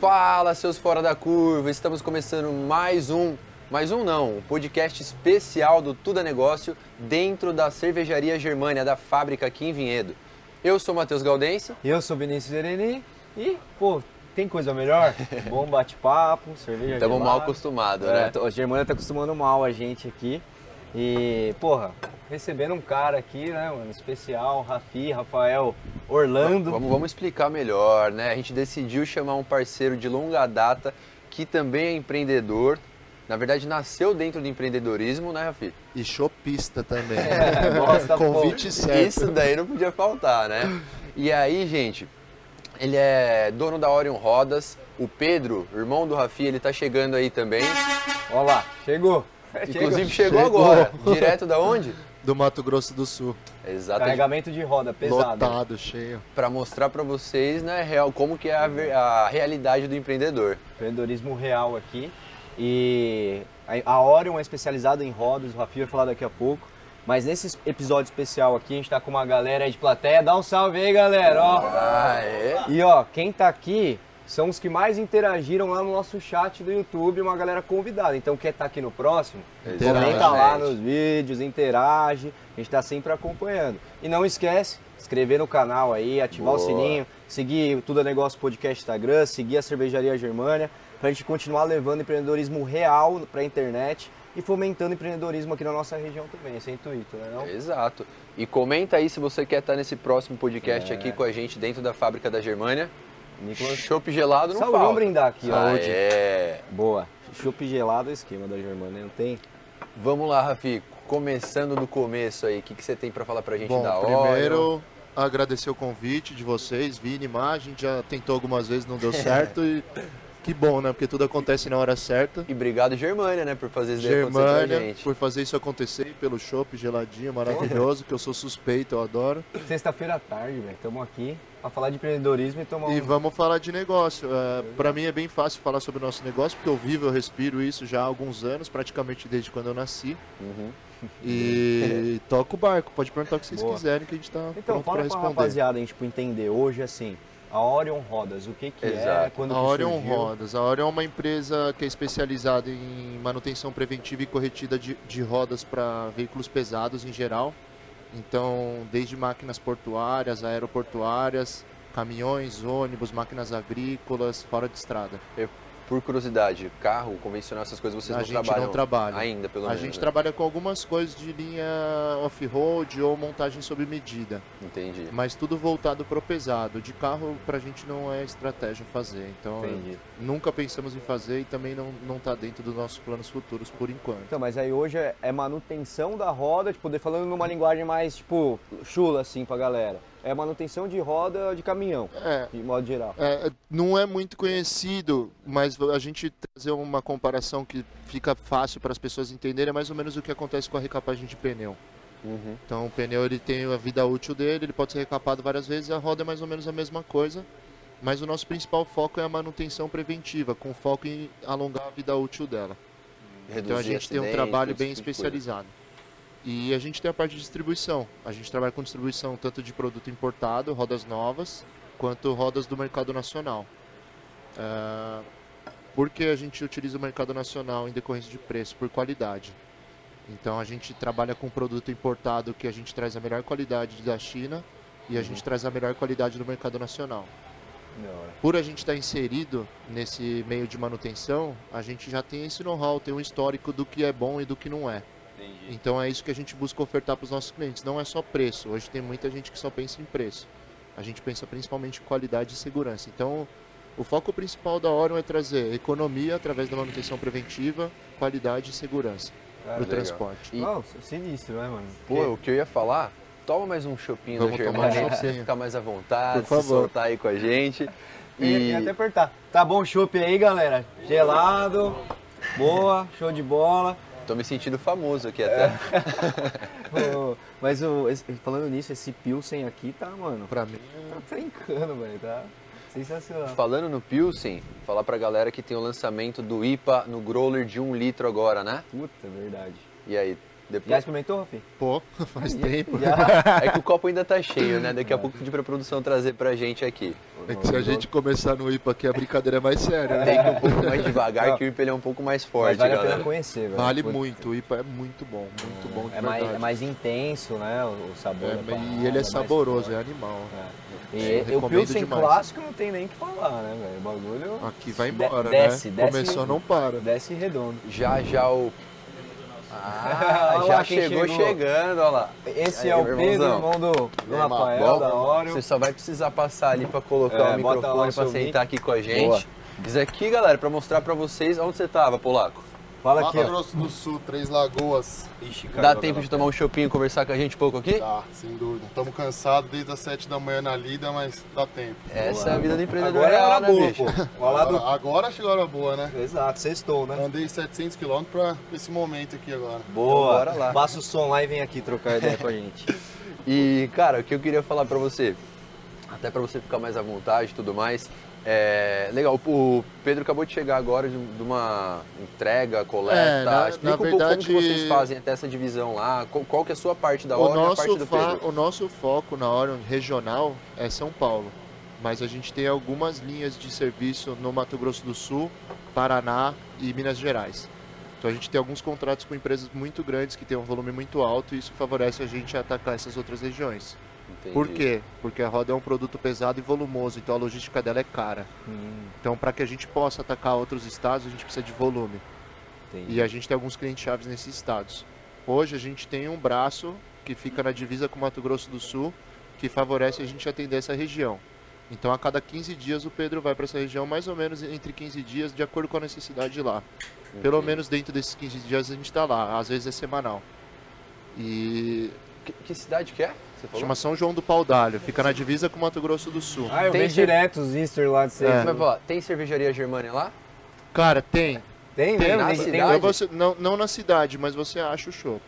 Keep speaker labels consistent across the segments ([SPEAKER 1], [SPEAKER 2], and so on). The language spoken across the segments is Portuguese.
[SPEAKER 1] Fala, seus fora da curva! Estamos começando mais um, mais um não, um podcast especial do Tudo é Negócio dentro da Cervejaria Germânia, da fábrica aqui em Vinhedo. Eu sou Matheus Galdense.
[SPEAKER 2] Eu sou Vinícius Ereni e, pô, tem coisa melhor? Bom bate-papo, cerveja
[SPEAKER 1] Estamos
[SPEAKER 2] gelada.
[SPEAKER 1] mal acostumados,
[SPEAKER 2] É,
[SPEAKER 1] né?
[SPEAKER 2] tô- a Germana tá acostumando mal a gente aqui. E, porra, recebendo um cara aqui, né, mano, especial, Rafi, Rafael Orlando.
[SPEAKER 1] Vamos, vamos explicar melhor, né? A gente decidiu chamar um parceiro de longa data que também é empreendedor. Na verdade, nasceu dentro do empreendedorismo, né, Rafi?
[SPEAKER 3] E shopista também.
[SPEAKER 2] gosta, É, pô.
[SPEAKER 3] Convite certo.
[SPEAKER 1] É, tá Isso daí não podia faltar, né? E aí, gente, ele é dono da Orion Rodas. O Pedro, irmão do Rafi, ele tá chegando aí também.
[SPEAKER 2] Ó lá, chegou.
[SPEAKER 1] Inclusive
[SPEAKER 2] Chegou.
[SPEAKER 1] chegou,
[SPEAKER 3] Chegou.
[SPEAKER 1] agora. Direto da onde?
[SPEAKER 3] Do Mato Grosso do Sul.
[SPEAKER 1] Exatamente.
[SPEAKER 2] Carregamento de roda,
[SPEAKER 1] né?
[SPEAKER 2] pesado.
[SPEAKER 3] Lotado, cheio.
[SPEAKER 1] Pra mostrar pra vocês, né, real, como que é a, ver- a realidade do empreendedor.
[SPEAKER 2] empreendedorismo real aqui. E a- a Orion é especializada em rodas, o Rafi vai falar daqui a pouco. Mas nesse episódio especial aqui, a gente tá com uma galera aí de plateia. Dá um salve aí, galera! Ó.
[SPEAKER 1] Ah, é?
[SPEAKER 2] E ó, quem tá aqui são os que mais interagiram lá no nosso chat do YouTube, uma galera convidada. Então quer tá aqui no próximo,
[SPEAKER 3] Interage.
[SPEAKER 2] comenta lá nos vídeos, interage, a gente tá sempre acompanhando. E não esquece, inscrever no canal aí, ativar o
[SPEAKER 1] Boa.
[SPEAKER 2] sininho, seguir o Tudo é Negócio Podcast Instagram, seguir a Cervejaria Germânia, pra gente continuar levando empreendedorismo real pra internet e fomentando empreendedorismo aqui na nossa região também, esse é o intuito, né não?
[SPEAKER 1] Exato. E comenta aí se você quer estar nesse próximo podcast aqui com a gente dentro da fábrica da Germânia.
[SPEAKER 2] É. Nicolas,
[SPEAKER 1] Chopp gelado não
[SPEAKER 2] salve,
[SPEAKER 1] falta.
[SPEAKER 2] vamos brindar aqui, ó.
[SPEAKER 1] Ah,
[SPEAKER 2] hoje.
[SPEAKER 1] é.
[SPEAKER 2] Boa. Chup gelado é esquema da Germânia, não tem?
[SPEAKER 1] Vamos lá, Rafi. Começando do começo aí, o que, que você tem pra falar pra gente
[SPEAKER 3] Bom,
[SPEAKER 1] da hora?
[SPEAKER 3] primeiro agradecer o convite de vocês, Vini, Má, a gente já tentou algumas vezes, não deu certo e que bom, né? Porque tudo acontece na hora certa.
[SPEAKER 1] E obrigado, Germânia, né, por fazer isso daí acontecer pra
[SPEAKER 3] Germânia,
[SPEAKER 1] gente.
[SPEAKER 3] por fazer isso acontecer e pelo chopp geladinho, maravilhoso, que eu sou suspeito, eu adoro.
[SPEAKER 2] Sexta-feira à tarde, velho. Estamos aqui pra falar de empreendedorismo e tomar
[SPEAKER 3] E
[SPEAKER 2] um.
[SPEAKER 3] vamos falar de negócio. É, para mim é bem fácil falar sobre o nosso negócio, porque eu vivo, eu respiro isso já há alguns anos, praticamente desde quando eu nasci.
[SPEAKER 1] Uhum.
[SPEAKER 3] E toca o barco, pode perguntar o que vocês
[SPEAKER 2] Boa.
[SPEAKER 3] quiserem que a gente tá
[SPEAKER 2] Então,
[SPEAKER 3] pronto pra
[SPEAKER 2] fala pra
[SPEAKER 3] responder.
[SPEAKER 2] rapaziada, a gente tipo, entender hoje assim, a Orion Rodas, o que que é,
[SPEAKER 1] Exato.
[SPEAKER 2] quando
[SPEAKER 3] A
[SPEAKER 2] que
[SPEAKER 3] Orion
[SPEAKER 2] surgiu.
[SPEAKER 3] Rodas. A Orion é uma empresa que é especializada em manutenção preventiva e corretida de, de rodas para veículos pesados em geral. Então, desde máquinas portuárias, aeroportuárias, caminhões, ônibus, máquinas agrícolas, fora de estrada.
[SPEAKER 1] Por curiosidade, carro, convencional, essas coisas vocês
[SPEAKER 3] a
[SPEAKER 1] não
[SPEAKER 3] gente
[SPEAKER 1] trabalham
[SPEAKER 3] não trabalha.
[SPEAKER 1] ainda, pelo
[SPEAKER 3] a
[SPEAKER 1] menos.
[SPEAKER 3] gente
[SPEAKER 1] né?
[SPEAKER 3] trabalha com algumas coisas de linha off-road ou montagem sob medida.
[SPEAKER 1] Entendi.
[SPEAKER 3] mas tudo voltado pro pesado. De carro pra gente não é estratégia fazer, então
[SPEAKER 2] Entendi.
[SPEAKER 3] nunca pensamos em fazer e também não, não tá dentro dos nossos planos futuros por enquanto.
[SPEAKER 2] Então, mas aí hoje é, é manutenção da roda, tipo, de- falando numa linguagem mais, tipo, chula assim pra galera. É manutenção de roda de caminhão,
[SPEAKER 3] É,
[SPEAKER 2] de modo geral.
[SPEAKER 3] é, não é muito conhecido, mas a gente trazer uma comparação que fica fácil para as pessoas entenderem é mais ou menos o que acontece com a recapagem de pneu.
[SPEAKER 1] Uhum.
[SPEAKER 3] Então o pneu ele tem a vida útil dele, ele pode ser recapado várias vezes, a roda é mais ou menos a mesma coisa. Mas o nosso principal foco é a manutenção preventiva, com foco em alongar a vida útil dela. Então a
[SPEAKER 1] Reduzir
[SPEAKER 3] gente tem um
[SPEAKER 1] acidentes,
[SPEAKER 3] trabalho
[SPEAKER 1] esse
[SPEAKER 3] bem
[SPEAKER 1] tipo de
[SPEAKER 3] especializado. E a gente tem a parte de distribuição. A gente trabalha com distribuição tanto de produto importado, rodas novas, quanto rodas do mercado nacional. Ah, por que a gente utiliza o mercado nacional em decorrência de preço? Por qualidade. Então a gente trabalha com produto importado que a gente traz a melhor qualidade da China e a
[SPEAKER 1] Uhum.
[SPEAKER 3] gente traz a melhor qualidade do mercado nacional
[SPEAKER 2] Da hora.
[SPEAKER 3] por a gente estar inserido nesse meio de manutenção, a gente já tem esse know-how, tem um histórico do que é bom e do que não é.
[SPEAKER 2] Entendi.
[SPEAKER 3] Então é isso que a gente busca ofertar para os nossos clientes. Não é só preço. Hoje tem muita gente que só pensa em preço. A gente pensa principalmente em qualidade e segurança. Então o foco principal da Orion é trazer economia através da manutenção preventiva, qualidade e segurança
[SPEAKER 2] Cara,
[SPEAKER 3] para o
[SPEAKER 1] Ah, legal.
[SPEAKER 3] transporte.
[SPEAKER 1] E-
[SPEAKER 2] Não, sinistro, né, mano?
[SPEAKER 1] Pô, o que eu ia falar? Toma mais um chopinho da
[SPEAKER 3] Vamos tomar um
[SPEAKER 1] Germânia aí pra você
[SPEAKER 3] chopinho.
[SPEAKER 1] ficar mais à vontade,
[SPEAKER 3] Por favor.
[SPEAKER 1] se soltar aí com a gente.
[SPEAKER 2] E...
[SPEAKER 1] E
[SPEAKER 2] é, até apertar. Tá bom chopp aí, galera? Gelado, boa, show de bola.
[SPEAKER 1] tô me sentindo famoso aqui
[SPEAKER 2] É.
[SPEAKER 1] até.
[SPEAKER 2] Ô, Mas o- esse- falando nisso, esse Pilsen aqui tá, mano,
[SPEAKER 3] Para mim, é
[SPEAKER 2] tá trincando, velho, tá sensacional.
[SPEAKER 1] Falando no Pilsen, falar pra galera que tem o lançamento do IPA no growler de um litro agora, né?
[SPEAKER 2] Puta, verdade.
[SPEAKER 1] E aí,
[SPEAKER 2] Já
[SPEAKER 1] Depois...
[SPEAKER 2] experimentou, Rafi?
[SPEAKER 4] Pô, faz tempo.
[SPEAKER 2] Já?
[SPEAKER 1] É que o copo ainda tá cheio, né?
[SPEAKER 2] É.
[SPEAKER 1] Daqui a pouco pedir pra produção trazer pra gente aqui.
[SPEAKER 4] É que se a gente começar no IPA aqui, a brincadeira é mais séria, né?
[SPEAKER 1] Tem que ir um pouco mais devagar,
[SPEAKER 2] Não.
[SPEAKER 1] que o IP ele é um pouco mais
[SPEAKER 2] Mas
[SPEAKER 1] forte,
[SPEAKER 2] vale a
[SPEAKER 1] galera.
[SPEAKER 2] pena conhecer, velho.
[SPEAKER 4] Vale
[SPEAKER 2] Por-
[SPEAKER 4] muito, o IPA é muito bom, muito bom de
[SPEAKER 2] É mais,
[SPEAKER 4] verdade.
[SPEAKER 2] é mais intenso, né? O o sabor.
[SPEAKER 4] É,
[SPEAKER 2] da
[SPEAKER 4] e
[SPEAKER 2] parada,
[SPEAKER 4] ele é
[SPEAKER 2] mais
[SPEAKER 4] saboroso,
[SPEAKER 2] forte.
[SPEAKER 4] é animal.
[SPEAKER 3] né?
[SPEAKER 2] É.
[SPEAKER 4] Eu
[SPEAKER 2] E, e o
[SPEAKER 4] recomendo
[SPEAKER 2] Pilsen
[SPEAKER 4] demais.
[SPEAKER 2] clássico não tem nem o que falar, né, velho? O bagulho
[SPEAKER 4] Aqui vai
[SPEAKER 2] De-
[SPEAKER 4] embora,
[SPEAKER 2] desce,
[SPEAKER 4] né?
[SPEAKER 2] desce
[SPEAKER 4] Começou,
[SPEAKER 2] mesmo.
[SPEAKER 4] não para.
[SPEAKER 2] desce redondo.
[SPEAKER 1] Já, já o... Ah,
[SPEAKER 2] Olha
[SPEAKER 1] já
[SPEAKER 2] lá quem
[SPEAKER 1] chegou,
[SPEAKER 2] chegou.
[SPEAKER 1] chegando, olha lá.
[SPEAKER 2] Esse
[SPEAKER 1] Aí,
[SPEAKER 2] é o
[SPEAKER 1] meu
[SPEAKER 2] Pedro,
[SPEAKER 1] irmãozão.
[SPEAKER 2] irmão do, do
[SPEAKER 4] Vem,
[SPEAKER 2] Rafael,
[SPEAKER 1] Bom,
[SPEAKER 2] É, da Oreo.
[SPEAKER 1] Você só vai precisar passar ali pra colocar
[SPEAKER 2] É,
[SPEAKER 1] o
[SPEAKER 2] bota lá o
[SPEAKER 1] microfone pra
[SPEAKER 2] seu
[SPEAKER 1] sentar aqui com a
[SPEAKER 2] Boa.
[SPEAKER 1] gente. Isso aqui, galera, pra mostrar pra vocês onde você tava, Polaco.
[SPEAKER 2] Fala aqui,
[SPEAKER 3] Mato
[SPEAKER 2] ó.
[SPEAKER 3] Grosso do Sul, Três Lagoas.
[SPEAKER 2] Ixi,
[SPEAKER 1] Dá tempo de tomar um chopinho e conversar com a gente um pouco aqui?
[SPEAKER 3] Tá, sem dúvida. Estamos cansados desde as 7 da manhã na lida, mas dá tempo.
[SPEAKER 1] Essa é a vida do empreendedor
[SPEAKER 2] Agora é
[SPEAKER 1] real,
[SPEAKER 2] hora
[SPEAKER 1] né,
[SPEAKER 2] boa,
[SPEAKER 1] bicho?
[SPEAKER 2] pô. Olha lá
[SPEAKER 3] Agora,
[SPEAKER 2] do...
[SPEAKER 3] agora chegou a hora boa, né?
[SPEAKER 2] Exato, sextou,
[SPEAKER 1] Então,
[SPEAKER 2] né?
[SPEAKER 3] Andei 700 km pra esse momento aqui agora.
[SPEAKER 2] Boa.
[SPEAKER 1] Bora lá.
[SPEAKER 2] Passa o som lá e vem aqui trocar ideia com a gente.
[SPEAKER 1] E, cara, o que eu queria falar pra você, até pra você ficar mais à vontade e tudo mais, é... Legal, o Pedro acabou de chegar agora de de uma entrega, coleta.
[SPEAKER 4] É, na-
[SPEAKER 1] Explica um
[SPEAKER 4] na
[SPEAKER 1] pouco como que
[SPEAKER 4] verdade-
[SPEAKER 1] vocês fazem até essa divisão lá, qual, qual que é a sua parte da
[SPEAKER 4] O
[SPEAKER 1] hora e a parte
[SPEAKER 4] nosso,
[SPEAKER 1] do
[SPEAKER 4] fa-
[SPEAKER 1] Pedro.
[SPEAKER 4] o nosso foco na Orion regional é São Paulo, mas a gente tem algumas linhas de serviço no Mato Grosso do Sul, Paraná e Minas Gerais. Então a gente tem alguns contratos com empresas muito grandes que têm um volume muito alto e isso favorece a gente a atacar essas outras regiões. Por
[SPEAKER 1] Entendi.
[SPEAKER 4] quê? Porque a roda é um produto pesado e volumoso, então a logística dela é cara.
[SPEAKER 2] Hum,
[SPEAKER 4] Então para que a gente possa atacar outros estados, a gente precisa de volume.
[SPEAKER 2] entendi.
[SPEAKER 4] E a gente tem alguns clientes chaves nesses estados. Hoje a gente tem um braço que fica na divisa com o Mato Grosso do Sul, que favorece a gente atender essa região. Então a cada 15 dias o Pedro vai para essa região, mais ou menos entre 15 dias, de acordo com a necessidade lá. Pelo
[SPEAKER 1] Entendi.
[SPEAKER 4] menos dentro desses 15 dias a gente está lá, às vezes é semanal. E
[SPEAKER 1] Que, que cidade que é? Você falou?
[SPEAKER 4] chama São João do Pau d'Alho, fica na divisa com o Mato Grosso do Sul.
[SPEAKER 2] Ah, eu
[SPEAKER 1] Tem
[SPEAKER 2] vejo
[SPEAKER 1] cer-
[SPEAKER 2] direto os Easter lá de vocês.
[SPEAKER 4] É.
[SPEAKER 1] Mas, pô, tem cervejaria Germânia lá?
[SPEAKER 4] Cara, tem.
[SPEAKER 2] Tem
[SPEAKER 4] Tem
[SPEAKER 2] mesmo?
[SPEAKER 1] na
[SPEAKER 2] Tem, tem
[SPEAKER 1] cidade?
[SPEAKER 4] Eu vou- não, não na cidade, mas você acha o show.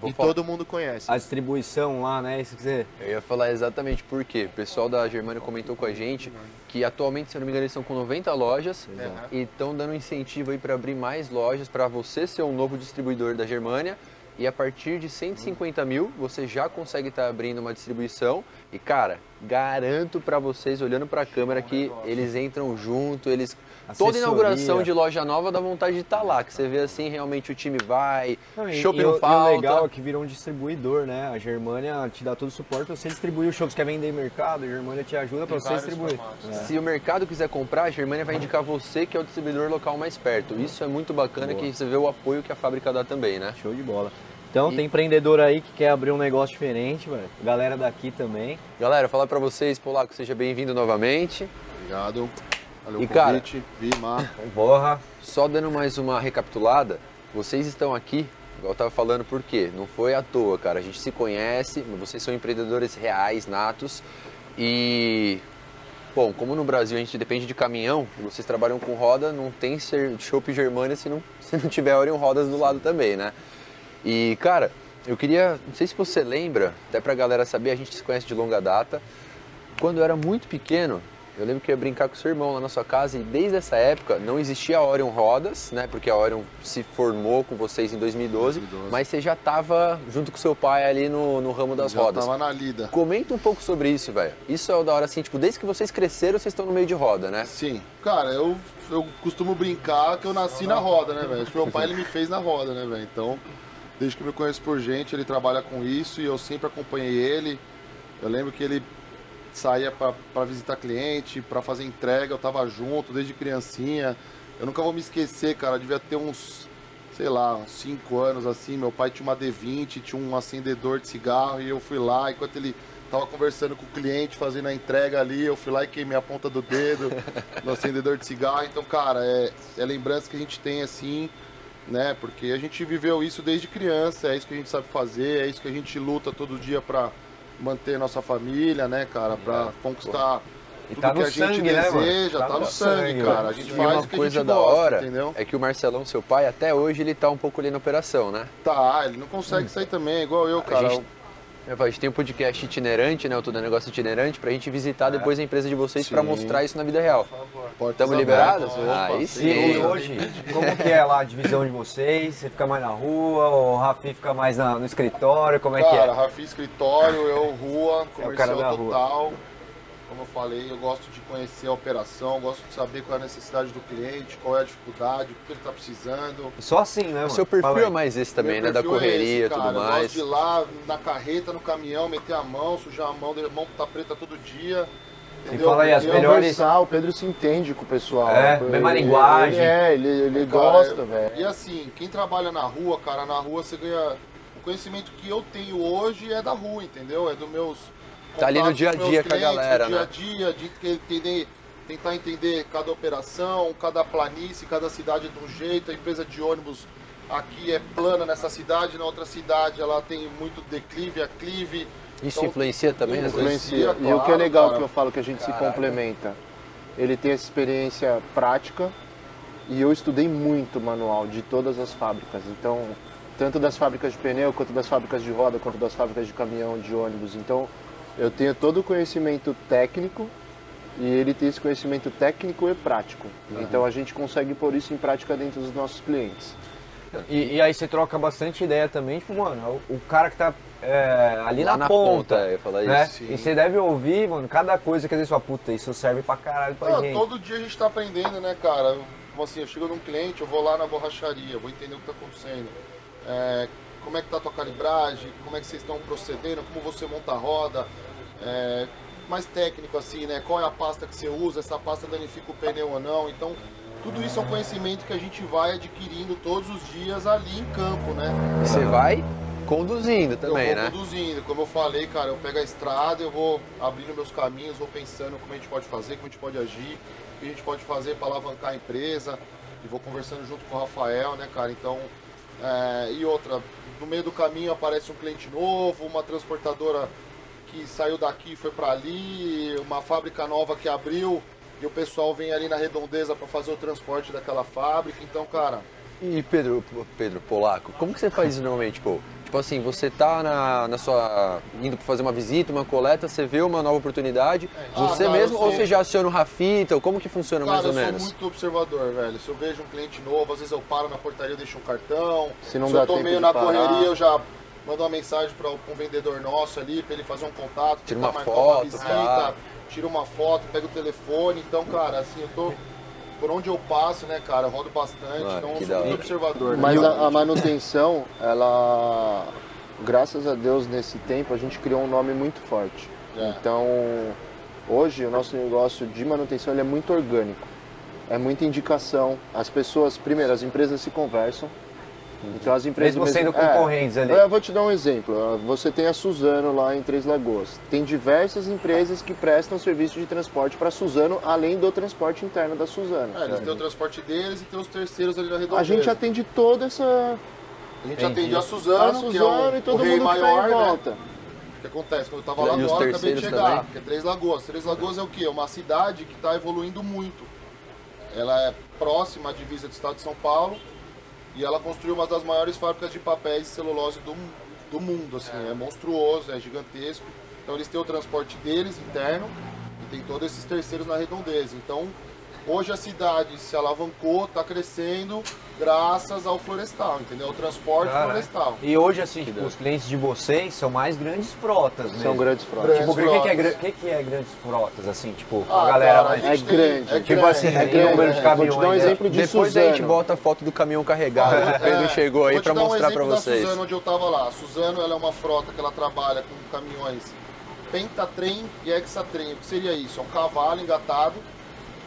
[SPEAKER 1] Vou
[SPEAKER 4] E
[SPEAKER 1] falar-
[SPEAKER 4] todo mundo conhece.
[SPEAKER 2] a distribuição lá, né? Isso que você...
[SPEAKER 1] Eu ia falar exatamente por quê. O pessoal da Germânia comentou com a gente que atualmente, se eu não me engano, eles estão com 90 lojas
[SPEAKER 4] Exato.
[SPEAKER 1] e estão dando incentivo aí para abrir mais lojas para você ser um novo distribuidor da Germânia. E a partir de 150 mil, você já consegue estar abrindo uma distribuição. E, cara, garanto para vocês, olhando para a câmera, que eles entram junto, eles... Toda
[SPEAKER 2] Assessoria.
[SPEAKER 1] inauguração de loja nova dá vontade de estar lá, que você vê assim, realmente o time vai,
[SPEAKER 2] Não, e-
[SPEAKER 1] shopping
[SPEAKER 2] e o-
[SPEAKER 1] não
[SPEAKER 2] e
[SPEAKER 1] falta.
[SPEAKER 2] O legal é que virou um distribuidor, né? A Germânia te dá todo o suporte pra você distribuir o show. Você quer vender em mercado, a Germânia te ajuda pra
[SPEAKER 3] Tem
[SPEAKER 2] você
[SPEAKER 3] vários
[SPEAKER 2] distribuir.
[SPEAKER 3] formatos.
[SPEAKER 2] É.
[SPEAKER 1] Se o mercado quiser comprar, a Germânia vai indicar você que é o distribuidor local mais perto. Isso é muito bacana
[SPEAKER 2] Boa.
[SPEAKER 1] que você vê o apoio que a fábrica dá também, né?
[SPEAKER 2] É, Show de bola. Então
[SPEAKER 1] E-
[SPEAKER 2] tem empreendedor aí que quer abrir um negócio diferente, velho. Galera daqui também.
[SPEAKER 1] Galera, falar pra vocês, Polaco, seja bem-vindo novamente.
[SPEAKER 3] Obrigado. Valeu
[SPEAKER 1] E,
[SPEAKER 3] o
[SPEAKER 1] cara,
[SPEAKER 3] convite. Vi, Mar.
[SPEAKER 2] Borra.
[SPEAKER 1] Só dando mais uma recapitulada, vocês estão aqui, igual eu tava falando, por quê? Não foi à toa, cara. A gente se conhece, vocês são empreendedores reais, natos. E, bom, como no Brasil a gente depende de caminhão, e vocês trabalham com roda, não tem ser- Chopp Germania se não, se não tiver Orion Rodas do lado também, né? E, cara, eu queria, não sei se você lembra, até pra galera saber, a gente se conhece de longa data. Quando eu era muito pequeno, eu lembro que eu ia brincar com seu irmão lá na sua casa e desde essa época não existia a Orion Rodas, né? Porque a Orion se formou com vocês em 2012,
[SPEAKER 3] 2012.
[SPEAKER 1] mas você já tava junto com seu pai ali no, no ramo das
[SPEAKER 3] Já
[SPEAKER 1] rodas.
[SPEAKER 3] tava na lida.
[SPEAKER 1] Comenta um pouco sobre isso, velho. Isso é o da hora assim, tipo, desde que vocês cresceram, vocês estão no meio de roda, né?
[SPEAKER 3] Sim. Cara, eu, eu costumo brincar que eu nasci na roda, né, velho? Acho que meu pai ele me fez na roda, né, velho? Então, desde que eu me conheço por gente, ele trabalha com isso e eu sempre acompanhei ele. Eu lembro que ele saía para visitar cliente, para fazer entrega, eu tava junto desde criancinha. Eu nunca vou me esquecer, cara, eu devia ter uns, sei lá, uns 5 anos assim. Meu pai tinha uma D20, tinha um acendedor de cigarro e eu fui lá enquanto ele tava conversando com o cliente, fazendo a entrega ali, eu fui lá e queimei a ponta do dedo no acendedor de cigarro. Então, cara, é, é lembrança que a gente tem assim, né? Porque a gente viveu isso desde criança, é isso que a gente sabe fazer, é isso que a gente luta todo dia para manter nossa família, né, cara, para conquistar
[SPEAKER 2] É, E
[SPEAKER 3] tudo
[SPEAKER 2] tá
[SPEAKER 3] que
[SPEAKER 2] no
[SPEAKER 3] a gente
[SPEAKER 2] sangue, né, mano?
[SPEAKER 3] deseja,
[SPEAKER 2] Tá
[SPEAKER 3] tá,
[SPEAKER 2] no
[SPEAKER 3] no sangue,
[SPEAKER 2] sangue,
[SPEAKER 3] cara.
[SPEAKER 2] né?
[SPEAKER 3] A gente
[SPEAKER 1] E
[SPEAKER 3] faz
[SPEAKER 1] uma
[SPEAKER 3] o que a
[SPEAKER 1] coisa
[SPEAKER 3] gente
[SPEAKER 1] da
[SPEAKER 3] gosta,
[SPEAKER 1] hora
[SPEAKER 3] entendeu?
[SPEAKER 1] é que o Marcelão, seu pai, até hoje ele tá um pouco ali na operação, né?
[SPEAKER 3] ah, Tá, ele não consegue sair também, igual eu, cara.
[SPEAKER 1] gente-
[SPEAKER 3] Eu,
[SPEAKER 1] Eu falo, A gente tem um podcast itinerante, né? O Tudo é Negócio Itinerante, pra gente visitar depois a empresa de vocês pra
[SPEAKER 3] É. Sim.
[SPEAKER 1] mostrar isso na vida real.
[SPEAKER 3] Portas
[SPEAKER 1] Estamos liberados?
[SPEAKER 3] abertas, opa,
[SPEAKER 1] Aí
[SPEAKER 3] sem
[SPEAKER 1] sim.
[SPEAKER 2] E
[SPEAKER 3] dúvida.
[SPEAKER 2] assim, hoje, como que é lá a divisão de vocês? Você fica mais na rua, o Rafi fica mais na- no escritório, como é que
[SPEAKER 3] Cara,
[SPEAKER 2] é?
[SPEAKER 3] Rafi escritório, eu rua,
[SPEAKER 2] É o cara
[SPEAKER 3] comercial
[SPEAKER 2] da rua.
[SPEAKER 3] total. Como eu falei, eu gosto de conhecer a operação, gosto de saber qual é a necessidade do cliente, qual é a dificuldade, o que ele está precisando.
[SPEAKER 2] Só assim, né, mano?
[SPEAKER 1] O seu
[SPEAKER 2] Fala
[SPEAKER 1] perfil
[SPEAKER 2] aí.
[SPEAKER 1] é mais esse também,
[SPEAKER 3] Meu
[SPEAKER 1] né? Da
[SPEAKER 3] perfil é
[SPEAKER 1] correria e
[SPEAKER 3] esse, cara.
[SPEAKER 1] tudo
[SPEAKER 3] Eu
[SPEAKER 1] mais.
[SPEAKER 3] gosto de ir lá na carreta, no caminhão, meter a mão, sujar a mão, a mão tá preta todo dia. Entendeu?
[SPEAKER 2] fala aí as
[SPEAKER 3] Eu-
[SPEAKER 2] melhores-
[SPEAKER 5] Conversar, o Pedro se entende com o pessoal.
[SPEAKER 2] É,
[SPEAKER 5] Ele-
[SPEAKER 2] mesma linguagem.
[SPEAKER 5] Ele, é, ele, ele
[SPEAKER 3] Cara,
[SPEAKER 5] gosta,
[SPEAKER 3] eu-
[SPEAKER 5] velho.
[SPEAKER 3] E assim, quem trabalha na rua, cara, na rua você ganha. O conhecimento que eu tenho hoje é da rua, entendeu? É dos meus.
[SPEAKER 1] Tá ali no
[SPEAKER 3] contatos
[SPEAKER 1] dia a
[SPEAKER 3] com meus
[SPEAKER 1] dia com a
[SPEAKER 3] clientes,
[SPEAKER 1] galera, né?
[SPEAKER 3] do dia a dia, de que- entender, tentar entender cada operação, cada planície, cada cidade de um jeito. A empresa de ônibus aqui é plana nessa cidade, na outra cidade ela tem muito declive, aclive.
[SPEAKER 1] Isso
[SPEAKER 3] Então,
[SPEAKER 1] influencia também, às vezes.
[SPEAKER 5] Influencia.
[SPEAKER 3] influencia,
[SPEAKER 5] e o que é
[SPEAKER 3] claro,
[SPEAKER 5] legal
[SPEAKER 3] cara.
[SPEAKER 5] que eu falo, que a gente
[SPEAKER 1] Caralho.
[SPEAKER 5] se complementa. Ele tem essa experiência prática e eu estudei muito manual de todas as fábricas. Então, tanto das fábricas de pneu, quanto das fábricas de roda, quanto das fábricas de caminhão, de ônibus. Então, eu tenho todo o conhecimento técnico e ele tem esse conhecimento técnico e prático. Então, a gente consegue pôr isso em prática dentro dos nossos clientes.
[SPEAKER 2] E, e aí você troca bastante ideia também, tipo, mano, o, o cara que tá é, ali
[SPEAKER 1] Lá
[SPEAKER 2] na, ponta,
[SPEAKER 1] eu ia falar
[SPEAKER 2] né?
[SPEAKER 1] isso.
[SPEAKER 3] sim.
[SPEAKER 2] E você deve ouvir, mano, cada coisa que às vezes você fala, puta, isso serve pra caralho pra
[SPEAKER 3] Ah,
[SPEAKER 2] gente.
[SPEAKER 3] todo dia a gente tá aprendendo, né, cara? Como Assim, eu chego num cliente, eu vou lá na borracharia, eu vou entender o que tá acontecendo. É, como é que tá a tua calibragem, como é que vocês estão procedendo, como você monta a roda. É, mais técnico assim, né? Qual é a pasta que você usa, essa pasta danifica o pneu ou não. Então, tudo isso é um conhecimento que a gente vai adquirindo todos os dias ali em campo, né?
[SPEAKER 1] E Você vai conduzindo também,
[SPEAKER 3] eu vou
[SPEAKER 1] né?
[SPEAKER 3] produzindo, como eu falei, cara, eu pego a estrada, eu vou abrindo meus caminhos, vou pensando como a gente pode fazer, como a gente pode agir, o que a gente pode fazer para alavancar a empresa, e vou conversando junto com o Rafael, né, cara? Então, é, e outra, no meio do caminho aparece um cliente novo, uma transportadora que saiu daqui e foi para ali, uma fábrica nova que abriu, e o pessoal vem ali na redondeza para fazer o transporte daquela fábrica, então, cara.
[SPEAKER 1] E Pedro, Pedro Polaco, como que você faz isso normalmente, pô? Tipo assim, você tá na, na sua. indo pra fazer uma visita, uma coleta, você vê uma nova oportunidade,
[SPEAKER 3] Ah,
[SPEAKER 1] você
[SPEAKER 3] cara,
[SPEAKER 1] mesmo,
[SPEAKER 3] eu
[SPEAKER 1] ou
[SPEAKER 3] sei.
[SPEAKER 1] você já aciona o Rafita, ou como que funciona mais
[SPEAKER 3] Cara,
[SPEAKER 1] ou
[SPEAKER 3] eu
[SPEAKER 1] menos?
[SPEAKER 3] sou muito observador, velho. Se eu vejo um cliente novo, às vezes eu paro na portaria, deixo um cartão.
[SPEAKER 5] Se não
[SPEAKER 3] Se
[SPEAKER 5] dá
[SPEAKER 3] eu tô
[SPEAKER 5] tempo
[SPEAKER 3] meio
[SPEAKER 5] de
[SPEAKER 3] na
[SPEAKER 5] parar.
[SPEAKER 3] correria, eu já mando uma mensagem para um vendedor nosso ali, pra ele fazer um contato,
[SPEAKER 1] Tira
[SPEAKER 3] tentar
[SPEAKER 1] uma
[SPEAKER 3] marcar
[SPEAKER 1] foto,
[SPEAKER 3] uma visita,
[SPEAKER 1] pá.
[SPEAKER 3] tiro uma foto, pego o telefone. Então, cara, assim, eu tô. Por onde eu passo, né, cara? Eu rodo bastante,
[SPEAKER 1] Mano,
[SPEAKER 3] então eu
[SPEAKER 1] que
[SPEAKER 3] sou
[SPEAKER 1] da
[SPEAKER 3] muito
[SPEAKER 1] hora.
[SPEAKER 3] observador. né,
[SPEAKER 5] Mas
[SPEAKER 3] cara?
[SPEAKER 5] a, a manutenção, ela, graças a Deus, nesse tempo, a gente criou um nome muito forte.
[SPEAKER 3] É.
[SPEAKER 5] Então, hoje, o nosso negócio de manutenção ele é muito orgânico. É muita indicação. As pessoas, primeiro, as empresas se conversam.
[SPEAKER 3] Uhum.
[SPEAKER 5] Então, as empresas.
[SPEAKER 2] Mesmo sendo
[SPEAKER 5] é.
[SPEAKER 2] concorrentes ali.
[SPEAKER 5] É, Eu vou te dar um exemplo. Você tem a Suzano lá em Três Lagoas. Tem diversas empresas que prestam serviço de transporte para Suzano, além do transporte interno da Suzano.
[SPEAKER 3] É, eles têm o transporte deles e tem os terceiros ali na redondeza.
[SPEAKER 5] A gente atende toda essa
[SPEAKER 3] A gente
[SPEAKER 2] Entendi.
[SPEAKER 3] atende a
[SPEAKER 5] a
[SPEAKER 3] Suzano,
[SPEAKER 5] Suzano
[SPEAKER 3] que é o,
[SPEAKER 5] e todo
[SPEAKER 3] o rei
[SPEAKER 5] mundo que
[SPEAKER 3] maior,
[SPEAKER 5] tá em
[SPEAKER 3] né?
[SPEAKER 5] volta.
[SPEAKER 3] O que acontece? Quando eu tava lá
[SPEAKER 1] E os
[SPEAKER 3] agora, eu acabei de
[SPEAKER 1] terceiros
[SPEAKER 3] chegar,
[SPEAKER 1] também?
[SPEAKER 3] que é Três Lagoas. Três Lagoas é o quê? É uma cidade que está evoluindo muito. Ela é próxima à divisa do estado de São Paulo e ela construiu uma das maiores fábricas de papéis e celulose do, do mundo. Assim, é. monstruoso, é gigantesco. Então eles têm o transporte deles interno e tem todos esses terceiros na redondeza. Então hoje a cidade se alavancou, está crescendo graças ao florestal, entendeu? O transporte
[SPEAKER 2] Caralho.
[SPEAKER 3] florestal.
[SPEAKER 2] E hoje, assim, tipo, os clientes de vocês são mais grandes frotas, né?
[SPEAKER 5] São grandes frotas.
[SPEAKER 3] Grandes
[SPEAKER 2] Tipo, o que, que é,
[SPEAKER 3] frotas.
[SPEAKER 2] gran- que, que é grandes frotas, assim, tipo,
[SPEAKER 3] Ah,
[SPEAKER 2] a galera
[SPEAKER 3] cara,
[SPEAKER 2] mais...
[SPEAKER 3] a gente
[SPEAKER 5] é grande.
[SPEAKER 3] é
[SPEAKER 5] Tipo
[SPEAKER 2] Tipo
[SPEAKER 3] grande,
[SPEAKER 2] assim,
[SPEAKER 3] é
[SPEAKER 2] tem número de
[SPEAKER 3] grande.
[SPEAKER 5] Vou
[SPEAKER 2] caminhões.
[SPEAKER 5] te dar um
[SPEAKER 2] né?
[SPEAKER 5] exemplo né? de
[SPEAKER 1] Depois
[SPEAKER 5] Suzano.
[SPEAKER 1] a gente bota a foto do caminhão carregado que o Pedro
[SPEAKER 3] É,
[SPEAKER 1] chegou aí
[SPEAKER 3] vou te
[SPEAKER 1] pra
[SPEAKER 3] dar um
[SPEAKER 1] mostrar pra
[SPEAKER 3] exemplo da
[SPEAKER 1] vocês.
[SPEAKER 3] Suzano, onde eu tava lá. A Suzano ela é uma frota que ela trabalha com caminhões pentatrem e hexatrem. O que seria isso? É um cavalo engatado,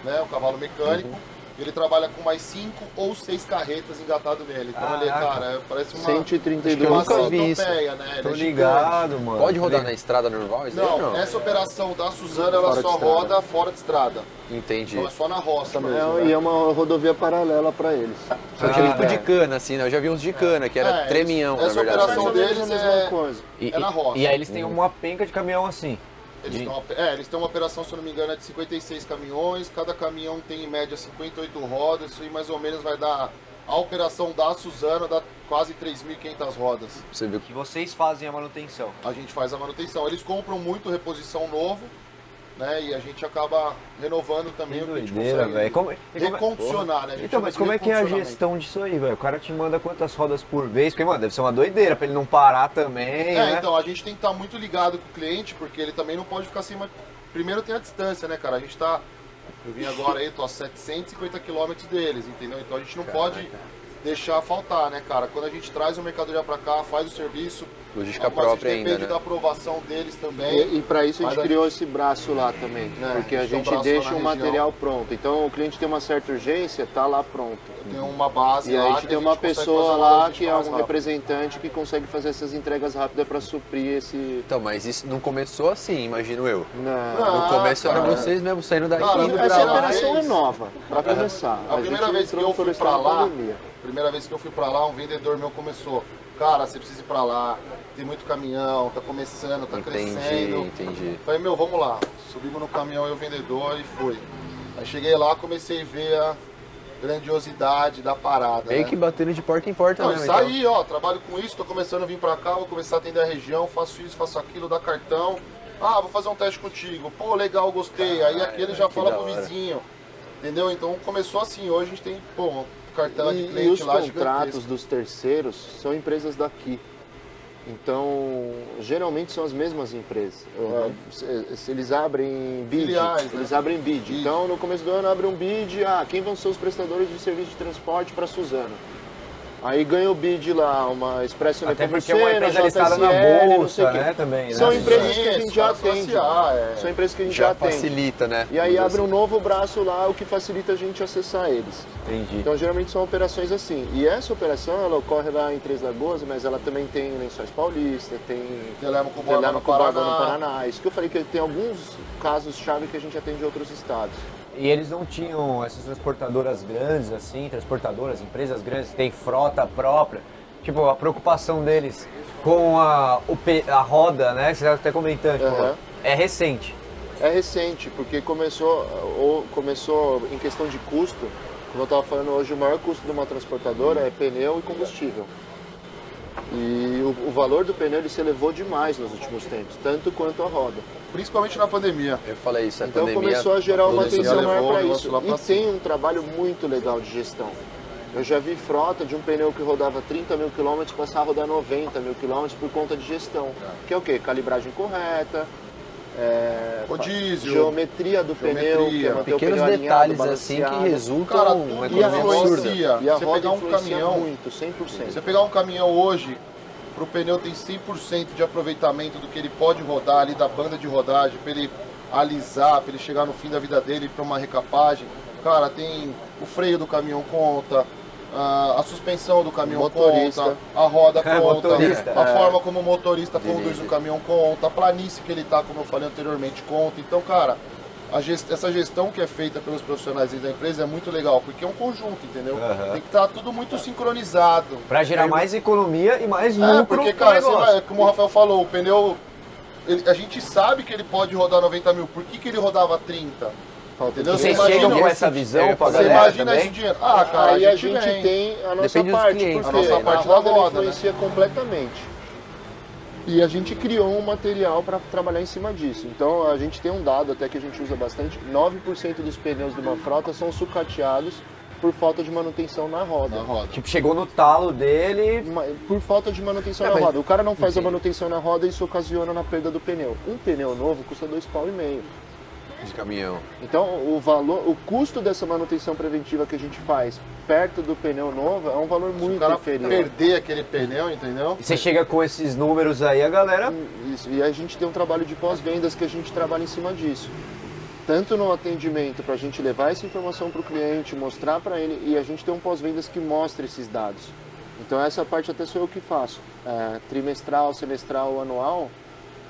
[SPEAKER 3] né? um cavalo mecânico.
[SPEAKER 1] Uhum.
[SPEAKER 3] Ele trabalha com mais cinco ou seis carretas engatadas nele. Então ele,
[SPEAKER 2] Caraca.
[SPEAKER 3] cara, é- parece uma,
[SPEAKER 1] eu
[SPEAKER 3] uma
[SPEAKER 5] 132
[SPEAKER 1] nunca vi. isso.
[SPEAKER 3] centopeia, né? Ele
[SPEAKER 2] Tô
[SPEAKER 3] é gigante.
[SPEAKER 2] ligado, mano.
[SPEAKER 1] Pode
[SPEAKER 2] tô
[SPEAKER 1] rodar na
[SPEAKER 2] ligado.
[SPEAKER 1] estrada normal? Isso aí,
[SPEAKER 3] Não, essa operação da Suzano ela
[SPEAKER 5] Fora de
[SPEAKER 3] só
[SPEAKER 5] estrada.
[SPEAKER 3] roda fora de estrada.
[SPEAKER 1] Entendi.
[SPEAKER 3] Então é só na roça mesmo.
[SPEAKER 5] É,
[SPEAKER 3] né?
[SPEAKER 5] e é uma rodovia paralela para eles.
[SPEAKER 1] Só
[SPEAKER 2] Ah,
[SPEAKER 1] tinha tipo
[SPEAKER 2] é.
[SPEAKER 1] de cana, assim, né? Eu já vi uns de cana, que era
[SPEAKER 3] É,
[SPEAKER 1] treminhão,
[SPEAKER 3] essa
[SPEAKER 1] na verdade. né?
[SPEAKER 3] operação
[SPEAKER 5] Mais ou menos
[SPEAKER 3] deles
[SPEAKER 5] a mesma
[SPEAKER 3] é-
[SPEAKER 5] coisa.
[SPEAKER 2] E,
[SPEAKER 3] É na roça.
[SPEAKER 2] E aí eles têm uma penca de caminhão assim.
[SPEAKER 3] Eles,
[SPEAKER 2] De-
[SPEAKER 3] têm uma, é, eles têm uma operação, se eu não me engano, é de 56 caminhões, cada caminhão tem em média 58 rodas, isso aí mais ou menos vai dar A operação da Suzano dá quase 3.500 rodas.
[SPEAKER 1] Você viu
[SPEAKER 2] Que vocês fazem a manutenção.
[SPEAKER 3] A gente faz a manutenção. Eles compram muito reposição novo, né? E a gente acaba renovando também
[SPEAKER 2] Que
[SPEAKER 3] o que a gente
[SPEAKER 2] doideira,
[SPEAKER 3] consegue.
[SPEAKER 2] velho. Como- e como-
[SPEAKER 3] Recondicionar, né? A gente
[SPEAKER 2] Então,
[SPEAKER 3] chama
[SPEAKER 2] mas
[SPEAKER 3] de
[SPEAKER 2] como é que é a
[SPEAKER 3] recondicionamento.
[SPEAKER 2] gestão disso aí, velho? O cara te manda quantas rodas por vez? Porque, mano, deve ser uma doideira pra ele não parar também,
[SPEAKER 3] É,
[SPEAKER 2] né?
[SPEAKER 3] então, a gente tem que estar muito ligado com o cliente, porque ele também não pode ficar sem... ma- Primeiro tem a distância, né, cara? A gente tá... Eu vim agora aí, tô a 750 quilômetros deles, entendeu? Então a gente não pode deixar faltar, né, cara? Quando a gente traz o mercadoria pra cá, faz o serviço...
[SPEAKER 1] logística
[SPEAKER 3] mas
[SPEAKER 1] própria
[SPEAKER 3] a gente
[SPEAKER 1] ainda,
[SPEAKER 3] depende
[SPEAKER 1] né?
[SPEAKER 3] da aprovação deles também.
[SPEAKER 5] é, E, e para isso a
[SPEAKER 3] Mas
[SPEAKER 5] gente
[SPEAKER 3] a
[SPEAKER 5] criou esse braço lá também,
[SPEAKER 3] É,
[SPEAKER 5] porque
[SPEAKER 3] a
[SPEAKER 5] a
[SPEAKER 3] gente tem um
[SPEAKER 5] gente
[SPEAKER 3] braço lá
[SPEAKER 5] deixa
[SPEAKER 3] na
[SPEAKER 5] o
[SPEAKER 3] região.
[SPEAKER 5] material pronto. Então o cliente tem uma certa urgência, tá lá pronto.
[SPEAKER 3] Tem uma base
[SPEAKER 5] E
[SPEAKER 3] lá
[SPEAKER 5] aí a
[SPEAKER 3] que
[SPEAKER 5] gente tem uma
[SPEAKER 3] consegue fazer
[SPEAKER 5] pessoa
[SPEAKER 3] uma
[SPEAKER 5] lá
[SPEAKER 3] logística
[SPEAKER 5] que é
[SPEAKER 3] mais
[SPEAKER 5] um
[SPEAKER 3] rápida.
[SPEAKER 5] representante que consegue fazer essas entregas rápidas para suprir esse.
[SPEAKER 1] Então, mas isso não começou assim, imagino eu.
[SPEAKER 5] Não.
[SPEAKER 1] No
[SPEAKER 3] Ah,
[SPEAKER 1] começo era
[SPEAKER 3] cara.
[SPEAKER 1] vocês mesmo saindo daqui.
[SPEAKER 3] Cara,
[SPEAKER 1] indo
[SPEAKER 3] a
[SPEAKER 1] pra
[SPEAKER 5] Essa
[SPEAKER 3] primeira
[SPEAKER 1] lá.
[SPEAKER 5] operação
[SPEAKER 3] vez-
[SPEAKER 5] é nova, para começar.
[SPEAKER 3] A primeira
[SPEAKER 5] gente
[SPEAKER 3] vez que
[SPEAKER 5] entrou
[SPEAKER 3] eu fui
[SPEAKER 5] florestal
[SPEAKER 3] pra
[SPEAKER 5] na
[SPEAKER 3] lá,
[SPEAKER 5] pandemia.
[SPEAKER 3] Primeira vez que eu fui pra lá, um vendedor meu começou. Cara, você precisa ir pra lá, tem muito caminhão, tá começando, tá
[SPEAKER 1] Entendi,
[SPEAKER 3] crescendo.
[SPEAKER 1] entendi.
[SPEAKER 3] Falei, meu, vamos lá. Subimos no caminhão eu e o vendedor e fui. Aí cheguei lá, comecei a ver a grandiosidade da parada.
[SPEAKER 1] Meio
[SPEAKER 3] né?
[SPEAKER 1] que batendo de porta em porta
[SPEAKER 3] Não,
[SPEAKER 1] mesmo.
[SPEAKER 3] isso
[SPEAKER 1] então.
[SPEAKER 3] aí, ó, trabalho com isso, tô começando a vir pra cá, vou começar a atender a região, faço isso, faço aquilo, dá cartão. Ah, vou fazer um teste contigo. Pô, legal, gostei. aí aquele já
[SPEAKER 1] que
[SPEAKER 3] fala
[SPEAKER 1] da
[SPEAKER 3] pro
[SPEAKER 1] hora.
[SPEAKER 3] vizinho. Entendeu? Então começou assim, hoje a gente tem, pô, um cartela de
[SPEAKER 5] E-
[SPEAKER 3] cliente
[SPEAKER 5] e os
[SPEAKER 3] lá
[SPEAKER 5] contratos
[SPEAKER 3] gigantesco.
[SPEAKER 5] dos terceiros são empresas daqui. Então, geralmente são as mesmas empresas. Ah, se- se Eles abrem bid.
[SPEAKER 3] É. Filiais, né?
[SPEAKER 5] eles abrem bid.
[SPEAKER 3] Bid.
[SPEAKER 5] Então, no começo do ano, abre um bid. Ah, quem vão ser os prestadores de serviço de transporte para Suzano? Aí ganha o bid lá, uma Expresso
[SPEAKER 2] Até porque é uma
[SPEAKER 5] Nepomuceno,
[SPEAKER 2] empresa listada na
[SPEAKER 5] JSL, não sei
[SPEAKER 2] bolsa,
[SPEAKER 5] o quê.
[SPEAKER 2] né? Também,
[SPEAKER 5] São
[SPEAKER 2] né?
[SPEAKER 5] empresas que a
[SPEAKER 3] Sim,
[SPEAKER 5] gente já
[SPEAKER 3] os caras
[SPEAKER 5] atende.
[SPEAKER 3] são SA, é.
[SPEAKER 5] São empresas que a gente já,
[SPEAKER 1] Já
[SPEAKER 5] atende.
[SPEAKER 1] facilita, né?
[SPEAKER 5] E aí
[SPEAKER 1] Vamos
[SPEAKER 5] abre um
[SPEAKER 1] assim.
[SPEAKER 5] novo braço lá, o que facilita a gente acessar eles.
[SPEAKER 2] Entendi.
[SPEAKER 5] Então, geralmente são operações assim. E essa operação, ela ocorre lá em Três Lagoas, mas ela também tem em Lençóis Paulista, tem
[SPEAKER 3] Telemo com Borba
[SPEAKER 5] Telhama
[SPEAKER 3] no
[SPEAKER 5] com Barba no
[SPEAKER 3] Paraná.
[SPEAKER 5] Paraná. Isso que eu falei que tem alguns casos-chave que a gente atende em outros estados.
[SPEAKER 2] E eles não tinham essas transportadoras grandes, assim, transportadoras, empresas grandes que têm frota própria. Tipo, a preocupação deles com a, o pe- a roda, né? Que você até comentando, tipo,
[SPEAKER 5] Aham.
[SPEAKER 2] é recente.
[SPEAKER 5] É recente, porque começou, ou começou em questão de custo, como eu estava falando hoje, o maior custo de uma transportadora é pneu e combustível. E o, o valor do pneu ele se elevou demais nos últimos tempos, tanto quanto a roda.
[SPEAKER 3] Principalmente na pandemia.
[SPEAKER 1] Eu falei isso, a
[SPEAKER 5] Então
[SPEAKER 1] pandemia.
[SPEAKER 5] começou a gerar uma
[SPEAKER 3] tudo isso
[SPEAKER 5] atenção
[SPEAKER 3] elevou
[SPEAKER 5] maior
[SPEAKER 3] o
[SPEAKER 5] para
[SPEAKER 3] negócio
[SPEAKER 5] isso.
[SPEAKER 3] lá pra
[SPEAKER 5] E
[SPEAKER 3] cima.
[SPEAKER 5] tem um trabalho muito legal de gestão. Eu já vi frota de um pneu que rodava 30 mil quilômetros passar a rodar 90 mil quilômetros por conta de gestão. Que é o quê? Calibragem correta, é,
[SPEAKER 3] O diesel.
[SPEAKER 5] geometria do pneu, que é
[SPEAKER 3] geometria.
[SPEAKER 5] manter
[SPEAKER 1] Pequenos
[SPEAKER 5] o pneu alinhado,
[SPEAKER 1] detalhes assim que
[SPEAKER 5] balanceado.
[SPEAKER 1] resultam
[SPEAKER 3] Cara,
[SPEAKER 1] numa
[SPEAKER 3] tudo
[SPEAKER 5] né? E a
[SPEAKER 1] economia absurda.
[SPEAKER 3] influencia.
[SPEAKER 5] roda, e a
[SPEAKER 3] Você
[SPEAKER 5] roda
[SPEAKER 3] pegar um
[SPEAKER 5] influencia
[SPEAKER 3] caminhão-
[SPEAKER 5] muito, 100%.
[SPEAKER 3] Você pegar um caminhão hoje, pro pneu tem 100% de aproveitamento do que ele pode rodar ali, da banda de rodagem, pra ele alisar, pra ele chegar no fim da vida dele pra uma recapagem. Cara, tem o freio do caminhão conta, a, a suspensão do caminhão
[SPEAKER 5] Motorista.
[SPEAKER 3] conta, a roda
[SPEAKER 2] É,
[SPEAKER 3] conta,
[SPEAKER 2] motorista. É.
[SPEAKER 3] a forma como o motorista conduz
[SPEAKER 1] Dirige.
[SPEAKER 3] o caminhão conta, a planície que ele tá, como eu falei anteriormente, conta. Então, cara, a gest- essa gestão que é feita pelos profissionais dentro da empresa é muito legal, porque é um conjunto, entendeu?
[SPEAKER 2] Aham.
[SPEAKER 3] Tem que estar tudo muito sincronizado.
[SPEAKER 2] Pra gerar mais economia e mais lucro
[SPEAKER 3] É, porque,
[SPEAKER 2] pro
[SPEAKER 3] cara, você
[SPEAKER 2] negócio.
[SPEAKER 3] vai- como o Rafael falou, o pneu. ele- a gente sabe que ele pode rodar 90 mil. Por que, que ele rodava 30?
[SPEAKER 5] Falta
[SPEAKER 3] Entendeu?
[SPEAKER 5] de
[SPEAKER 3] Você
[SPEAKER 2] Então Vocês
[SPEAKER 3] imagina-
[SPEAKER 2] chegam com essa visão pra
[SPEAKER 3] Você
[SPEAKER 2] galera
[SPEAKER 3] imagina
[SPEAKER 2] também?
[SPEAKER 3] esse dinheiro? Ah, cara,
[SPEAKER 5] Aí
[SPEAKER 3] a gente, vem.
[SPEAKER 5] tem a nossa
[SPEAKER 1] Depende dos
[SPEAKER 5] parte,
[SPEAKER 1] clientes,
[SPEAKER 5] porque
[SPEAKER 3] a nossa parte da
[SPEAKER 5] roda ela
[SPEAKER 3] roda, né?
[SPEAKER 5] influencia completamente. E a gente criou um material para trabalhar em cima disso. Então a gente tem um dado até que a gente usa bastante, 9% dos pneus de uma frota são sucateados por falta de manutenção na roda.
[SPEAKER 3] Na roda.
[SPEAKER 2] Tipo, chegou no talo dele,
[SPEAKER 5] Ma- Por falta de manutenção
[SPEAKER 2] É,
[SPEAKER 5] na
[SPEAKER 2] mas-
[SPEAKER 5] roda. O cara não faz a manutenção na roda e isso ocasiona na perda do pneu. Um pneu novo custa dois pau e meio.
[SPEAKER 1] De caminhão.
[SPEAKER 5] Então, o valor, o custo dessa manutenção preventiva que a gente faz perto do pneu novo é um valor
[SPEAKER 3] Se o
[SPEAKER 5] muito
[SPEAKER 3] cara
[SPEAKER 5] inferior.
[SPEAKER 3] perder aquele pneu, entendeu?
[SPEAKER 2] você chega com esses números aí, a galera.
[SPEAKER 5] Isso, e a gente tem um trabalho de pós-vendas que a gente trabalha em cima disso. Tanto no atendimento, para a gente levar essa informação para o cliente, mostrar para ele, e a gente tem um pós-vendas que mostra esses dados. Então, essa parte até sou eu que faço. É, trimestral, semestral, anual,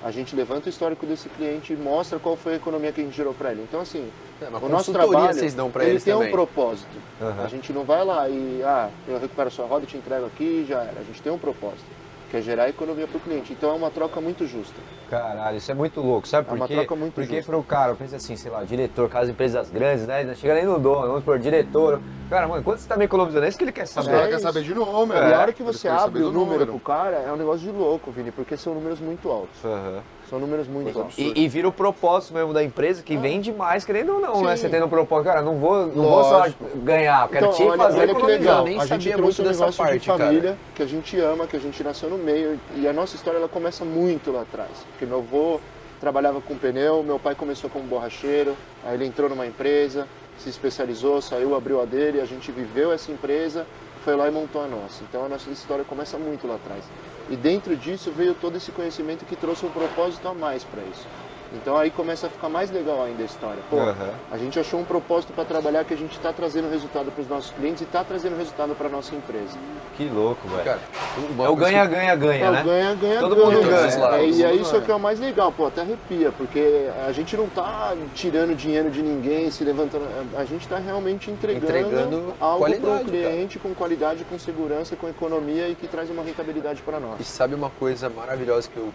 [SPEAKER 5] a gente levanta o histórico desse cliente e mostra qual foi a economia que a gente gerou para ele. Então, assim,
[SPEAKER 1] É, uma
[SPEAKER 5] o nosso
[SPEAKER 1] consultoria
[SPEAKER 5] trabalho
[SPEAKER 1] vocês dão pra
[SPEAKER 5] ele
[SPEAKER 1] eles
[SPEAKER 5] tem
[SPEAKER 1] também.
[SPEAKER 5] um propósito.
[SPEAKER 2] Aham.
[SPEAKER 5] A gente não vai lá e, ah, eu recupero sua roda e te entrego aqui e já era. A gente tem um propósito, que é gerar economia para o cliente. Então, é uma troca muito justa.
[SPEAKER 2] Caralho, isso é muito louco, sabe
[SPEAKER 5] É
[SPEAKER 2] por
[SPEAKER 5] uma
[SPEAKER 2] quê?
[SPEAKER 5] troca muito
[SPEAKER 2] Porque
[SPEAKER 5] justa.
[SPEAKER 2] pro cara, pensa assim, sei lá, diretor, caso empresas grandes, né? Não chega nem no dono, vamos por diretor. Cara, mano, quando você tá meio economizando, é isso que ele quer
[SPEAKER 3] Os
[SPEAKER 2] saber.
[SPEAKER 3] caras
[SPEAKER 5] é
[SPEAKER 3] querem
[SPEAKER 5] isso.
[SPEAKER 3] saber de número.
[SPEAKER 5] E a hora
[SPEAKER 3] Eles
[SPEAKER 5] que você
[SPEAKER 3] querem saber
[SPEAKER 5] abre
[SPEAKER 3] do
[SPEAKER 5] o número pro cara, é um negócio de louco, Vini, porque são números muito altos.
[SPEAKER 2] Aham.
[SPEAKER 5] São números muito altos.
[SPEAKER 2] E, e vira o propósito mesmo da empresa que vende mais, querendo ou não, né?
[SPEAKER 5] Sim.
[SPEAKER 2] Você tendo um propósito, cara, não vou, não vou só
[SPEAKER 5] Lógico.
[SPEAKER 2] ganhar, eu quero
[SPEAKER 5] Então,
[SPEAKER 2] te
[SPEAKER 5] olha,
[SPEAKER 2] fazer
[SPEAKER 5] olha que
[SPEAKER 2] economizar.
[SPEAKER 5] legal.
[SPEAKER 1] nem
[SPEAKER 5] a gente
[SPEAKER 1] sabia muito
[SPEAKER 5] trouxe um
[SPEAKER 1] dessa
[SPEAKER 5] negócio
[SPEAKER 1] parte,
[SPEAKER 5] de
[SPEAKER 1] cara.
[SPEAKER 5] família que a gente ama, que a gente nasceu no meio e a nossa história ela começa muito lá atrás. Porque meu avô trabalhava com pneu, meu pai começou como borracheiro, aí ele entrou numa empresa, se especializou, saiu, abriu a dele, a gente viveu essa empresa, foi lá e montou a nossa. Então a nossa história começa muito lá atrás. E dentro disso veio todo esse conhecimento que trouxe um propósito a mais para isso. Então aí começa a ficar mais legal ainda a história. Pô,
[SPEAKER 2] Aham.
[SPEAKER 5] a gente achou um propósito para trabalhar que a gente está trazendo resultado para os nossos clientes e está trazendo resultado para a nossa empresa.
[SPEAKER 2] Que louco, velho.
[SPEAKER 1] Cara, uma
[SPEAKER 2] É o
[SPEAKER 1] coisa que-
[SPEAKER 2] ganha-ganha-ganha,
[SPEAKER 5] É,
[SPEAKER 2] né?
[SPEAKER 5] ganha, ganha,
[SPEAKER 2] Todo
[SPEAKER 5] ganha.
[SPEAKER 2] mundo ganha.
[SPEAKER 1] Claro,
[SPEAKER 5] É,
[SPEAKER 1] todo
[SPEAKER 5] e é
[SPEAKER 3] mundo
[SPEAKER 5] isso
[SPEAKER 3] ganha.
[SPEAKER 5] que é o mais legal, pô, até arrepia, porque a gente não tá tirando dinheiro de ninguém, se levantando. A gente tá realmente entregando,
[SPEAKER 1] Entregando
[SPEAKER 5] algo para
[SPEAKER 1] qualidade,
[SPEAKER 5] o cliente com qualidade, com segurança, com economia e que traz uma rentabilidade para nós.
[SPEAKER 1] E sabe uma coisa maravilhosa que eu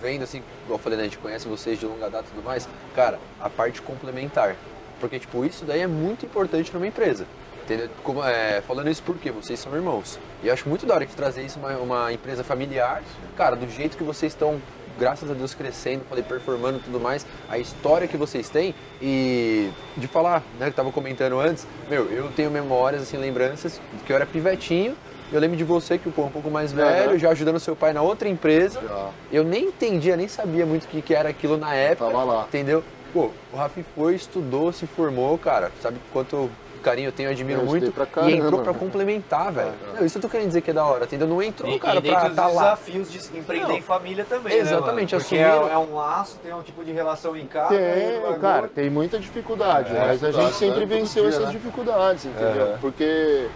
[SPEAKER 1] vendo, assim, igual eu falei, né, a gente conhece vocês de longa data e tudo mais, cara, a parte complementar. Porque, tipo, isso daí é muito importante numa empresa. Entendeu? Como, é, falando isso porque vocês são irmãos. E eu acho muito da hora que trazer isso uma, uma empresa familiar, cara, do jeito que vocês estão, graças a Deus, crescendo, falei, performando e tudo mais, a história que vocês têm e de falar, né, que tava comentando antes, meu, eu tenho memórias, assim, lembranças de que eu era pivetinho, eu lembro de você que pô, um pouco mais velho,
[SPEAKER 3] Aham.
[SPEAKER 1] já ajudando seu pai na outra empresa.
[SPEAKER 3] Já.
[SPEAKER 1] Eu nem entendia, nem sabia muito o que, que era aquilo na época.
[SPEAKER 3] Tava lá.
[SPEAKER 1] Entendeu? Pô, o Rafi foi, estudou, se formou, cara. Sabe quanto carinho eu tenho, eu admiro
[SPEAKER 5] Eu estudei
[SPEAKER 1] muito.
[SPEAKER 5] pra
[SPEAKER 1] e
[SPEAKER 5] caramba.
[SPEAKER 1] entrou pra complementar, velho. Não, isso eu tô querendo dizer que é da hora, entendeu? Não entrou,
[SPEAKER 2] E,
[SPEAKER 1] cara,
[SPEAKER 2] e dentro
[SPEAKER 1] pra
[SPEAKER 2] dos
[SPEAKER 1] tá lá.
[SPEAKER 2] desafios de empreender
[SPEAKER 1] Não.
[SPEAKER 2] em família também,
[SPEAKER 1] Exatamente,
[SPEAKER 2] né, mano? Porque
[SPEAKER 1] assumiram-
[SPEAKER 2] é, é um laço, tem um tipo de relação em casa. aí no
[SPEAKER 5] Tem,
[SPEAKER 2] bagulho.
[SPEAKER 5] é, cara, tem muita dificuldade, mas a
[SPEAKER 3] dificuldade,
[SPEAKER 5] gente sempre
[SPEAKER 3] né? Todo
[SPEAKER 5] venceu
[SPEAKER 3] dia,
[SPEAKER 5] essas
[SPEAKER 3] né?
[SPEAKER 5] dificuldades, entendeu?
[SPEAKER 2] Aham.
[SPEAKER 5] Porque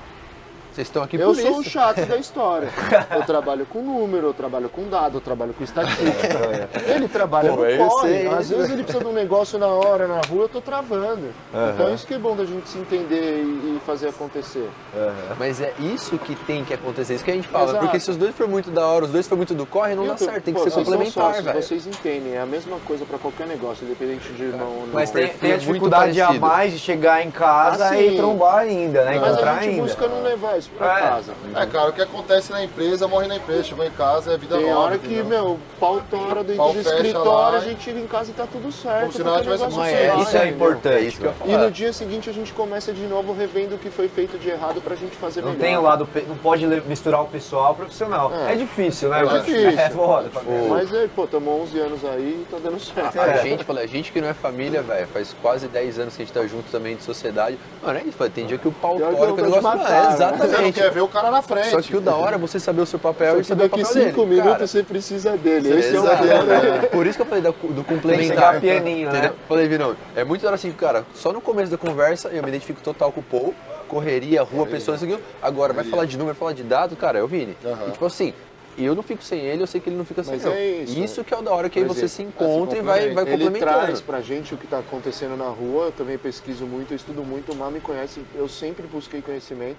[SPEAKER 1] Vocês estão aqui
[SPEAKER 5] Eu
[SPEAKER 1] por
[SPEAKER 5] sou o
[SPEAKER 1] isso.
[SPEAKER 5] chato da história. Eu trabalho com número, eu trabalho com dado, eu trabalho com estatística. Ele trabalha
[SPEAKER 1] Pô, eu
[SPEAKER 5] no corre.
[SPEAKER 1] sei.
[SPEAKER 5] Às vezes ele precisa de um negócio na hora, na rua, eu tô travando.
[SPEAKER 2] Aham.
[SPEAKER 5] Então isso que é bom da gente se entender e, e fazer acontecer.
[SPEAKER 2] Aham.
[SPEAKER 1] Mas é isso que tem que acontecer, isso que a gente fala.
[SPEAKER 5] Exato.
[SPEAKER 1] Porque se os dois foram muito da hora, os dois foram muito do corre, não
[SPEAKER 5] E
[SPEAKER 1] dá
[SPEAKER 5] outro,
[SPEAKER 1] certo. Tem que
[SPEAKER 5] pô,
[SPEAKER 1] ser
[SPEAKER 5] vocês são
[SPEAKER 1] complementar,
[SPEAKER 5] sócios,
[SPEAKER 1] velho.
[SPEAKER 5] Vocês entendem, é a mesma coisa pra qualquer negócio, independente de irmão ou não.
[SPEAKER 2] Mas tem, tem a
[SPEAKER 1] é muito
[SPEAKER 2] dificuldade a
[SPEAKER 1] parecido.
[SPEAKER 2] mais de chegar em casa
[SPEAKER 5] Ah, sim.
[SPEAKER 2] e trombar ainda, né?
[SPEAKER 5] Mas
[SPEAKER 2] Encontrar
[SPEAKER 5] a gente
[SPEAKER 2] ainda.
[SPEAKER 5] busca não levar isso pra
[SPEAKER 2] É.
[SPEAKER 5] casa.
[SPEAKER 3] É, cara, o que acontece na empresa morre na empresa. Chegou em casa, é vida
[SPEAKER 5] né? Tem
[SPEAKER 3] nova.
[SPEAKER 5] hora que,
[SPEAKER 3] entendeu?
[SPEAKER 5] meu, o pau tora dentro
[SPEAKER 3] Pau
[SPEAKER 5] do
[SPEAKER 3] fecha
[SPEAKER 5] escritório,
[SPEAKER 3] lá,
[SPEAKER 5] a gente chega em casa e tá tudo certo.
[SPEAKER 3] Como se nada
[SPEAKER 5] porque o
[SPEAKER 3] tivesse
[SPEAKER 5] negócio
[SPEAKER 3] acontecido.
[SPEAKER 5] funciona,
[SPEAKER 2] É, isso é
[SPEAKER 5] entendeu?
[SPEAKER 2] importante.
[SPEAKER 1] É isso que eu ia
[SPEAKER 5] E no
[SPEAKER 1] falar.
[SPEAKER 5] dia seguinte a gente começa de novo revendo o que foi feito de errado pra gente fazer
[SPEAKER 2] Não
[SPEAKER 5] melhor.
[SPEAKER 2] tem o lado, pe- não pode le- misturar o pessoal ao profissional. É,
[SPEAKER 5] É.
[SPEAKER 2] difícil, né?
[SPEAKER 5] É
[SPEAKER 2] mano?
[SPEAKER 5] difícil.
[SPEAKER 2] É foda. pra caralho.
[SPEAKER 5] Mas é, pô, tomou 11 anos aí e tá dando certo.
[SPEAKER 1] A gente, fala, a gente que não é família, velho, faz quase 10 anos que a gente tá junto também de sociedade. Mano, é isso, velho, tem dia que o pau
[SPEAKER 5] Pior que
[SPEAKER 1] tora, que o
[SPEAKER 5] vontade de
[SPEAKER 1] negócio
[SPEAKER 5] matar,
[SPEAKER 1] não, é,
[SPEAKER 5] né?
[SPEAKER 3] Você não
[SPEAKER 1] exatamente.
[SPEAKER 3] quer ver o cara na frente.
[SPEAKER 1] Só que o da hora é você saber o seu papel
[SPEAKER 5] Só
[SPEAKER 1] e
[SPEAKER 5] que
[SPEAKER 1] saber o
[SPEAKER 5] daqui
[SPEAKER 1] papel
[SPEAKER 5] 5
[SPEAKER 1] dele.
[SPEAKER 5] minutos
[SPEAKER 1] Cara,
[SPEAKER 5] você né, precisa dele. Esse é o
[SPEAKER 1] exato.
[SPEAKER 5] melhor.
[SPEAKER 1] Por isso que eu falei da- do
[SPEAKER 2] Tem que
[SPEAKER 1] complementar.
[SPEAKER 2] chegar pianinho, né?
[SPEAKER 1] Entendeu? Falei, Vinão, é muito da hora assim, cara, só no começo da conversa eu me identifico total com o Paul, correria, rua, pessoas, isso aqui. Agora, vai falar de número, falar de dado, cara, é o Vini.
[SPEAKER 3] Aham.
[SPEAKER 1] E, tipo assim, eu não fico sem ele, eu sei que ele não fica sem
[SPEAKER 5] Mas
[SPEAKER 1] eu.
[SPEAKER 5] é isso.
[SPEAKER 1] isso que é o da hora que aí
[SPEAKER 3] Mas
[SPEAKER 1] você
[SPEAKER 3] é-
[SPEAKER 1] se
[SPEAKER 3] é, se
[SPEAKER 1] encontra e vai, vai
[SPEAKER 3] complementa.
[SPEAKER 5] assim, Ele traz
[SPEAKER 1] complementando.
[SPEAKER 5] pra gente o que tá acontecendo na rua, eu também pesquiso muito, eu estudo muito, o Mar me conhece, eu sempre busquei conhecimento.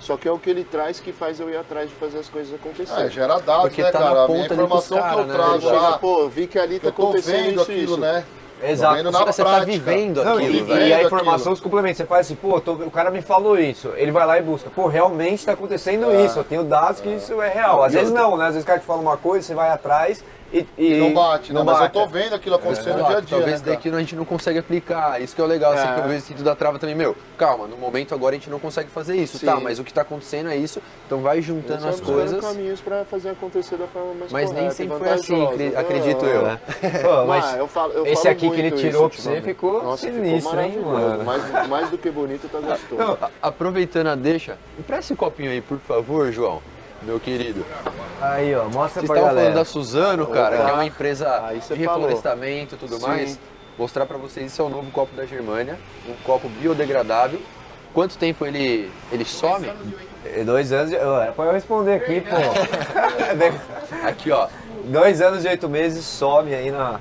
[SPEAKER 5] Só que é o que ele traz que faz eu ir atrás de fazer as coisas
[SPEAKER 3] É,
[SPEAKER 5] acontecerem.
[SPEAKER 3] gera dados,
[SPEAKER 1] Porque
[SPEAKER 3] né,
[SPEAKER 1] tá na
[SPEAKER 3] cara? A minha
[SPEAKER 1] ponta ali com os
[SPEAKER 3] informação que
[SPEAKER 1] cara,
[SPEAKER 3] eu
[SPEAKER 1] né?
[SPEAKER 5] Ele
[SPEAKER 3] trago
[SPEAKER 5] chega,
[SPEAKER 3] lá,
[SPEAKER 5] pô, vi que ali
[SPEAKER 3] que
[SPEAKER 5] tá
[SPEAKER 3] eu tô
[SPEAKER 5] acontecendo
[SPEAKER 3] vendo
[SPEAKER 5] isso, e
[SPEAKER 3] aquilo,
[SPEAKER 5] isso.
[SPEAKER 3] né?
[SPEAKER 2] Exato.
[SPEAKER 3] vendo na
[SPEAKER 1] Cara, você tá
[SPEAKER 3] prática.
[SPEAKER 1] vivendo
[SPEAKER 2] Não,
[SPEAKER 1] aquilo,
[SPEAKER 2] e,
[SPEAKER 1] velho.
[SPEAKER 2] e a
[SPEAKER 3] Aquilo.
[SPEAKER 2] informação se complementa. Você faz assim, pô, tô- o cara me falou isso. Ele vai lá e busca. Pô, realmente tá acontecendo isso. Eu tenho dados que isso é real. Às vezes não, né? Às vezes o cara te fala uma coisa, você vai atrás e. e
[SPEAKER 3] Não bate, né?
[SPEAKER 2] não
[SPEAKER 3] Mas eu
[SPEAKER 2] bate.
[SPEAKER 3] tô vendo aquilo acontecendo dia a dia.
[SPEAKER 1] É, Talvez
[SPEAKER 3] né, cara?
[SPEAKER 1] daqui a gente não consegue aplicar. Isso que é o legal, assim,
[SPEAKER 5] É.
[SPEAKER 1] que eu vejo sentido da trava também, meu. Calma, no momento agora a gente não consegue fazer isso, tá?
[SPEAKER 5] Sim. é um
[SPEAKER 1] Mas o que tá acontecendo é isso. Então vai
[SPEAKER 5] Eles
[SPEAKER 1] juntando
[SPEAKER 5] vão
[SPEAKER 1] as
[SPEAKER 5] buscando
[SPEAKER 1] coisas.
[SPEAKER 5] caminhos pra fazer acontecer da forma mais
[SPEAKER 1] Mas nem
[SPEAKER 5] correta e
[SPEAKER 1] sempre foi assim,
[SPEAKER 5] né? vantajosa.
[SPEAKER 1] acre-
[SPEAKER 5] Ah,
[SPEAKER 1] acredito eu.
[SPEAKER 5] ah,
[SPEAKER 2] Pô,
[SPEAKER 5] Mas
[SPEAKER 2] né? mas
[SPEAKER 5] eu falo, eu
[SPEAKER 2] esse
[SPEAKER 5] falo
[SPEAKER 2] aqui que ele
[SPEAKER 5] muito
[SPEAKER 2] tirou pra
[SPEAKER 5] isso
[SPEAKER 2] você
[SPEAKER 5] ultimamente.
[SPEAKER 2] ficou
[SPEAKER 5] Nossa,
[SPEAKER 2] sinistro, hein,
[SPEAKER 5] ficou
[SPEAKER 2] mano?
[SPEAKER 5] maravilhoso. Mais, mais do que bonito, tá gostoso.
[SPEAKER 2] Não,
[SPEAKER 1] A- Aproveitando a deixa, empresta esse copinho aí, por favor, João. Meu querido.
[SPEAKER 2] Aí, ó, mostra
[SPEAKER 1] Vocês
[SPEAKER 2] pra
[SPEAKER 1] estavam
[SPEAKER 2] galera.
[SPEAKER 1] falando da Suzano, cara,
[SPEAKER 5] Ah, Opa. Ah,
[SPEAKER 1] que é uma empresa
[SPEAKER 5] Aí
[SPEAKER 1] de
[SPEAKER 5] você
[SPEAKER 1] reflorestamento e tudo
[SPEAKER 5] Sim.
[SPEAKER 1] mais. Mostrar pra vocês, esse é o novo copo da Germânia, um copo biodegradável. Quanto tempo ele, ele some?
[SPEAKER 2] É, Dois anos. De... ó, é pra eu responder aqui, pô.
[SPEAKER 1] Aqui, ó.
[SPEAKER 2] Dois anos e oito meses some aí na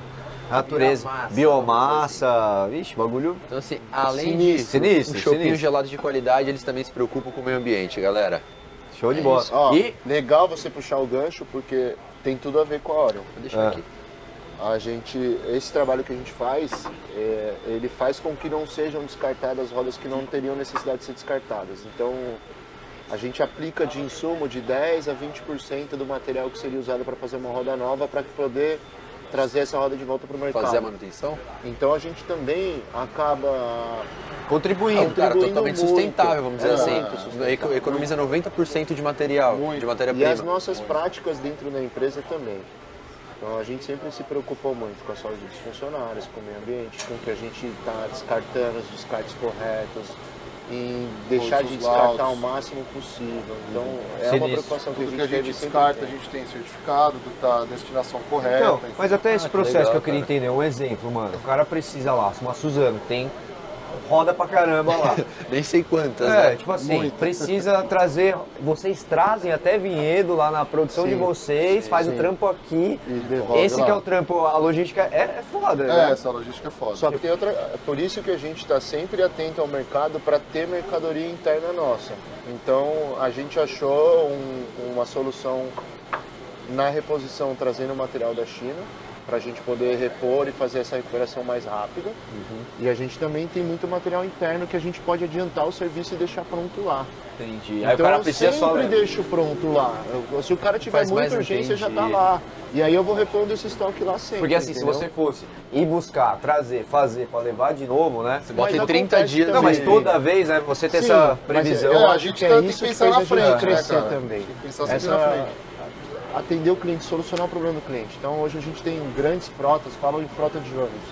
[SPEAKER 2] natureza.
[SPEAKER 1] Biomassa.
[SPEAKER 2] Biomassa. Vixe, bagulho.
[SPEAKER 1] Então, assim, além de
[SPEAKER 2] Sinistro, sinistro,
[SPEAKER 1] um chopinho
[SPEAKER 2] sinistro.
[SPEAKER 1] gelado de qualidade, eles também se preocupam com o meio ambiente, galera.
[SPEAKER 2] Show de
[SPEAKER 5] É
[SPEAKER 2] bola.
[SPEAKER 5] isso. Ó,
[SPEAKER 2] E
[SPEAKER 5] Legal você puxar o gancho, porque tem tudo a ver com a Orion.
[SPEAKER 1] Vou deixar
[SPEAKER 2] É.
[SPEAKER 1] Então, aqui.
[SPEAKER 5] A gente, esse trabalho que a gente faz, é, ele faz com que não sejam descartadas rodas que não teriam necessidade de ser descartadas. Então, a gente aplica de insumo de 10 a 20% do material que seria usado para fazer uma roda nova para poder trazer essa roda de volta para o mercado.
[SPEAKER 1] Fazer a manutenção?
[SPEAKER 5] Então a gente também acaba
[SPEAKER 1] É
[SPEAKER 2] Contribuindo.
[SPEAKER 1] um cara
[SPEAKER 5] contribuindo
[SPEAKER 1] totalmente
[SPEAKER 5] muito.
[SPEAKER 1] sustentável, vamos dizer
[SPEAKER 5] É, muito
[SPEAKER 1] assim.
[SPEAKER 5] sustentável.
[SPEAKER 1] Eco- Economiza 90% de material, de
[SPEAKER 5] E
[SPEAKER 1] matéria-prima.
[SPEAKER 5] as nossas práticas dentro da empresa também. Então a gente sempre se preocupou muito com a saúde dos funcionários, com o meio ambiente, com o que a gente está descartando, os descartes corretos, em deixar
[SPEAKER 3] Todos
[SPEAKER 5] de
[SPEAKER 3] os
[SPEAKER 5] descartar
[SPEAKER 3] laudos.
[SPEAKER 5] o máximo possível. Então é
[SPEAKER 2] Sinistro.
[SPEAKER 5] uma preocupação que a
[SPEAKER 3] Tudo
[SPEAKER 5] gente,
[SPEAKER 3] que a gente
[SPEAKER 5] teve sempre
[SPEAKER 3] descarta, a
[SPEAKER 5] tem.
[SPEAKER 3] gente tem certificado do que tá a destinação
[SPEAKER 5] É,
[SPEAKER 3] correta.
[SPEAKER 2] Então,
[SPEAKER 3] enfim.
[SPEAKER 2] mas até esse processo
[SPEAKER 1] legal,
[SPEAKER 2] que eu queria
[SPEAKER 1] cara.
[SPEAKER 2] entender, um exemplo, mano. O cara precisa lá, uma Suzano tem roda pra caramba lá.
[SPEAKER 1] Nem sei quantas,
[SPEAKER 2] É,
[SPEAKER 1] né?
[SPEAKER 2] tipo assim, precisa trazer. Vocês trazem até vinhedo lá na produção de vocês, faz o trampo aqui.
[SPEAKER 5] E devolve
[SPEAKER 2] Esse que
[SPEAKER 5] lá.
[SPEAKER 2] é o trampo, a logística é, é foda,
[SPEAKER 3] É,
[SPEAKER 2] né?
[SPEAKER 3] essa logística é foda.
[SPEAKER 5] Só que tem outra. é Por isso que a gente está sempre atento ao mercado para ter mercadoria interna nossa. Então a gente achou um- uma solução na reposição trazendo o material da China para a gente poder repor e fazer essa recuperação mais rápida.
[SPEAKER 2] Uhum.
[SPEAKER 5] E a gente também tem muito material interno que a gente pode adiantar o serviço e deixar pronto lá.
[SPEAKER 2] Entendi. Aí É, o
[SPEAKER 5] Então
[SPEAKER 2] cara
[SPEAKER 5] eu
[SPEAKER 2] precisa
[SPEAKER 5] sempre
[SPEAKER 2] só.
[SPEAKER 5] deixo pronto lá. Eu- se o cara tiver
[SPEAKER 1] Faz mais
[SPEAKER 2] um
[SPEAKER 5] muita urgência, já tá
[SPEAKER 1] entendi.
[SPEAKER 5] lá. E aí eu vou repondo esse estoque lá sempre.
[SPEAKER 2] Porque assim,
[SPEAKER 5] entendeu?
[SPEAKER 2] se você fosse ir buscar, trazer, fazer pra levar de novo, né?
[SPEAKER 1] Bota em
[SPEAKER 5] mas
[SPEAKER 1] 30
[SPEAKER 5] acontece
[SPEAKER 1] dias.
[SPEAKER 2] Não, mas
[SPEAKER 1] de-
[SPEAKER 2] toda vez, né? Você tem
[SPEAKER 5] Sim,
[SPEAKER 2] essa
[SPEAKER 5] mas
[SPEAKER 2] previsão.
[SPEAKER 5] Eu
[SPEAKER 3] É,
[SPEAKER 5] acho que é
[SPEAKER 3] tá-
[SPEAKER 5] isso que fez a gente crescer
[SPEAKER 3] cara?
[SPEAKER 5] também.
[SPEAKER 3] Tem que pensar sempre na
[SPEAKER 5] Essa,
[SPEAKER 3] frente.
[SPEAKER 5] atender o cliente, solucionar o problema do cliente. Então hoje a gente tem grandes frotas, falam em frota de ônibus.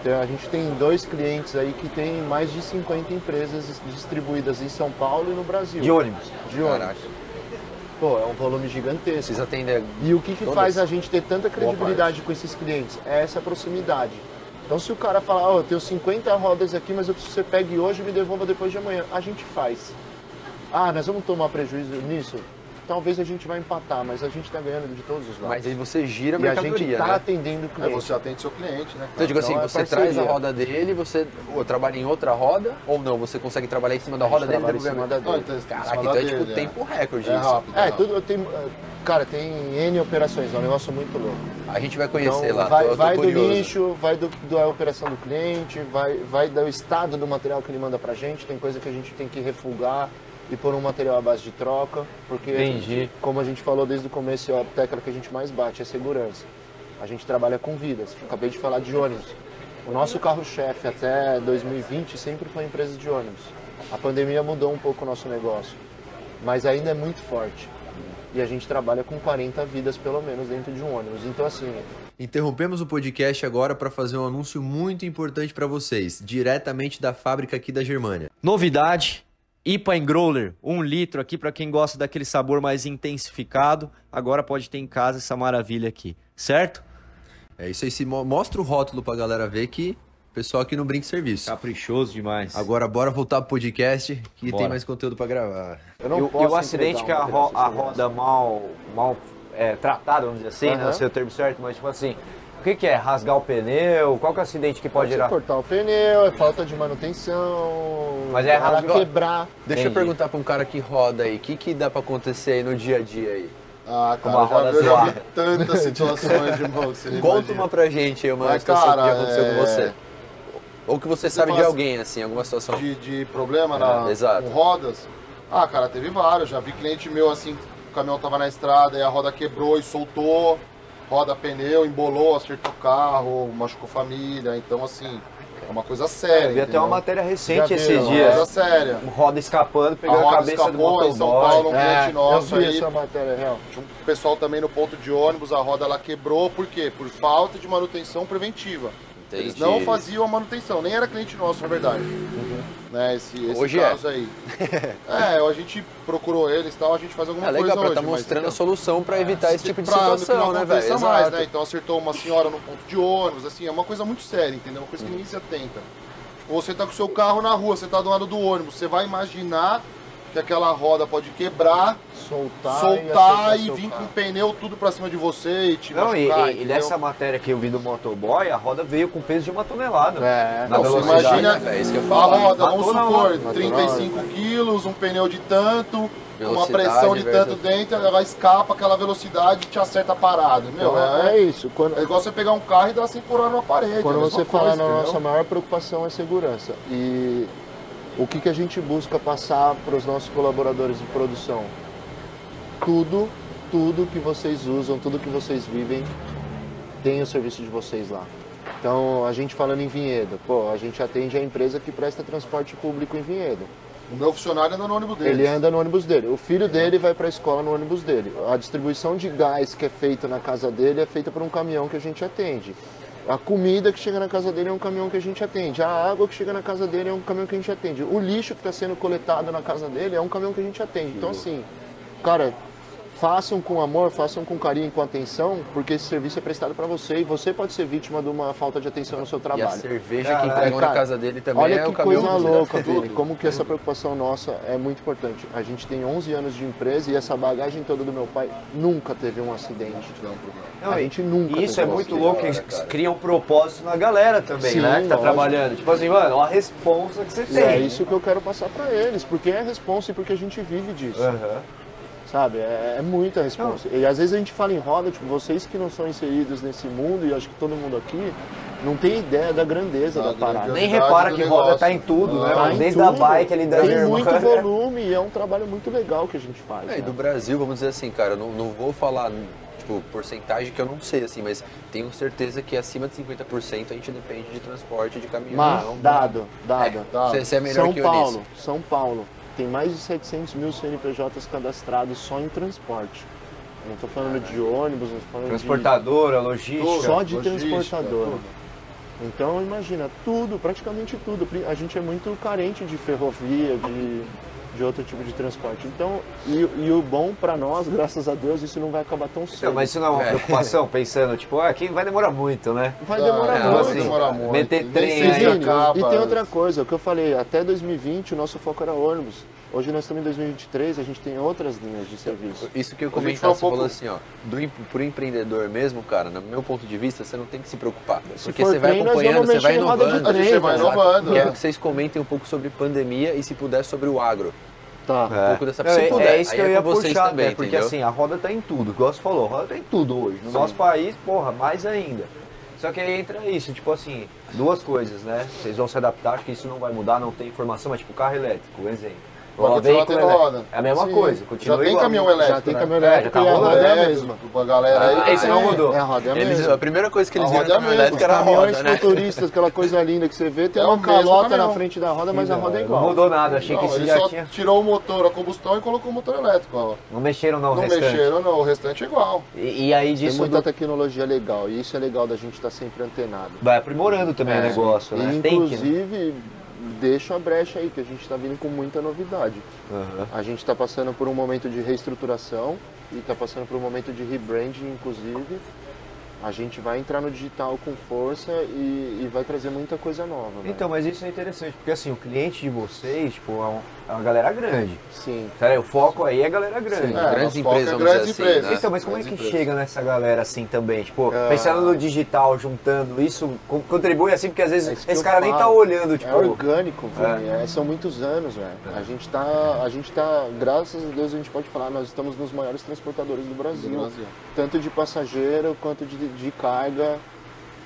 [SPEAKER 5] Então, a gente tem dois clientes aí que tem mais de 50 empresas distribuídas em São Paulo e no Brasil.
[SPEAKER 2] De ônibus.
[SPEAKER 5] De ônibus.
[SPEAKER 1] Caraca,
[SPEAKER 5] Pô, é um volume gigantesco.
[SPEAKER 1] vocês atendem
[SPEAKER 5] E o que, que
[SPEAKER 1] Todas.
[SPEAKER 5] faz a gente ter tanta credibilidade com esses clientes? É essa proximidade. Então, se o cara falar, ó, eu tenho 50 rodas aqui, mas eu preciso que você pegue hoje e me devolva depois de amanhã, a gente faz. Ah, nós vamos tomar prejuízo nisso? Talvez a gente vai empatar, mas a gente está ganhando de todos os lados.
[SPEAKER 1] Mas aí você gira a
[SPEAKER 5] e a gente
[SPEAKER 1] mercadoria,
[SPEAKER 5] está
[SPEAKER 1] né?
[SPEAKER 5] atendendo o
[SPEAKER 3] Aí
[SPEAKER 5] cliente.
[SPEAKER 3] É, você atende seu cliente, né?
[SPEAKER 1] Então, eu digo assim,
[SPEAKER 5] Então, é
[SPEAKER 1] você
[SPEAKER 5] parceria.
[SPEAKER 1] traz a roda dele, você ou trabalha em outra roda, ou não, você consegue trabalhar em cima da
[SPEAKER 5] A gente
[SPEAKER 1] roda dele
[SPEAKER 5] trabalha em
[SPEAKER 1] devolver a
[SPEAKER 5] cima
[SPEAKER 1] mercadoria.
[SPEAKER 5] da dele.
[SPEAKER 3] Não, então,
[SPEAKER 1] Caraca,
[SPEAKER 3] em cima
[SPEAKER 1] então
[SPEAKER 3] da
[SPEAKER 1] é tipo
[SPEAKER 3] dele,
[SPEAKER 1] tempo recorde
[SPEAKER 3] É
[SPEAKER 1] isso.
[SPEAKER 3] rápido.
[SPEAKER 5] É, tudo tem. Cara, tem N operações, é um negócio muito louco.
[SPEAKER 1] A gente vai
[SPEAKER 5] Então,
[SPEAKER 1] conhecer lá,
[SPEAKER 5] vai,
[SPEAKER 1] tô, tô
[SPEAKER 5] vai do
[SPEAKER 1] curioso.
[SPEAKER 5] nicho, vai do, da operação do cliente, vai, vai do estado do material que ele manda pra gente. Tem coisa que a gente tem que refugar e pôr um material à base de troca, porque,
[SPEAKER 2] Entendi.
[SPEAKER 5] como a gente falou desde o começo, a tecla que a gente mais bate é segurança. A gente trabalha com vidas. Eu Acabei de falar de ônibus. O nosso carro-chefe até 2020 sempre foi a empresa de ônibus. A pandemia mudou um pouco o nosso negócio, mas ainda é muito forte. E a gente trabalha com 40 vidas pelo menos dentro de um ônibus. Então, assim,
[SPEAKER 1] Interrompemos o podcast agora para fazer um anúncio muito importante para vocês, diretamente da fábrica aqui da Germânia.
[SPEAKER 2] Novidade, IPA Engrowler, um litro aqui para quem gosta daquele sabor mais intensificado. Agora pode ter em casa essa maravilha aqui, certo?
[SPEAKER 1] É isso aí, se mo- mostra o rótulo pra galera ver que o pessoal aqui não brinca em serviço.
[SPEAKER 2] Caprichoso demais.
[SPEAKER 1] Agora bora voltar pro podcast que
[SPEAKER 2] Bora.
[SPEAKER 1] tem mais conteúdo para gravar.
[SPEAKER 5] Eu
[SPEAKER 2] e,
[SPEAKER 5] não
[SPEAKER 2] o- e
[SPEAKER 5] posso
[SPEAKER 2] o acidente que a,
[SPEAKER 5] entregar um
[SPEAKER 2] ro- a
[SPEAKER 5] material sem
[SPEAKER 2] roda mal, mal é, tratada, vamos dizer assim, né? não
[SPEAKER 5] Aham.
[SPEAKER 2] sei o termo certo, mas tipo assim, o que, que é? Rasgar o pneu? Qual que é o acidente que pode
[SPEAKER 5] segurança.
[SPEAKER 2] gerar?
[SPEAKER 5] cortar o pneu, é falta de manutenção,
[SPEAKER 2] Mas é
[SPEAKER 5] ela
[SPEAKER 2] rasgo-
[SPEAKER 5] quebrar.
[SPEAKER 1] Deixa
[SPEAKER 2] Entendi.
[SPEAKER 1] eu perguntar pra um cara que roda aí, o que que dá pra acontecer aí no dia a dia aí?
[SPEAKER 3] Ah,
[SPEAKER 2] Com uma
[SPEAKER 3] cara, já,
[SPEAKER 2] roda
[SPEAKER 3] vi- eu já vi
[SPEAKER 2] zoada.
[SPEAKER 3] tantas situações de mão.
[SPEAKER 1] Conta uma pra gente aí, uma
[SPEAKER 3] Mas,
[SPEAKER 1] situação que
[SPEAKER 3] cara,
[SPEAKER 1] aconteceu
[SPEAKER 3] é-
[SPEAKER 1] com você. Ou que você sabe de
[SPEAKER 3] fala
[SPEAKER 1] alguém, assim, alguma situação.
[SPEAKER 3] de, de problema na,
[SPEAKER 1] É, exato.
[SPEAKER 3] com rodas? Ah, cara, teve vários. Já vi cliente meu assim, o caminhão tava na estrada e a roda quebrou e soltou, roda pneu, embolou, acertou o carro, machucou família. Então, assim, é uma coisa séria.
[SPEAKER 2] Eu vi até
[SPEAKER 3] entendeu?
[SPEAKER 2] uma matéria
[SPEAKER 5] Já
[SPEAKER 2] recente
[SPEAKER 5] vi,
[SPEAKER 2] esses
[SPEAKER 3] É uma coisa
[SPEAKER 2] dias.
[SPEAKER 3] séria.
[SPEAKER 2] Um Roda escapando,
[SPEAKER 3] A
[SPEAKER 2] pegou a,
[SPEAKER 3] roda
[SPEAKER 2] cabeça do
[SPEAKER 3] escapou em São
[SPEAKER 2] motoboy.
[SPEAKER 3] Paulo, um
[SPEAKER 2] É.
[SPEAKER 3] cliente nosso
[SPEAKER 5] É, eu vi
[SPEAKER 3] aí.
[SPEAKER 5] essa matéria é real.
[SPEAKER 3] Tinha um pessoal também no ponto de ônibus, a roda lá quebrou, por quê? Por falta de manutenção preventiva. Eles não faziam a manutenção, nem era cliente nosso, na verdade.
[SPEAKER 5] Uhum.
[SPEAKER 3] Né, esse, esse
[SPEAKER 1] Hoje
[SPEAKER 3] caso aí. é, a gente procurou eles e tal, a gente faz alguma
[SPEAKER 1] É legal pra
[SPEAKER 3] coisa
[SPEAKER 1] tá
[SPEAKER 3] hoje. mas,
[SPEAKER 1] mostrando a
[SPEAKER 3] então,
[SPEAKER 1] solução pra evitar esse tipo de
[SPEAKER 3] pra que
[SPEAKER 1] situação,
[SPEAKER 3] não
[SPEAKER 1] né,
[SPEAKER 3] aconteça
[SPEAKER 1] velho?
[SPEAKER 3] mais,
[SPEAKER 1] Exato.
[SPEAKER 3] né? Então acertou uma senhora num ponto de ônibus, assim, é uma coisa muito séria, entendeu? Uma coisa que ninguém se atenta. Ou você tá com o seu carro na rua, você tá do lado do ônibus, você vai imaginar que aquela roda pode quebrar,
[SPEAKER 5] Soltar,
[SPEAKER 3] soltar
[SPEAKER 5] Tá, acertar
[SPEAKER 3] e
[SPEAKER 5] seu
[SPEAKER 3] vir com
[SPEAKER 5] carro.
[SPEAKER 3] o pneu tudo pra cima de você e te
[SPEAKER 2] Não, e,
[SPEAKER 3] machucar,
[SPEAKER 2] e- e
[SPEAKER 3] entendeu?
[SPEAKER 2] nessa matéria que eu vi do motoboy, a roda veio com peso de uma tonelada.
[SPEAKER 5] É,
[SPEAKER 2] Na
[SPEAKER 3] Não, você
[SPEAKER 2] velocidade,
[SPEAKER 3] imagina
[SPEAKER 1] né, velho? Isso que eu
[SPEAKER 3] a
[SPEAKER 1] falo.
[SPEAKER 3] roda, vamos
[SPEAKER 2] Matou na hora,
[SPEAKER 3] supor,
[SPEAKER 5] matou na
[SPEAKER 3] 35 quilos, um pneu de tanto, uma
[SPEAKER 1] Velocidade
[SPEAKER 3] pressão de
[SPEAKER 1] versus-
[SPEAKER 3] tanto dentro, ela escapa aquela velocidade e te acerta a parada. Meu,
[SPEAKER 5] Então, é,
[SPEAKER 3] é,
[SPEAKER 5] isso. Quando,
[SPEAKER 3] é igual você pegar um carro e dar 100 por hora na parede. é a
[SPEAKER 5] quando
[SPEAKER 3] mesma
[SPEAKER 5] você fala,
[SPEAKER 3] coisa,
[SPEAKER 5] na
[SPEAKER 3] entendeu?
[SPEAKER 5] nossa maior preocupação é segurança. E o que, que a gente busca passar para os nossos colaboradores de produção? Tudo, tudo que vocês usam, tudo que vocês vivem, tem o serviço de vocês lá. Então, a gente falando em Vinhedo, pô, a gente atende a empresa que presta transporte público em Vinhedo.
[SPEAKER 3] O meu funcionário anda no ônibus dele.
[SPEAKER 5] Ele anda no ônibus dele. O filho dele vai para a escola no ônibus dele. A distribuição de gás que é feita na casa dele é feita por um caminhão que a gente atende. A comida que chega na casa dele é um caminhão que a gente atende. A água que chega na casa dele é um caminhão que a gente atende. O lixo que está sendo coletado na casa dele é um caminhão que a gente atende. Então, assim, cara, façam com amor, façam com carinho, com atenção, porque esse serviço é prestado para você e você pode ser vítima de uma falta de atenção no seu
[SPEAKER 1] E a
[SPEAKER 5] trabalho.
[SPEAKER 1] cerveja que
[SPEAKER 2] Caralho,
[SPEAKER 1] entregam na
[SPEAKER 5] cara.
[SPEAKER 1] casa dele também
[SPEAKER 5] Olha
[SPEAKER 1] é o
[SPEAKER 5] que
[SPEAKER 1] caminhão
[SPEAKER 5] coisa
[SPEAKER 1] que você-
[SPEAKER 5] louca, Vini, como que essa preocupação nossa é muito importante. A gente tem 11 anos de empresa e essa bagagem toda do meu pai nunca teve um acidente.
[SPEAKER 2] Não,
[SPEAKER 5] a
[SPEAKER 2] e-
[SPEAKER 5] gente nunca
[SPEAKER 2] E isso
[SPEAKER 5] teve
[SPEAKER 2] é
[SPEAKER 5] um
[SPEAKER 2] muito
[SPEAKER 5] acidente.
[SPEAKER 2] louco, que eles criam um propósito na galera também,
[SPEAKER 5] Sim,
[SPEAKER 2] né? Que tá
[SPEAKER 5] lógico.
[SPEAKER 2] trabalhando. Tipo assim, mano, olha a responsa que você
[SPEAKER 5] E
[SPEAKER 2] tem.
[SPEAKER 5] é isso que eu quero passar pra eles, porque é responsa e porque a gente vive disso,
[SPEAKER 2] Aham.
[SPEAKER 5] sabe? É, é muita responsa. E às vezes a gente fala em roda, tipo, vocês que não são inseridos nesse mundo, e acho que todo mundo aqui, não tem ideia da grandeza
[SPEAKER 3] Ah,
[SPEAKER 5] da
[SPEAKER 3] da
[SPEAKER 5] parada.
[SPEAKER 3] grandeza.
[SPEAKER 2] Nem
[SPEAKER 3] Verdade
[SPEAKER 2] repara
[SPEAKER 3] do
[SPEAKER 2] que roda
[SPEAKER 3] negócio.
[SPEAKER 2] tá em tudo, né?
[SPEAKER 3] Tá
[SPEAKER 2] mano?
[SPEAKER 5] em
[SPEAKER 2] Desde a
[SPEAKER 5] tudo.
[SPEAKER 2] bike ali da
[SPEAKER 5] Tem
[SPEAKER 2] irmã.
[SPEAKER 5] muito volume e é um trabalho muito legal que a gente faz.
[SPEAKER 1] É, e
[SPEAKER 5] né?
[SPEAKER 1] do Brasil, vamos dizer assim, cara, eu não, não vou falar, tipo, porcentagem que eu não sei, assim, mas tenho certeza que acima de 50% a gente depende de transporte de caminhão.
[SPEAKER 5] Mas,
[SPEAKER 1] Não,
[SPEAKER 5] um dado, dado.
[SPEAKER 1] né? É, você- você é melhor
[SPEAKER 5] São
[SPEAKER 1] que eu
[SPEAKER 5] Paulo,
[SPEAKER 1] nisso.
[SPEAKER 5] São Paulo tem mais de 700 mil CNPJs cadastrados só em transporte. Não estou falando de ônibus, não estou falando
[SPEAKER 2] Transportadora,
[SPEAKER 5] de...
[SPEAKER 2] logística.
[SPEAKER 5] Só de
[SPEAKER 3] logística,
[SPEAKER 5] transportadora. Então imagina, tudo, praticamente tudo. Pri- A gente é muito carente de ferrovia, de, de outro tipo de transporte. Então, e, e o bom para nós, graças a Deus, isso não vai acabar tão cedo.
[SPEAKER 2] Não, mas isso não é uma
[SPEAKER 1] É.
[SPEAKER 2] preocupação, pensando, tipo, ah, quem vai demorar muito, né?
[SPEAKER 5] Vai
[SPEAKER 3] Ah,
[SPEAKER 5] demorar
[SPEAKER 1] não, assim,
[SPEAKER 5] muito.
[SPEAKER 3] vai demorar muito.
[SPEAKER 2] meter
[SPEAKER 3] Nem
[SPEAKER 2] trem
[SPEAKER 3] sei se
[SPEAKER 2] aí,
[SPEAKER 5] Sim,
[SPEAKER 3] acaba.
[SPEAKER 5] e tem outra coisa, o que eu falei, até 2020 o nosso foco era ônibus. Hoje nós estamos em 2023, a gente tem outras linhas de serviço.
[SPEAKER 1] Isso que eu
[SPEAKER 3] A gente
[SPEAKER 1] comentava,
[SPEAKER 3] fala um
[SPEAKER 1] você
[SPEAKER 3] pouco-
[SPEAKER 1] falou assim, ó, do, em- pro empreendedor mesmo, cara, no meu ponto de vista, você não tem que se preocupar.
[SPEAKER 5] Se
[SPEAKER 1] Porque
[SPEAKER 5] for
[SPEAKER 1] você vai
[SPEAKER 5] trem, nós vamos
[SPEAKER 1] acompanhando, você
[SPEAKER 5] mexer
[SPEAKER 1] vai
[SPEAKER 5] em roda de
[SPEAKER 1] inovando.
[SPEAKER 3] A gente
[SPEAKER 5] trem,
[SPEAKER 3] vai
[SPEAKER 5] cara.
[SPEAKER 3] inovando.
[SPEAKER 1] Quero
[SPEAKER 3] né?
[SPEAKER 1] que vocês comentem um pouco sobre pandemia e, se puder, sobre o agro.
[SPEAKER 5] Tá.
[SPEAKER 1] Um pouco dessa
[SPEAKER 2] Não, é,
[SPEAKER 1] psicologia.
[SPEAKER 2] é isso
[SPEAKER 1] Aí
[SPEAKER 2] que eu
[SPEAKER 1] é
[SPEAKER 2] ia
[SPEAKER 1] com vocês
[SPEAKER 2] puxar,
[SPEAKER 1] também,
[SPEAKER 2] até, porque
[SPEAKER 1] entendeu?
[SPEAKER 2] assim, a roda tá em tudo, igual você falou, a roda tá em tudo hoje. No nosso país, porra, mais ainda. Só que aí entra isso, tipo assim, duas coisas, né? Vocês vão se adaptar, acho que isso não vai mudar, não tem informação, mas tipo carro elétrico, exemplo.
[SPEAKER 3] Vai
[SPEAKER 2] Ó,
[SPEAKER 3] continuar
[SPEAKER 2] veículo
[SPEAKER 3] tendo
[SPEAKER 2] elétrico.
[SPEAKER 3] roda.
[SPEAKER 2] É a mesma
[SPEAKER 5] Sim.
[SPEAKER 2] coisa, continua
[SPEAKER 3] Já tem
[SPEAKER 2] igual.
[SPEAKER 3] caminhão elétrico.
[SPEAKER 5] Já tem
[SPEAKER 3] né?
[SPEAKER 5] caminhão
[SPEAKER 2] É,
[SPEAKER 5] elétrico
[SPEAKER 2] já
[SPEAKER 5] e
[SPEAKER 2] tá
[SPEAKER 5] a roda
[SPEAKER 3] Roda
[SPEAKER 5] é a
[SPEAKER 3] é,
[SPEAKER 5] mesma.
[SPEAKER 3] pra galera aí.
[SPEAKER 2] Ah, esse não mudou.
[SPEAKER 5] É, a roda é a
[SPEAKER 1] Eles-
[SPEAKER 5] mesma.
[SPEAKER 1] a primeira coisa que eles
[SPEAKER 3] A
[SPEAKER 1] viram
[SPEAKER 3] roda é
[SPEAKER 1] na
[SPEAKER 3] a mesma,
[SPEAKER 1] verdade
[SPEAKER 5] Os
[SPEAKER 1] era a
[SPEAKER 5] caminhões
[SPEAKER 1] roda, né?
[SPEAKER 5] futuristas, aquela coisa linda que você vê, tem
[SPEAKER 3] É o
[SPEAKER 5] uma
[SPEAKER 3] mesmo
[SPEAKER 5] calota na
[SPEAKER 3] caminhão.
[SPEAKER 5] frente da roda, mas a roda é igual.
[SPEAKER 2] assim, Não mudou nada, achei que
[SPEAKER 3] Não,
[SPEAKER 2] isso
[SPEAKER 3] ele
[SPEAKER 2] já
[SPEAKER 3] só
[SPEAKER 2] tinha.
[SPEAKER 3] tirou o motor a combustão e colocou o motor elétrico. ó.
[SPEAKER 2] Não mexeram não, o
[SPEAKER 3] Não
[SPEAKER 2] restante.
[SPEAKER 3] mexeram, não. O restante é igual.
[SPEAKER 2] E, e aí
[SPEAKER 5] Tem
[SPEAKER 2] disso
[SPEAKER 5] muita
[SPEAKER 2] do...
[SPEAKER 5] tecnologia legal e isso é legal da gente estar sempre antenado.
[SPEAKER 2] vai aprimorando também
[SPEAKER 5] É
[SPEAKER 2] o negócio, né?
[SPEAKER 5] E,
[SPEAKER 2] Tem que, né?
[SPEAKER 5] inclusive, deixa a brecha aí, que a gente está vindo com muita novidade.
[SPEAKER 2] Aham.
[SPEAKER 5] A gente está passando por um momento de reestruturação e está passando por um momento de rebranding, inclusive. A gente vai entrar no digital com força e, e vai trazer muita coisa nova. né?
[SPEAKER 2] Então, mas isso é interessante, porque assim, o cliente de vocês, tipo, é, um- é uma galera grande.
[SPEAKER 5] sim.
[SPEAKER 2] Cara, o foco aí é galera grande.
[SPEAKER 1] Sim,
[SPEAKER 3] É,
[SPEAKER 1] grandes
[SPEAKER 3] nosso foco é
[SPEAKER 1] empresas, vamos
[SPEAKER 3] grandes
[SPEAKER 1] dizer assim,
[SPEAKER 3] empresas.
[SPEAKER 1] né?
[SPEAKER 2] Então, mas como é que
[SPEAKER 3] Grandes
[SPEAKER 2] chega nessa galera assim também? Tipo,
[SPEAKER 5] É.
[SPEAKER 2] pensando no digital, juntando isso, co- contribui assim, porque às
[SPEAKER 5] É
[SPEAKER 2] vezes
[SPEAKER 5] isso que
[SPEAKER 2] esse
[SPEAKER 5] eu
[SPEAKER 2] cara nem
[SPEAKER 5] falo.
[SPEAKER 2] tá olhando,
[SPEAKER 5] É
[SPEAKER 2] tipo.
[SPEAKER 5] orgânico, Vini. É, são muitos anos, velho. A gente tá, a gente tá, graças a Deus a gente pode falar, nós estamos nos maiores transportadores do Brasil,
[SPEAKER 3] Brasil.
[SPEAKER 5] tanto de passageiro quanto de, de carga,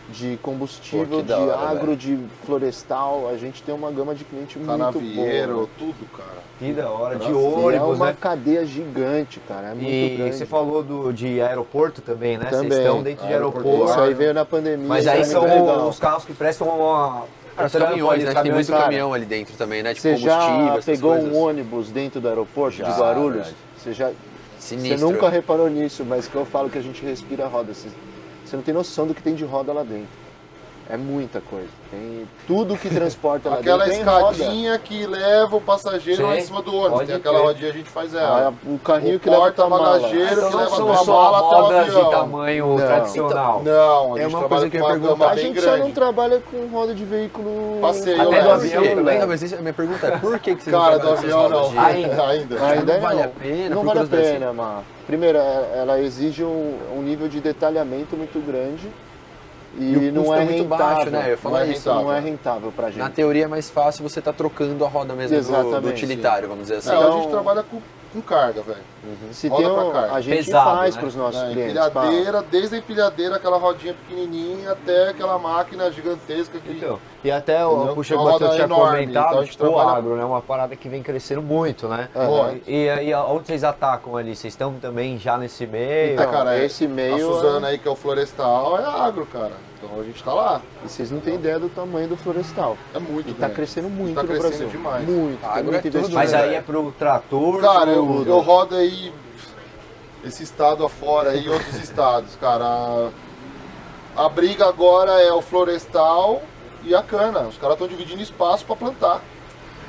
[SPEAKER 5] de
[SPEAKER 1] Pô,
[SPEAKER 5] combustível,
[SPEAKER 1] que
[SPEAKER 5] de
[SPEAKER 1] da hora,
[SPEAKER 5] agro, de florestal. A gente tem uma gama de cliente
[SPEAKER 2] Tá
[SPEAKER 5] muito boa.
[SPEAKER 3] Canavieiro, Tá tudo, cara.
[SPEAKER 2] que da hora, de
[SPEAKER 3] Nossa, e é
[SPEAKER 5] E é
[SPEAKER 2] ônibus,
[SPEAKER 5] uma
[SPEAKER 2] tá né?
[SPEAKER 5] cadeia gigante, cara. É muito
[SPEAKER 2] E
[SPEAKER 5] grande.
[SPEAKER 2] você falou do, de aeroporto também, né? Vocês
[SPEAKER 5] Também.
[SPEAKER 2] estão dentro de
[SPEAKER 3] Aeroporto.
[SPEAKER 2] aeroporto.
[SPEAKER 5] Isso aí veio na pandemia.
[SPEAKER 2] Mas
[SPEAKER 5] isso é
[SPEAKER 2] aí
[SPEAKER 5] muito
[SPEAKER 2] são
[SPEAKER 5] legal.
[SPEAKER 2] os carros que prestam uma.
[SPEAKER 1] Cara, os
[SPEAKER 2] trampo
[SPEAKER 1] caminhões,
[SPEAKER 2] ali,
[SPEAKER 1] né?
[SPEAKER 2] os
[SPEAKER 1] que Tem muito
[SPEAKER 2] caminhões, cara.
[SPEAKER 1] caminhão ali dentro também, né? Tipo
[SPEAKER 5] Você já
[SPEAKER 1] combustível, essas
[SPEAKER 5] pegou
[SPEAKER 1] coisas.
[SPEAKER 5] um ônibus dentro do aeroporto
[SPEAKER 1] Já,
[SPEAKER 5] de Guarulhos?
[SPEAKER 1] verdade.
[SPEAKER 5] Você já. Você
[SPEAKER 1] Sinistro.
[SPEAKER 5] nunca reparou nisso, mas que eu falo que a gente respira roda. Você, você não tem noção do que tem de roda lá dentro. É muita coisa. Tem tudo que transporta lá
[SPEAKER 3] Aquela
[SPEAKER 5] dentro. tem roda.
[SPEAKER 3] escadinha que leva o passageiro lá em
[SPEAKER 2] Sim,
[SPEAKER 3] cima do ônibus.
[SPEAKER 2] pode
[SPEAKER 3] Tem aquela
[SPEAKER 2] crer.
[SPEAKER 3] rodinha que a gente faz
[SPEAKER 5] Ah,
[SPEAKER 3] ela.
[SPEAKER 5] o carrinho
[SPEAKER 3] o
[SPEAKER 5] que leva tua mala.
[SPEAKER 3] porta-bagageiro que leva
[SPEAKER 2] Então, são
[SPEAKER 3] tua
[SPEAKER 2] só
[SPEAKER 3] mala até o
[SPEAKER 2] rodas de
[SPEAKER 3] avião.
[SPEAKER 2] tamanho
[SPEAKER 5] Não.
[SPEAKER 2] tradicional.
[SPEAKER 3] Não, a
[SPEAKER 1] É
[SPEAKER 3] gente
[SPEAKER 1] uma coisa
[SPEAKER 3] trabalha
[SPEAKER 1] que
[SPEAKER 3] com
[SPEAKER 1] eu ia
[SPEAKER 3] uma
[SPEAKER 1] perguntar.
[SPEAKER 3] gama
[SPEAKER 5] A
[SPEAKER 3] tá bem
[SPEAKER 5] gente
[SPEAKER 3] grande.
[SPEAKER 5] só não trabalha com roda de veículo.
[SPEAKER 3] Passeio
[SPEAKER 5] Até
[SPEAKER 3] leve.
[SPEAKER 1] né?
[SPEAKER 5] do avião, né?
[SPEAKER 1] Não,
[SPEAKER 5] leve.
[SPEAKER 1] mas isso- a minha pergunta é por que, que vocês não
[SPEAKER 3] Cara, do
[SPEAKER 1] trabalham com essas
[SPEAKER 3] avião
[SPEAKER 1] rodas
[SPEAKER 3] não.
[SPEAKER 1] de-
[SPEAKER 3] Ainda. Ainda.
[SPEAKER 5] A
[SPEAKER 1] Não
[SPEAKER 5] ideia
[SPEAKER 1] vale a pena,
[SPEAKER 5] Ah, é Não
[SPEAKER 1] por
[SPEAKER 5] vale a
[SPEAKER 1] curiosidade.
[SPEAKER 5] pena, Mar. Primeiro, é- ela exige um, um nível de detalhamento muito grande e,
[SPEAKER 1] E o
[SPEAKER 5] não
[SPEAKER 1] custo
[SPEAKER 5] é
[SPEAKER 1] é muito
[SPEAKER 5] rentável.
[SPEAKER 1] baixo, né? Eu ia falar
[SPEAKER 5] não é
[SPEAKER 3] isso.
[SPEAKER 5] rentável. Não é rentável pra gente.
[SPEAKER 1] Na teoria é mais fácil você estar trocando a roda mesmo do, do
[SPEAKER 5] Exatamente,
[SPEAKER 1] utilitário, vamos dizer assim.
[SPEAKER 3] Não, É, a
[SPEAKER 5] Então-
[SPEAKER 3] gente trabalha com, com carga, velho.
[SPEAKER 5] Se
[SPEAKER 3] roda
[SPEAKER 5] tem
[SPEAKER 3] pra
[SPEAKER 5] um-
[SPEAKER 3] carga.
[SPEAKER 5] a gente
[SPEAKER 2] Pesado,
[SPEAKER 5] faz
[SPEAKER 2] né?
[SPEAKER 5] para os nossos
[SPEAKER 3] É,
[SPEAKER 5] clientes. pá.
[SPEAKER 3] empilhadeira, desde a empilhadeira, aquela rodinha pequenininha, até aquela máquina gigantesca que...
[SPEAKER 2] Então, e até o
[SPEAKER 3] Entendeu?
[SPEAKER 2] puxa
[SPEAKER 3] Uma
[SPEAKER 2] o que eu
[SPEAKER 3] roda
[SPEAKER 2] tinha
[SPEAKER 3] enorme,
[SPEAKER 2] comentado,
[SPEAKER 3] então a gente
[SPEAKER 2] tipo, o
[SPEAKER 3] trabalha-
[SPEAKER 2] agro, né? Uma parada que vem crescendo muito, né?
[SPEAKER 3] Aham.
[SPEAKER 2] E, e, e onde vocês atacam ali? Vocês estão também já nesse meio?
[SPEAKER 5] Então,
[SPEAKER 3] cara, é-
[SPEAKER 5] esse meio.
[SPEAKER 3] A Suzana aí, que é o florestal, é agro, cara. Então a gente tá lá.
[SPEAKER 5] é- Vocês não têm ideia do tamanho do florestal.
[SPEAKER 3] É muito
[SPEAKER 5] E tá
[SPEAKER 3] grande.
[SPEAKER 5] crescendo muito
[SPEAKER 3] tá
[SPEAKER 5] no
[SPEAKER 3] crescendo
[SPEAKER 5] Brasil.
[SPEAKER 3] demais.
[SPEAKER 5] Muito.
[SPEAKER 1] Ah,
[SPEAKER 5] tem
[SPEAKER 1] agora é
[SPEAKER 5] muito
[SPEAKER 1] tudo,
[SPEAKER 5] investimento.
[SPEAKER 2] Mas aí é pro trator?
[SPEAKER 3] Cara,
[SPEAKER 2] pro-
[SPEAKER 3] eu, eu rodo aí esse estado afora aí, outros estados, cara. A, a briga agora é o florestal e a cana. Os caras estão dividindo espaço pra plantar.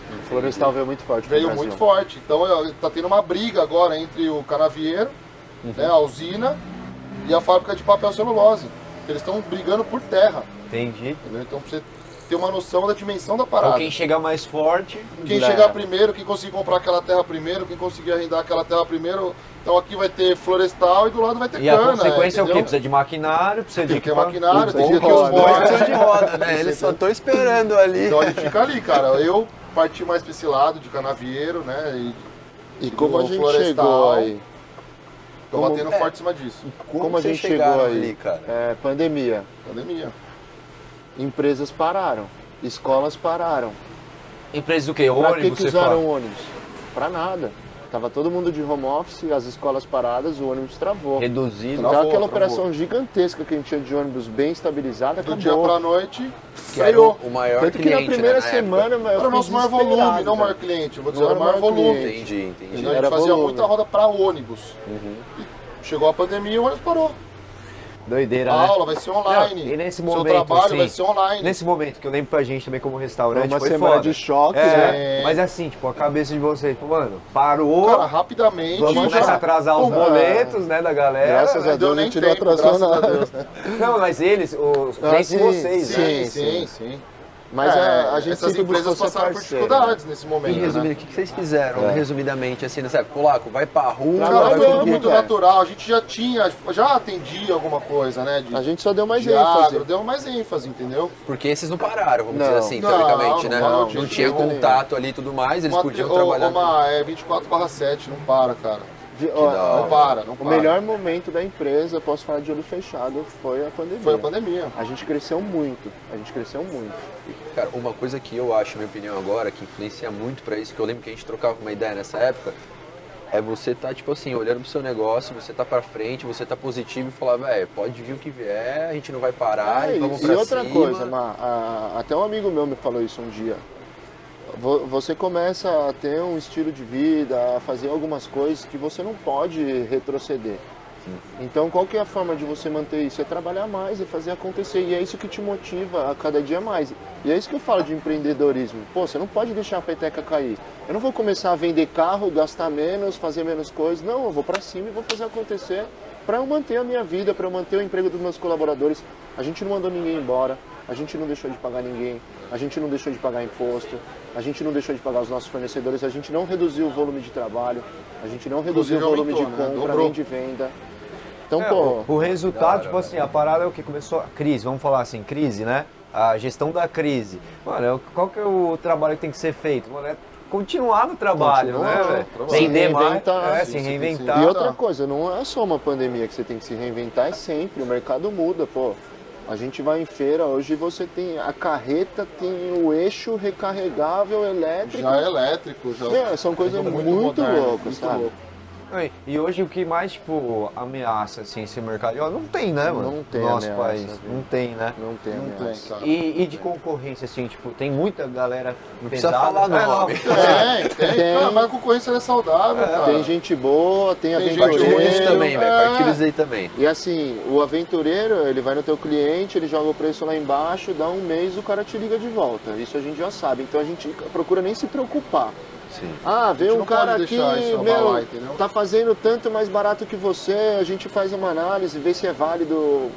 [SPEAKER 5] O florestal veio muito forte. pro
[SPEAKER 3] Veio
[SPEAKER 5] Brasil.
[SPEAKER 3] muito forte. Então eu- tá tendo uma briga agora entre o canavieiro,
[SPEAKER 2] Uhum.
[SPEAKER 3] né, a usina e a fábrica de papel celulose. Eles estão brigando por terra,
[SPEAKER 2] Entendi.
[SPEAKER 3] entendeu? Então pra você ter uma noção da dimensão da
[SPEAKER 2] Então
[SPEAKER 3] parada.
[SPEAKER 2] quem chegar mais forte... né?
[SPEAKER 3] Quem
[SPEAKER 5] Leva.
[SPEAKER 3] chegar primeiro, quem conseguir comprar aquela terra primeiro, quem conseguir arrendar aquela terra primeiro. Então aqui vai ter florestal e do lado vai ter
[SPEAKER 2] E a
[SPEAKER 3] cana.
[SPEAKER 2] consequência é o quê?
[SPEAKER 3] entendeu?
[SPEAKER 2] Precisa de maquinário, precisa
[SPEAKER 3] Tem
[SPEAKER 2] de...
[SPEAKER 3] que ter maquinário, tem que ter
[SPEAKER 5] Concordo.
[SPEAKER 3] os
[SPEAKER 1] Dois
[SPEAKER 3] bois.
[SPEAKER 1] precisam Então, de roda, né? Eles só estão esperando ali.
[SPEAKER 3] Então a gente fica ali, cara. Eu parti mais pra esse lado de canavieiro, né? E
[SPEAKER 5] E como a
[SPEAKER 3] Do
[SPEAKER 5] gente
[SPEAKER 3] florestal.
[SPEAKER 5] chegou aí?
[SPEAKER 3] tô
[SPEAKER 5] Como-
[SPEAKER 3] batendo
[SPEAKER 1] é.
[SPEAKER 3] forte em cima disso.
[SPEAKER 5] como a
[SPEAKER 1] vocês
[SPEAKER 5] gente
[SPEAKER 1] chegaram
[SPEAKER 5] chegou aí?
[SPEAKER 1] ali, cara?
[SPEAKER 5] É, pandemia.
[SPEAKER 3] Pandemia.
[SPEAKER 5] Empresas pararam. Escolas pararam.
[SPEAKER 2] Empresa do quê?
[SPEAKER 5] Pra que,
[SPEAKER 2] Ônibus,
[SPEAKER 5] que
[SPEAKER 2] você fala?
[SPEAKER 5] usaram o ônibus? Pra nada. Tava todo mundo de home office, as escolas paradas, o ônibus travou.
[SPEAKER 2] Reduzido.
[SPEAKER 5] Então
[SPEAKER 3] Travou, travou.
[SPEAKER 5] aquela operação gigantesca que a gente tinha de ônibus bem estabilizada
[SPEAKER 3] Do
[SPEAKER 5] acabou.
[SPEAKER 3] dia pra noite,
[SPEAKER 1] Que era um
[SPEAKER 3] freou.
[SPEAKER 1] o o maior
[SPEAKER 5] Tanto que na
[SPEAKER 1] cliente,
[SPEAKER 5] primeira
[SPEAKER 1] né, na época.
[SPEAKER 5] semana eu
[SPEAKER 3] Era o
[SPEAKER 5] fiquei
[SPEAKER 3] nosso maior volume,
[SPEAKER 5] desesperado, né?
[SPEAKER 3] não o maior
[SPEAKER 5] cara.
[SPEAKER 3] cliente. Eu vou dizer,
[SPEAKER 5] Não
[SPEAKER 3] era o maior volume.
[SPEAKER 5] cliente.
[SPEAKER 1] Entendi, entendi.
[SPEAKER 3] Entendeu? A gente
[SPEAKER 5] Era
[SPEAKER 3] fazia
[SPEAKER 5] volume.
[SPEAKER 3] muita roda pra ônibus. E chegou a pandemia e o ônibus parou.
[SPEAKER 2] Doideira,
[SPEAKER 3] A
[SPEAKER 2] né?
[SPEAKER 3] aula vai ser online.
[SPEAKER 2] Não, e nesse
[SPEAKER 3] Seu
[SPEAKER 2] momento,
[SPEAKER 3] trabalho
[SPEAKER 2] assim,
[SPEAKER 3] vai ser online.
[SPEAKER 2] Nesse momento, que eu lembro pra gente também como
[SPEAKER 5] Foi
[SPEAKER 2] restaurante,
[SPEAKER 5] uma
[SPEAKER 2] foi
[SPEAKER 5] semana
[SPEAKER 2] foda.
[SPEAKER 5] de choque, né?
[SPEAKER 2] É, mas assim, tipo, a cabeça de vocês, tipo, mano, parou,
[SPEAKER 3] Cara, rapidamente. é-
[SPEAKER 2] vamos começar a atrasar os
[SPEAKER 3] Pum,
[SPEAKER 2] boletos, né, da galera.
[SPEAKER 5] Graças
[SPEAKER 3] não
[SPEAKER 5] a
[SPEAKER 3] deu
[SPEAKER 5] Deus não
[SPEAKER 3] nem
[SPEAKER 5] tirou
[SPEAKER 3] tempo,
[SPEAKER 5] atração
[SPEAKER 3] graças a
[SPEAKER 5] nada.
[SPEAKER 3] Deus.
[SPEAKER 2] Não, mas eles, os
[SPEAKER 5] Ah,
[SPEAKER 2] clientes
[SPEAKER 5] sim,
[SPEAKER 2] vocês, né?
[SPEAKER 3] Sim,
[SPEAKER 5] Sim,
[SPEAKER 3] sim,
[SPEAKER 5] sim.
[SPEAKER 3] sim.
[SPEAKER 5] Mas
[SPEAKER 3] É,
[SPEAKER 5] a, a gente
[SPEAKER 3] essas
[SPEAKER 5] sempre buscou
[SPEAKER 3] empresas
[SPEAKER 5] ser
[SPEAKER 3] passaram por
[SPEAKER 5] parceiro.
[SPEAKER 3] dificuldades nesse
[SPEAKER 1] E
[SPEAKER 3] momento,
[SPEAKER 1] resumindo,
[SPEAKER 3] né?
[SPEAKER 1] o que, que vocês fizeram, resumidamente, assim, nessa época? Polaco, vai pra rua,
[SPEAKER 5] Trabalhou
[SPEAKER 3] Cara,
[SPEAKER 1] vai
[SPEAKER 3] foi
[SPEAKER 5] Trabalho
[SPEAKER 1] pro
[SPEAKER 5] todo
[SPEAKER 3] tudo muito
[SPEAKER 5] mundo, cara.
[SPEAKER 3] natural. A gente já tinha, já atendia alguma coisa, né? De,
[SPEAKER 5] A gente só deu mais
[SPEAKER 3] de
[SPEAKER 5] ênfase.
[SPEAKER 3] agro, deu mais ênfase, entendeu?
[SPEAKER 1] Porque esses não pararam, vamos
[SPEAKER 5] Não.
[SPEAKER 1] dizer assim,
[SPEAKER 3] Não,
[SPEAKER 1] teoricamente, né?
[SPEAKER 3] não,
[SPEAKER 1] Não,
[SPEAKER 3] não,
[SPEAKER 1] tinha
[SPEAKER 3] de jeito
[SPEAKER 1] contato ali e tudo mais, eles
[SPEAKER 3] Uma-
[SPEAKER 1] podiam
[SPEAKER 3] ô,
[SPEAKER 1] trabalhar.
[SPEAKER 3] Uma, é 24 7, não para, cara.
[SPEAKER 5] Vi- ó,
[SPEAKER 1] da
[SPEAKER 5] ó,
[SPEAKER 3] Não para, não
[SPEAKER 5] o
[SPEAKER 3] para.
[SPEAKER 5] melhor momento da empresa, posso falar de olho fechado, foi a pandemia.
[SPEAKER 1] é.
[SPEAKER 3] foi a pandemia.
[SPEAKER 5] A gente cresceu muito. A gente cresceu muito.
[SPEAKER 1] Cara, uma coisa que eu acho, minha opinião agora, que influencia muito pra isso, que eu lembro que a gente trocava uma ideia nessa época, é você tá, tipo assim, olhando pro seu negócio, você tá pra frente, você tá positivo e falar, velho, pode vir o que vier, a gente não vai parar,
[SPEAKER 5] É,
[SPEAKER 1] e vamos
[SPEAKER 5] e
[SPEAKER 1] pra
[SPEAKER 5] outra
[SPEAKER 1] cima.
[SPEAKER 5] coisa, Mar, a- até um amigo meu me falou isso um dia. Vo- Você começa a ter um estilo de vida, a fazer algumas coisas que você não pode retroceder. Então, qual que é a forma de você manter isso? É trabalhar mais, é fazer acontecer. E é isso que te motiva a cada dia mais. E é isso que eu falo de empreendedorismo. Pô, você não pode deixar a peteca cair. Eu não vou começar a vender carro, gastar menos, fazer menos coisas. Não, eu vou pra cima e vou fazer acontecer para eu manter a minha vida, para eu manter o emprego dos meus colaboradores. A gente não mandou ninguém embora, a gente não deixou de pagar ninguém, a gente não deixou de pagar imposto, a gente não deixou de pagar os nossos fornecedores, a gente não reduziu o volume de trabalho, a gente não reduziu
[SPEAKER 3] Inclusive,
[SPEAKER 5] o volume de
[SPEAKER 3] aumentou, né?
[SPEAKER 5] compra
[SPEAKER 3] Dobrou.
[SPEAKER 5] nem de venda. Então,
[SPEAKER 2] É,
[SPEAKER 5] pô,
[SPEAKER 2] o, o resultado,
[SPEAKER 1] Da
[SPEAKER 2] tipo
[SPEAKER 1] hora,
[SPEAKER 2] assim, a parada é o que começou a crise, vamos falar assim, crise, né? A gestão da crise. Mano, é o- qual que é o trabalho que tem que ser feito? Mano, é continuar no trabalho,
[SPEAKER 5] Continuar, é.
[SPEAKER 2] né, velho?
[SPEAKER 3] trabalho.
[SPEAKER 2] Vender
[SPEAKER 5] Se
[SPEAKER 2] mais,
[SPEAKER 5] reinventar,
[SPEAKER 2] é,
[SPEAKER 5] sim,
[SPEAKER 2] se
[SPEAKER 3] sim, sim.
[SPEAKER 2] reinventar.
[SPEAKER 5] E
[SPEAKER 3] Ah,
[SPEAKER 5] outra
[SPEAKER 3] tá.
[SPEAKER 5] coisa, não é só uma pandemia que você tem que se reinventar, é sempre, o mercado muda, pô. A gente vai em feira, hoje você tem a carreta, tem o eixo recarregável elétrico.
[SPEAKER 3] Já é elétrico, já.
[SPEAKER 5] Meu, são coisas muito,
[SPEAKER 3] moderno,
[SPEAKER 5] loucas,
[SPEAKER 3] muito
[SPEAKER 5] sabe?
[SPEAKER 3] louco.
[SPEAKER 2] Oi, E hoje o que mais, tipo, ameaça assim, esse mercado? Ó, não tem, né, mano?
[SPEAKER 5] Não tem
[SPEAKER 2] no nosso
[SPEAKER 5] ameaça,
[SPEAKER 2] país.
[SPEAKER 5] viu?
[SPEAKER 2] Não tem, né?
[SPEAKER 5] Não tem
[SPEAKER 3] Não tem,
[SPEAKER 5] ameaça.
[SPEAKER 3] cara.
[SPEAKER 2] E, e de concorrência, assim, tipo, tem muita galera não
[SPEAKER 1] precisa
[SPEAKER 2] pesada.
[SPEAKER 1] falar
[SPEAKER 2] É,
[SPEAKER 1] nome.
[SPEAKER 3] Tem, tem.
[SPEAKER 5] Tem.
[SPEAKER 3] Cara, mas a concorrência ela é saudável, cara.
[SPEAKER 5] Tem gente boa, tem,
[SPEAKER 3] Tem gente
[SPEAKER 5] aventureiro.
[SPEAKER 3] ruim
[SPEAKER 1] Partidos
[SPEAKER 5] né?
[SPEAKER 1] também, velho.
[SPEAKER 3] é.
[SPEAKER 1] Partidos aí também.
[SPEAKER 5] E assim, o aventureiro, ele vai no teu cliente, ele joga o preço lá embaixo, dá um mês, o cara te liga de volta. Isso a gente já sabe. Então a gente procura nem se preocupar.
[SPEAKER 1] Sim.
[SPEAKER 5] Ah,
[SPEAKER 3] A
[SPEAKER 5] veio
[SPEAKER 3] gente
[SPEAKER 5] um
[SPEAKER 3] não
[SPEAKER 5] cara
[SPEAKER 3] pode
[SPEAKER 5] aqui,
[SPEAKER 3] deixar isso abalar,
[SPEAKER 5] meu,
[SPEAKER 3] entendeu?
[SPEAKER 5] tá fazendo tanto mais barato que você, a gente faz uma análise, vê se é válido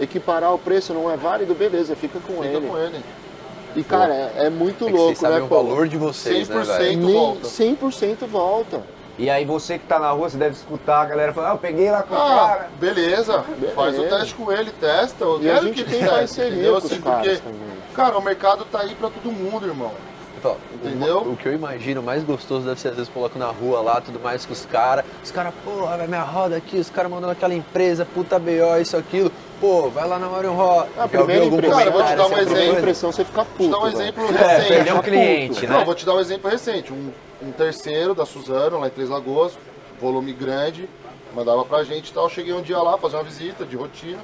[SPEAKER 5] equiparar o preço, não é válido, beleza, fica com
[SPEAKER 3] Fica
[SPEAKER 5] ele.
[SPEAKER 3] com ele.
[SPEAKER 5] E cara, é, é muito
[SPEAKER 1] É que
[SPEAKER 5] louco,
[SPEAKER 1] vocês sabem
[SPEAKER 5] né,
[SPEAKER 1] o
[SPEAKER 5] pô?
[SPEAKER 1] valor de vocês, né, velho?
[SPEAKER 3] 100%.
[SPEAKER 5] Nem
[SPEAKER 3] volta.
[SPEAKER 5] 100% volta.
[SPEAKER 2] E aí você que tá na rua, você deve escutar a galera falando, ah, eu peguei lá com o
[SPEAKER 3] Ah,
[SPEAKER 2] cara.
[SPEAKER 3] beleza.
[SPEAKER 5] Beleza.
[SPEAKER 3] Faz o teste com ele, testa. Eu
[SPEAKER 5] E a
[SPEAKER 3] quero
[SPEAKER 5] gente
[SPEAKER 3] que
[SPEAKER 5] tem
[SPEAKER 3] ele teste,
[SPEAKER 5] parceria
[SPEAKER 3] entendeu?
[SPEAKER 5] com os
[SPEAKER 3] Assim,
[SPEAKER 5] caras
[SPEAKER 3] porque,
[SPEAKER 5] também.
[SPEAKER 3] cara, o mercado tá aí pra todo mundo, irmão.
[SPEAKER 1] Então,
[SPEAKER 3] Entendeu?
[SPEAKER 1] O, o que eu imagino mais gostoso deve ser às vezes coloco na rua lá, tudo mais com os caras. Os caras, porra, vai minha roda aqui, os caras mandando aquela empresa, puta BO, isso, aquilo. Pô, vai lá na Orion Roda.
[SPEAKER 5] A primeira impressão,
[SPEAKER 3] Ah, Cara, eu vou te dar um
[SPEAKER 5] a primeira
[SPEAKER 3] exemplo.
[SPEAKER 5] impressão você fica puto.
[SPEAKER 3] Vou te dar um
[SPEAKER 5] velho.
[SPEAKER 3] exemplo
[SPEAKER 2] É,
[SPEAKER 3] recente.
[SPEAKER 2] perdeu o cliente, né?
[SPEAKER 3] Não, vou te dar um exemplo recente. Um, um terceiro da Suzano, lá em Três Lagoas, volume grande, mandava pra gente e tal. Cheguei um dia lá, fazer uma visita de rotina.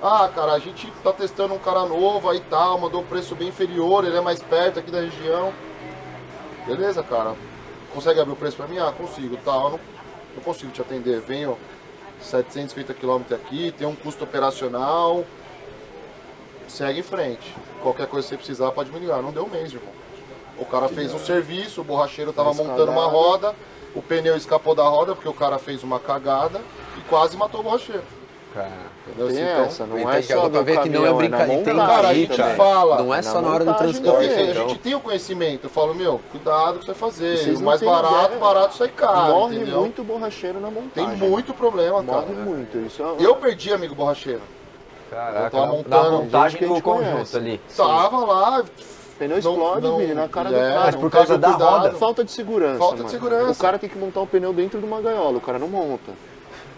[SPEAKER 3] Ah, cara, a gente tá testando um cara novo aí e tal, mandou um preço bem inferior, ele é mais perto aqui da região. Beleza, cara. Consegue abrir o preço pra mim? Ah, consigo, tal. Eu não, não consigo te atender. Venho 750 km aqui, tem um custo operacional. Segue em frente. Qualquer coisa que você precisar, pode me ligar. Não deu mesmo, irmão. O cara fez um serviço, o borracheiro tava
[SPEAKER 5] Uma
[SPEAKER 3] montando uma
[SPEAKER 5] escalada.
[SPEAKER 3] roda, o pneu escapou da roda porque o cara fez uma cagada e quase matou o borracheiro. Entendeu?
[SPEAKER 5] Tem
[SPEAKER 3] Assim,
[SPEAKER 5] essa, não é só
[SPEAKER 1] pra
[SPEAKER 5] no
[SPEAKER 1] ver que não é
[SPEAKER 5] caminhão, na
[SPEAKER 1] brincadeira.
[SPEAKER 5] montagem
[SPEAKER 3] Cara, a
[SPEAKER 1] aí,
[SPEAKER 3] gente
[SPEAKER 5] também.
[SPEAKER 3] fala,
[SPEAKER 1] Não é
[SPEAKER 5] na
[SPEAKER 1] só na hora do
[SPEAKER 5] montagem
[SPEAKER 3] Então,
[SPEAKER 1] transporte,
[SPEAKER 5] também,
[SPEAKER 3] assim, a
[SPEAKER 1] então.
[SPEAKER 3] gente tem o conhecimento, eu falo, meu, cuidado com o que você vai fazer.
[SPEAKER 5] Vocês
[SPEAKER 3] o
[SPEAKER 5] não
[SPEAKER 3] mais
[SPEAKER 5] têm
[SPEAKER 3] barato,
[SPEAKER 5] ideia.
[SPEAKER 3] barato sai caro,
[SPEAKER 5] Morre
[SPEAKER 3] entendeu?
[SPEAKER 5] muito borracheiro na
[SPEAKER 3] Tem
[SPEAKER 5] montagem.
[SPEAKER 3] muito problema, cara.
[SPEAKER 5] Morre muito. Isso é...
[SPEAKER 3] Eu perdi, amigo borracheiro. Eu
[SPEAKER 2] Caraca,
[SPEAKER 3] tava
[SPEAKER 2] na- na
[SPEAKER 3] montando,
[SPEAKER 5] gente que
[SPEAKER 2] montagem
[SPEAKER 5] a
[SPEAKER 2] do
[SPEAKER 5] gente
[SPEAKER 2] conjunto
[SPEAKER 5] conhece.
[SPEAKER 2] ali.
[SPEAKER 3] Tava lá,
[SPEAKER 5] pneu
[SPEAKER 3] Não-
[SPEAKER 5] explode,
[SPEAKER 3] não-
[SPEAKER 5] menino, na cara
[SPEAKER 3] é,
[SPEAKER 5] do cara.
[SPEAKER 2] mas
[SPEAKER 5] não
[SPEAKER 2] por
[SPEAKER 5] tá-
[SPEAKER 2] causa
[SPEAKER 3] tava
[SPEAKER 2] da
[SPEAKER 3] cuidado.
[SPEAKER 2] roda.
[SPEAKER 5] Falta de segurança.
[SPEAKER 3] Falta de
[SPEAKER 5] mano.
[SPEAKER 3] segurança.
[SPEAKER 5] O cara tem que montar um pneu dentro de uma gaiola, o cara não monta.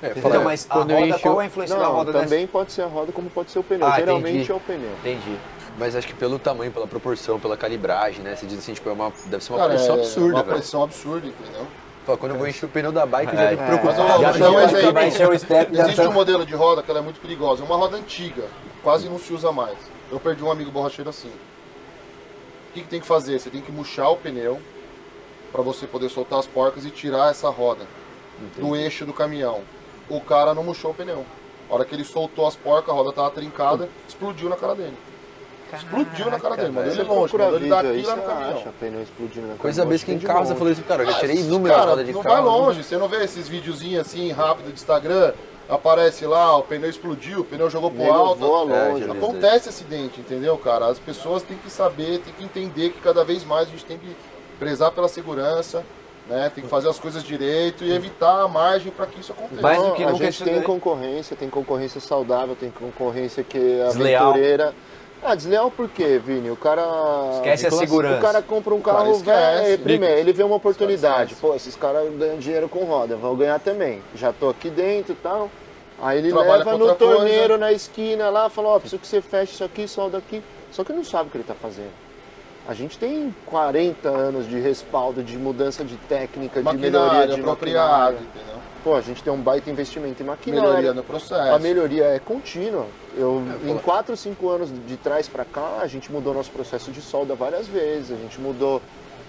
[SPEAKER 1] É, fala,
[SPEAKER 2] Então, mas a
[SPEAKER 1] quando eu
[SPEAKER 2] roda,
[SPEAKER 1] enchi o-
[SPEAKER 2] qual é a influência da
[SPEAKER 5] Não,
[SPEAKER 2] roda
[SPEAKER 5] também pode ser a roda como pode ser o pneu.
[SPEAKER 2] Ah,
[SPEAKER 5] Geralmente
[SPEAKER 2] entendi.
[SPEAKER 5] é o pneu.
[SPEAKER 2] dessa? Entendi.
[SPEAKER 1] Mas acho que pelo tamanho, pela proporção, pela calibragem, né? Você diz assim, tipo, é uma, deve ser uma
[SPEAKER 3] cara,
[SPEAKER 1] pressão
[SPEAKER 3] é
[SPEAKER 1] absurda,
[SPEAKER 3] uma
[SPEAKER 1] velho.
[SPEAKER 3] pressão absurda, entendeu?
[SPEAKER 1] Pô, Quando eu vou encher o pneu da bike, eu já
[SPEAKER 2] É,
[SPEAKER 1] tenho que
[SPEAKER 2] é.
[SPEAKER 1] preocupar.
[SPEAKER 3] Mas eu-
[SPEAKER 1] Já
[SPEAKER 2] Já
[SPEAKER 3] mas
[SPEAKER 1] tem
[SPEAKER 3] eu-
[SPEAKER 2] chegou
[SPEAKER 1] mais
[SPEAKER 3] mas
[SPEAKER 2] aqui,
[SPEAKER 3] eu-
[SPEAKER 2] vai encher o step. já
[SPEAKER 3] Existe
[SPEAKER 2] tá-
[SPEAKER 3] um modelo de roda que ela é muito perigosa, é uma roda antiga, quase não se usa mais. Eu perdi um amigo borracheiro assim. O que, que tem que fazer? Você tem que murchar o pneu para você poder soltar as porcas e tirar essa roda do eixo do caminhão. O cara não murchou o pneu. A hora que ele soltou as porcas, a roda tava trincada, explodiu na cara dele. explodiu na cara dele, mandou ele
[SPEAKER 5] Você
[SPEAKER 3] longe,
[SPEAKER 5] procura
[SPEAKER 3] mandou ele
[SPEAKER 5] um vídeo
[SPEAKER 3] daqui
[SPEAKER 5] aí,
[SPEAKER 3] lá
[SPEAKER 5] você
[SPEAKER 3] no caminhão.
[SPEAKER 5] acha pneu explodindo na
[SPEAKER 1] Coisa vez que em carro você falou isso, cara, eu já tirei
[SPEAKER 3] Mas,
[SPEAKER 1] inúmeras
[SPEAKER 3] cara,
[SPEAKER 1] rodas de
[SPEAKER 3] não
[SPEAKER 1] carro.
[SPEAKER 3] vai longe, você não vê esses videozinhos assim rápido de Instagram, aparece lá, o pneu explodiu, o pneu jogou pro
[SPEAKER 5] Voa
[SPEAKER 3] alto.
[SPEAKER 5] longe.
[SPEAKER 1] É, já-
[SPEAKER 3] Acontece acidente, entendeu, cara? As pessoas têm que saber, têm que entender que cada vez mais a gente tem que prezar pela segurança, né? Tem que fazer as coisas direito e evitar a margem para que isso aconteça.
[SPEAKER 2] Mas- Mais do
[SPEAKER 5] Não,
[SPEAKER 2] que é-
[SPEAKER 5] a
[SPEAKER 2] nunca
[SPEAKER 5] gente
[SPEAKER 2] isso
[SPEAKER 5] tem
[SPEAKER 2] daí.
[SPEAKER 5] concorrência, tem concorrência saudável, tem concorrência que é
[SPEAKER 2] Desleal.
[SPEAKER 5] aventureira. Ah, desleal por quê, Vini? O cara.
[SPEAKER 2] Esquece a
[SPEAKER 5] Reclama-
[SPEAKER 2] segurança.
[SPEAKER 5] O cara compra um
[SPEAKER 3] cara
[SPEAKER 5] carro
[SPEAKER 3] esquece.
[SPEAKER 5] velho. Primeiro, ele vê uma oportunidade.
[SPEAKER 3] esquece.
[SPEAKER 5] Pô, esses caras ganham dinheiro com roda, vão ganhar também. Já tô aqui dentro e tal. Aí ele
[SPEAKER 3] Trabalha
[SPEAKER 5] leva
[SPEAKER 3] com
[SPEAKER 5] no
[SPEAKER 3] outra coisa.
[SPEAKER 5] torneiro, na esquina lá, fala: Ó, preciso que você feche isso aqui, solda aqui. Só que ele não sabe o que ele tá fazendo. A gente tem 40 anos de respaldo, de mudança de técnica, de melhoria
[SPEAKER 3] Maquinário
[SPEAKER 5] de
[SPEAKER 3] apropriado,
[SPEAKER 5] maquinário.
[SPEAKER 3] entendeu?
[SPEAKER 5] Pô, a gente tem um baita investimento em maquinário.
[SPEAKER 3] Melhoria no processo.
[SPEAKER 5] A melhoria é contínua. Eu, em
[SPEAKER 1] pô.
[SPEAKER 5] 4, 5 anos de trás para cá, a gente mudou nosso processo de solda várias vezes, a gente mudou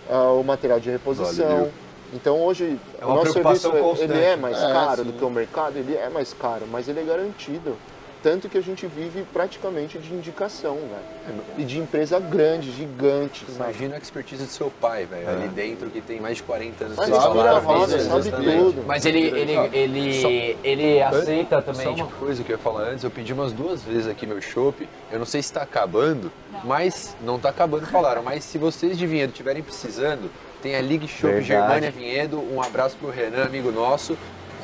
[SPEAKER 5] ah, o material de reposição.
[SPEAKER 1] Valeu.
[SPEAKER 5] Então hoje
[SPEAKER 2] É
[SPEAKER 5] o
[SPEAKER 2] uma
[SPEAKER 5] nosso
[SPEAKER 2] preocupação
[SPEAKER 5] serviço
[SPEAKER 2] constante.
[SPEAKER 5] ele é mais
[SPEAKER 3] É, sim.
[SPEAKER 5] caro do que o mercado, ele é mais caro, mas ele é garantido. Tanto que a gente vive praticamente de indicação, velho. E de empresa grande, gigante, sabe?
[SPEAKER 1] Imagina a expertise do seu pai, velho, ali dentro, que tem mais de 40 anos.
[SPEAKER 5] Mas
[SPEAKER 1] que ele
[SPEAKER 3] sabe
[SPEAKER 1] fala, né?
[SPEAKER 3] a roda,
[SPEAKER 1] fez,
[SPEAKER 3] sabe
[SPEAKER 1] exatamente.
[SPEAKER 5] tudo.
[SPEAKER 2] Mas ele, ele, ele, ele aceita
[SPEAKER 1] Só
[SPEAKER 2] também,
[SPEAKER 1] uma
[SPEAKER 2] tipo,
[SPEAKER 1] coisa que eu ia falar antes, eu pedi umas duas vezes aqui meu chopp, eu não sei se tá acabando, mas não tá acabando, falaram, mas se vocês de Vinhedo estiverem precisando, tem a Ligue Chopp
[SPEAKER 2] Verdade.
[SPEAKER 1] Germânia Vinhedo, um abraço pro Renan, amigo nosso,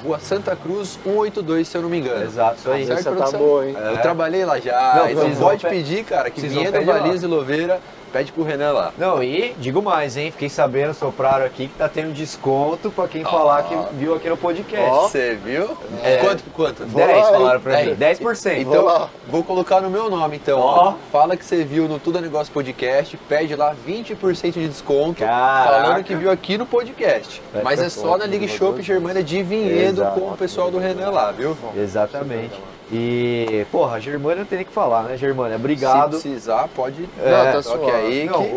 [SPEAKER 1] Rua Santa Cruz, 182, se eu não me engano.
[SPEAKER 2] Exato, isso é aí.
[SPEAKER 1] Certo,
[SPEAKER 5] Essa tá
[SPEAKER 1] produção?
[SPEAKER 5] boa, hein?
[SPEAKER 1] Eu trabalhei lá já,
[SPEAKER 2] Não,
[SPEAKER 1] e
[SPEAKER 2] vocês
[SPEAKER 1] você
[SPEAKER 2] vão
[SPEAKER 1] pode
[SPEAKER 2] pe-
[SPEAKER 1] pedir, cara, que
[SPEAKER 2] vocês vão
[SPEAKER 1] Vinhedo,
[SPEAKER 2] pegar.
[SPEAKER 1] Valinhos e Louveira Pede pro Renan lá.
[SPEAKER 2] Não, e digo mais, hein? Fiquei sabendo, sopraram aqui, que tá tendo desconto pra quem falar que viu aqui no podcast.
[SPEAKER 1] Você viu?
[SPEAKER 2] É.
[SPEAKER 1] Quanto por quanto?
[SPEAKER 2] 10
[SPEAKER 3] Vai.
[SPEAKER 2] falaram pra mim.
[SPEAKER 1] É.
[SPEAKER 2] 10%.
[SPEAKER 1] Então,
[SPEAKER 3] lá.
[SPEAKER 1] vou colocar no meu nome, então.
[SPEAKER 2] Ó.
[SPEAKER 1] ó. Fala que você viu no Tudo é Negócio Podcast, pede lá 20% de desconto,
[SPEAKER 2] Caraca.
[SPEAKER 1] falando que viu aqui no podcast.
[SPEAKER 2] Vai
[SPEAKER 1] Mas
[SPEAKER 2] ficar
[SPEAKER 1] é só na
[SPEAKER 3] né?
[SPEAKER 1] Ligue Shop Germânia de Vinhedo
[SPEAKER 2] Exato.
[SPEAKER 1] com o pessoal do Renan lá, viu?
[SPEAKER 2] Exatamente. E, porra, a Germana não tem nem o que falar, né, Germana? Obrigado.
[SPEAKER 1] Se precisar, pode.
[SPEAKER 3] tá
[SPEAKER 1] toque
[SPEAKER 3] suave.
[SPEAKER 1] aí
[SPEAKER 2] Não,
[SPEAKER 1] que-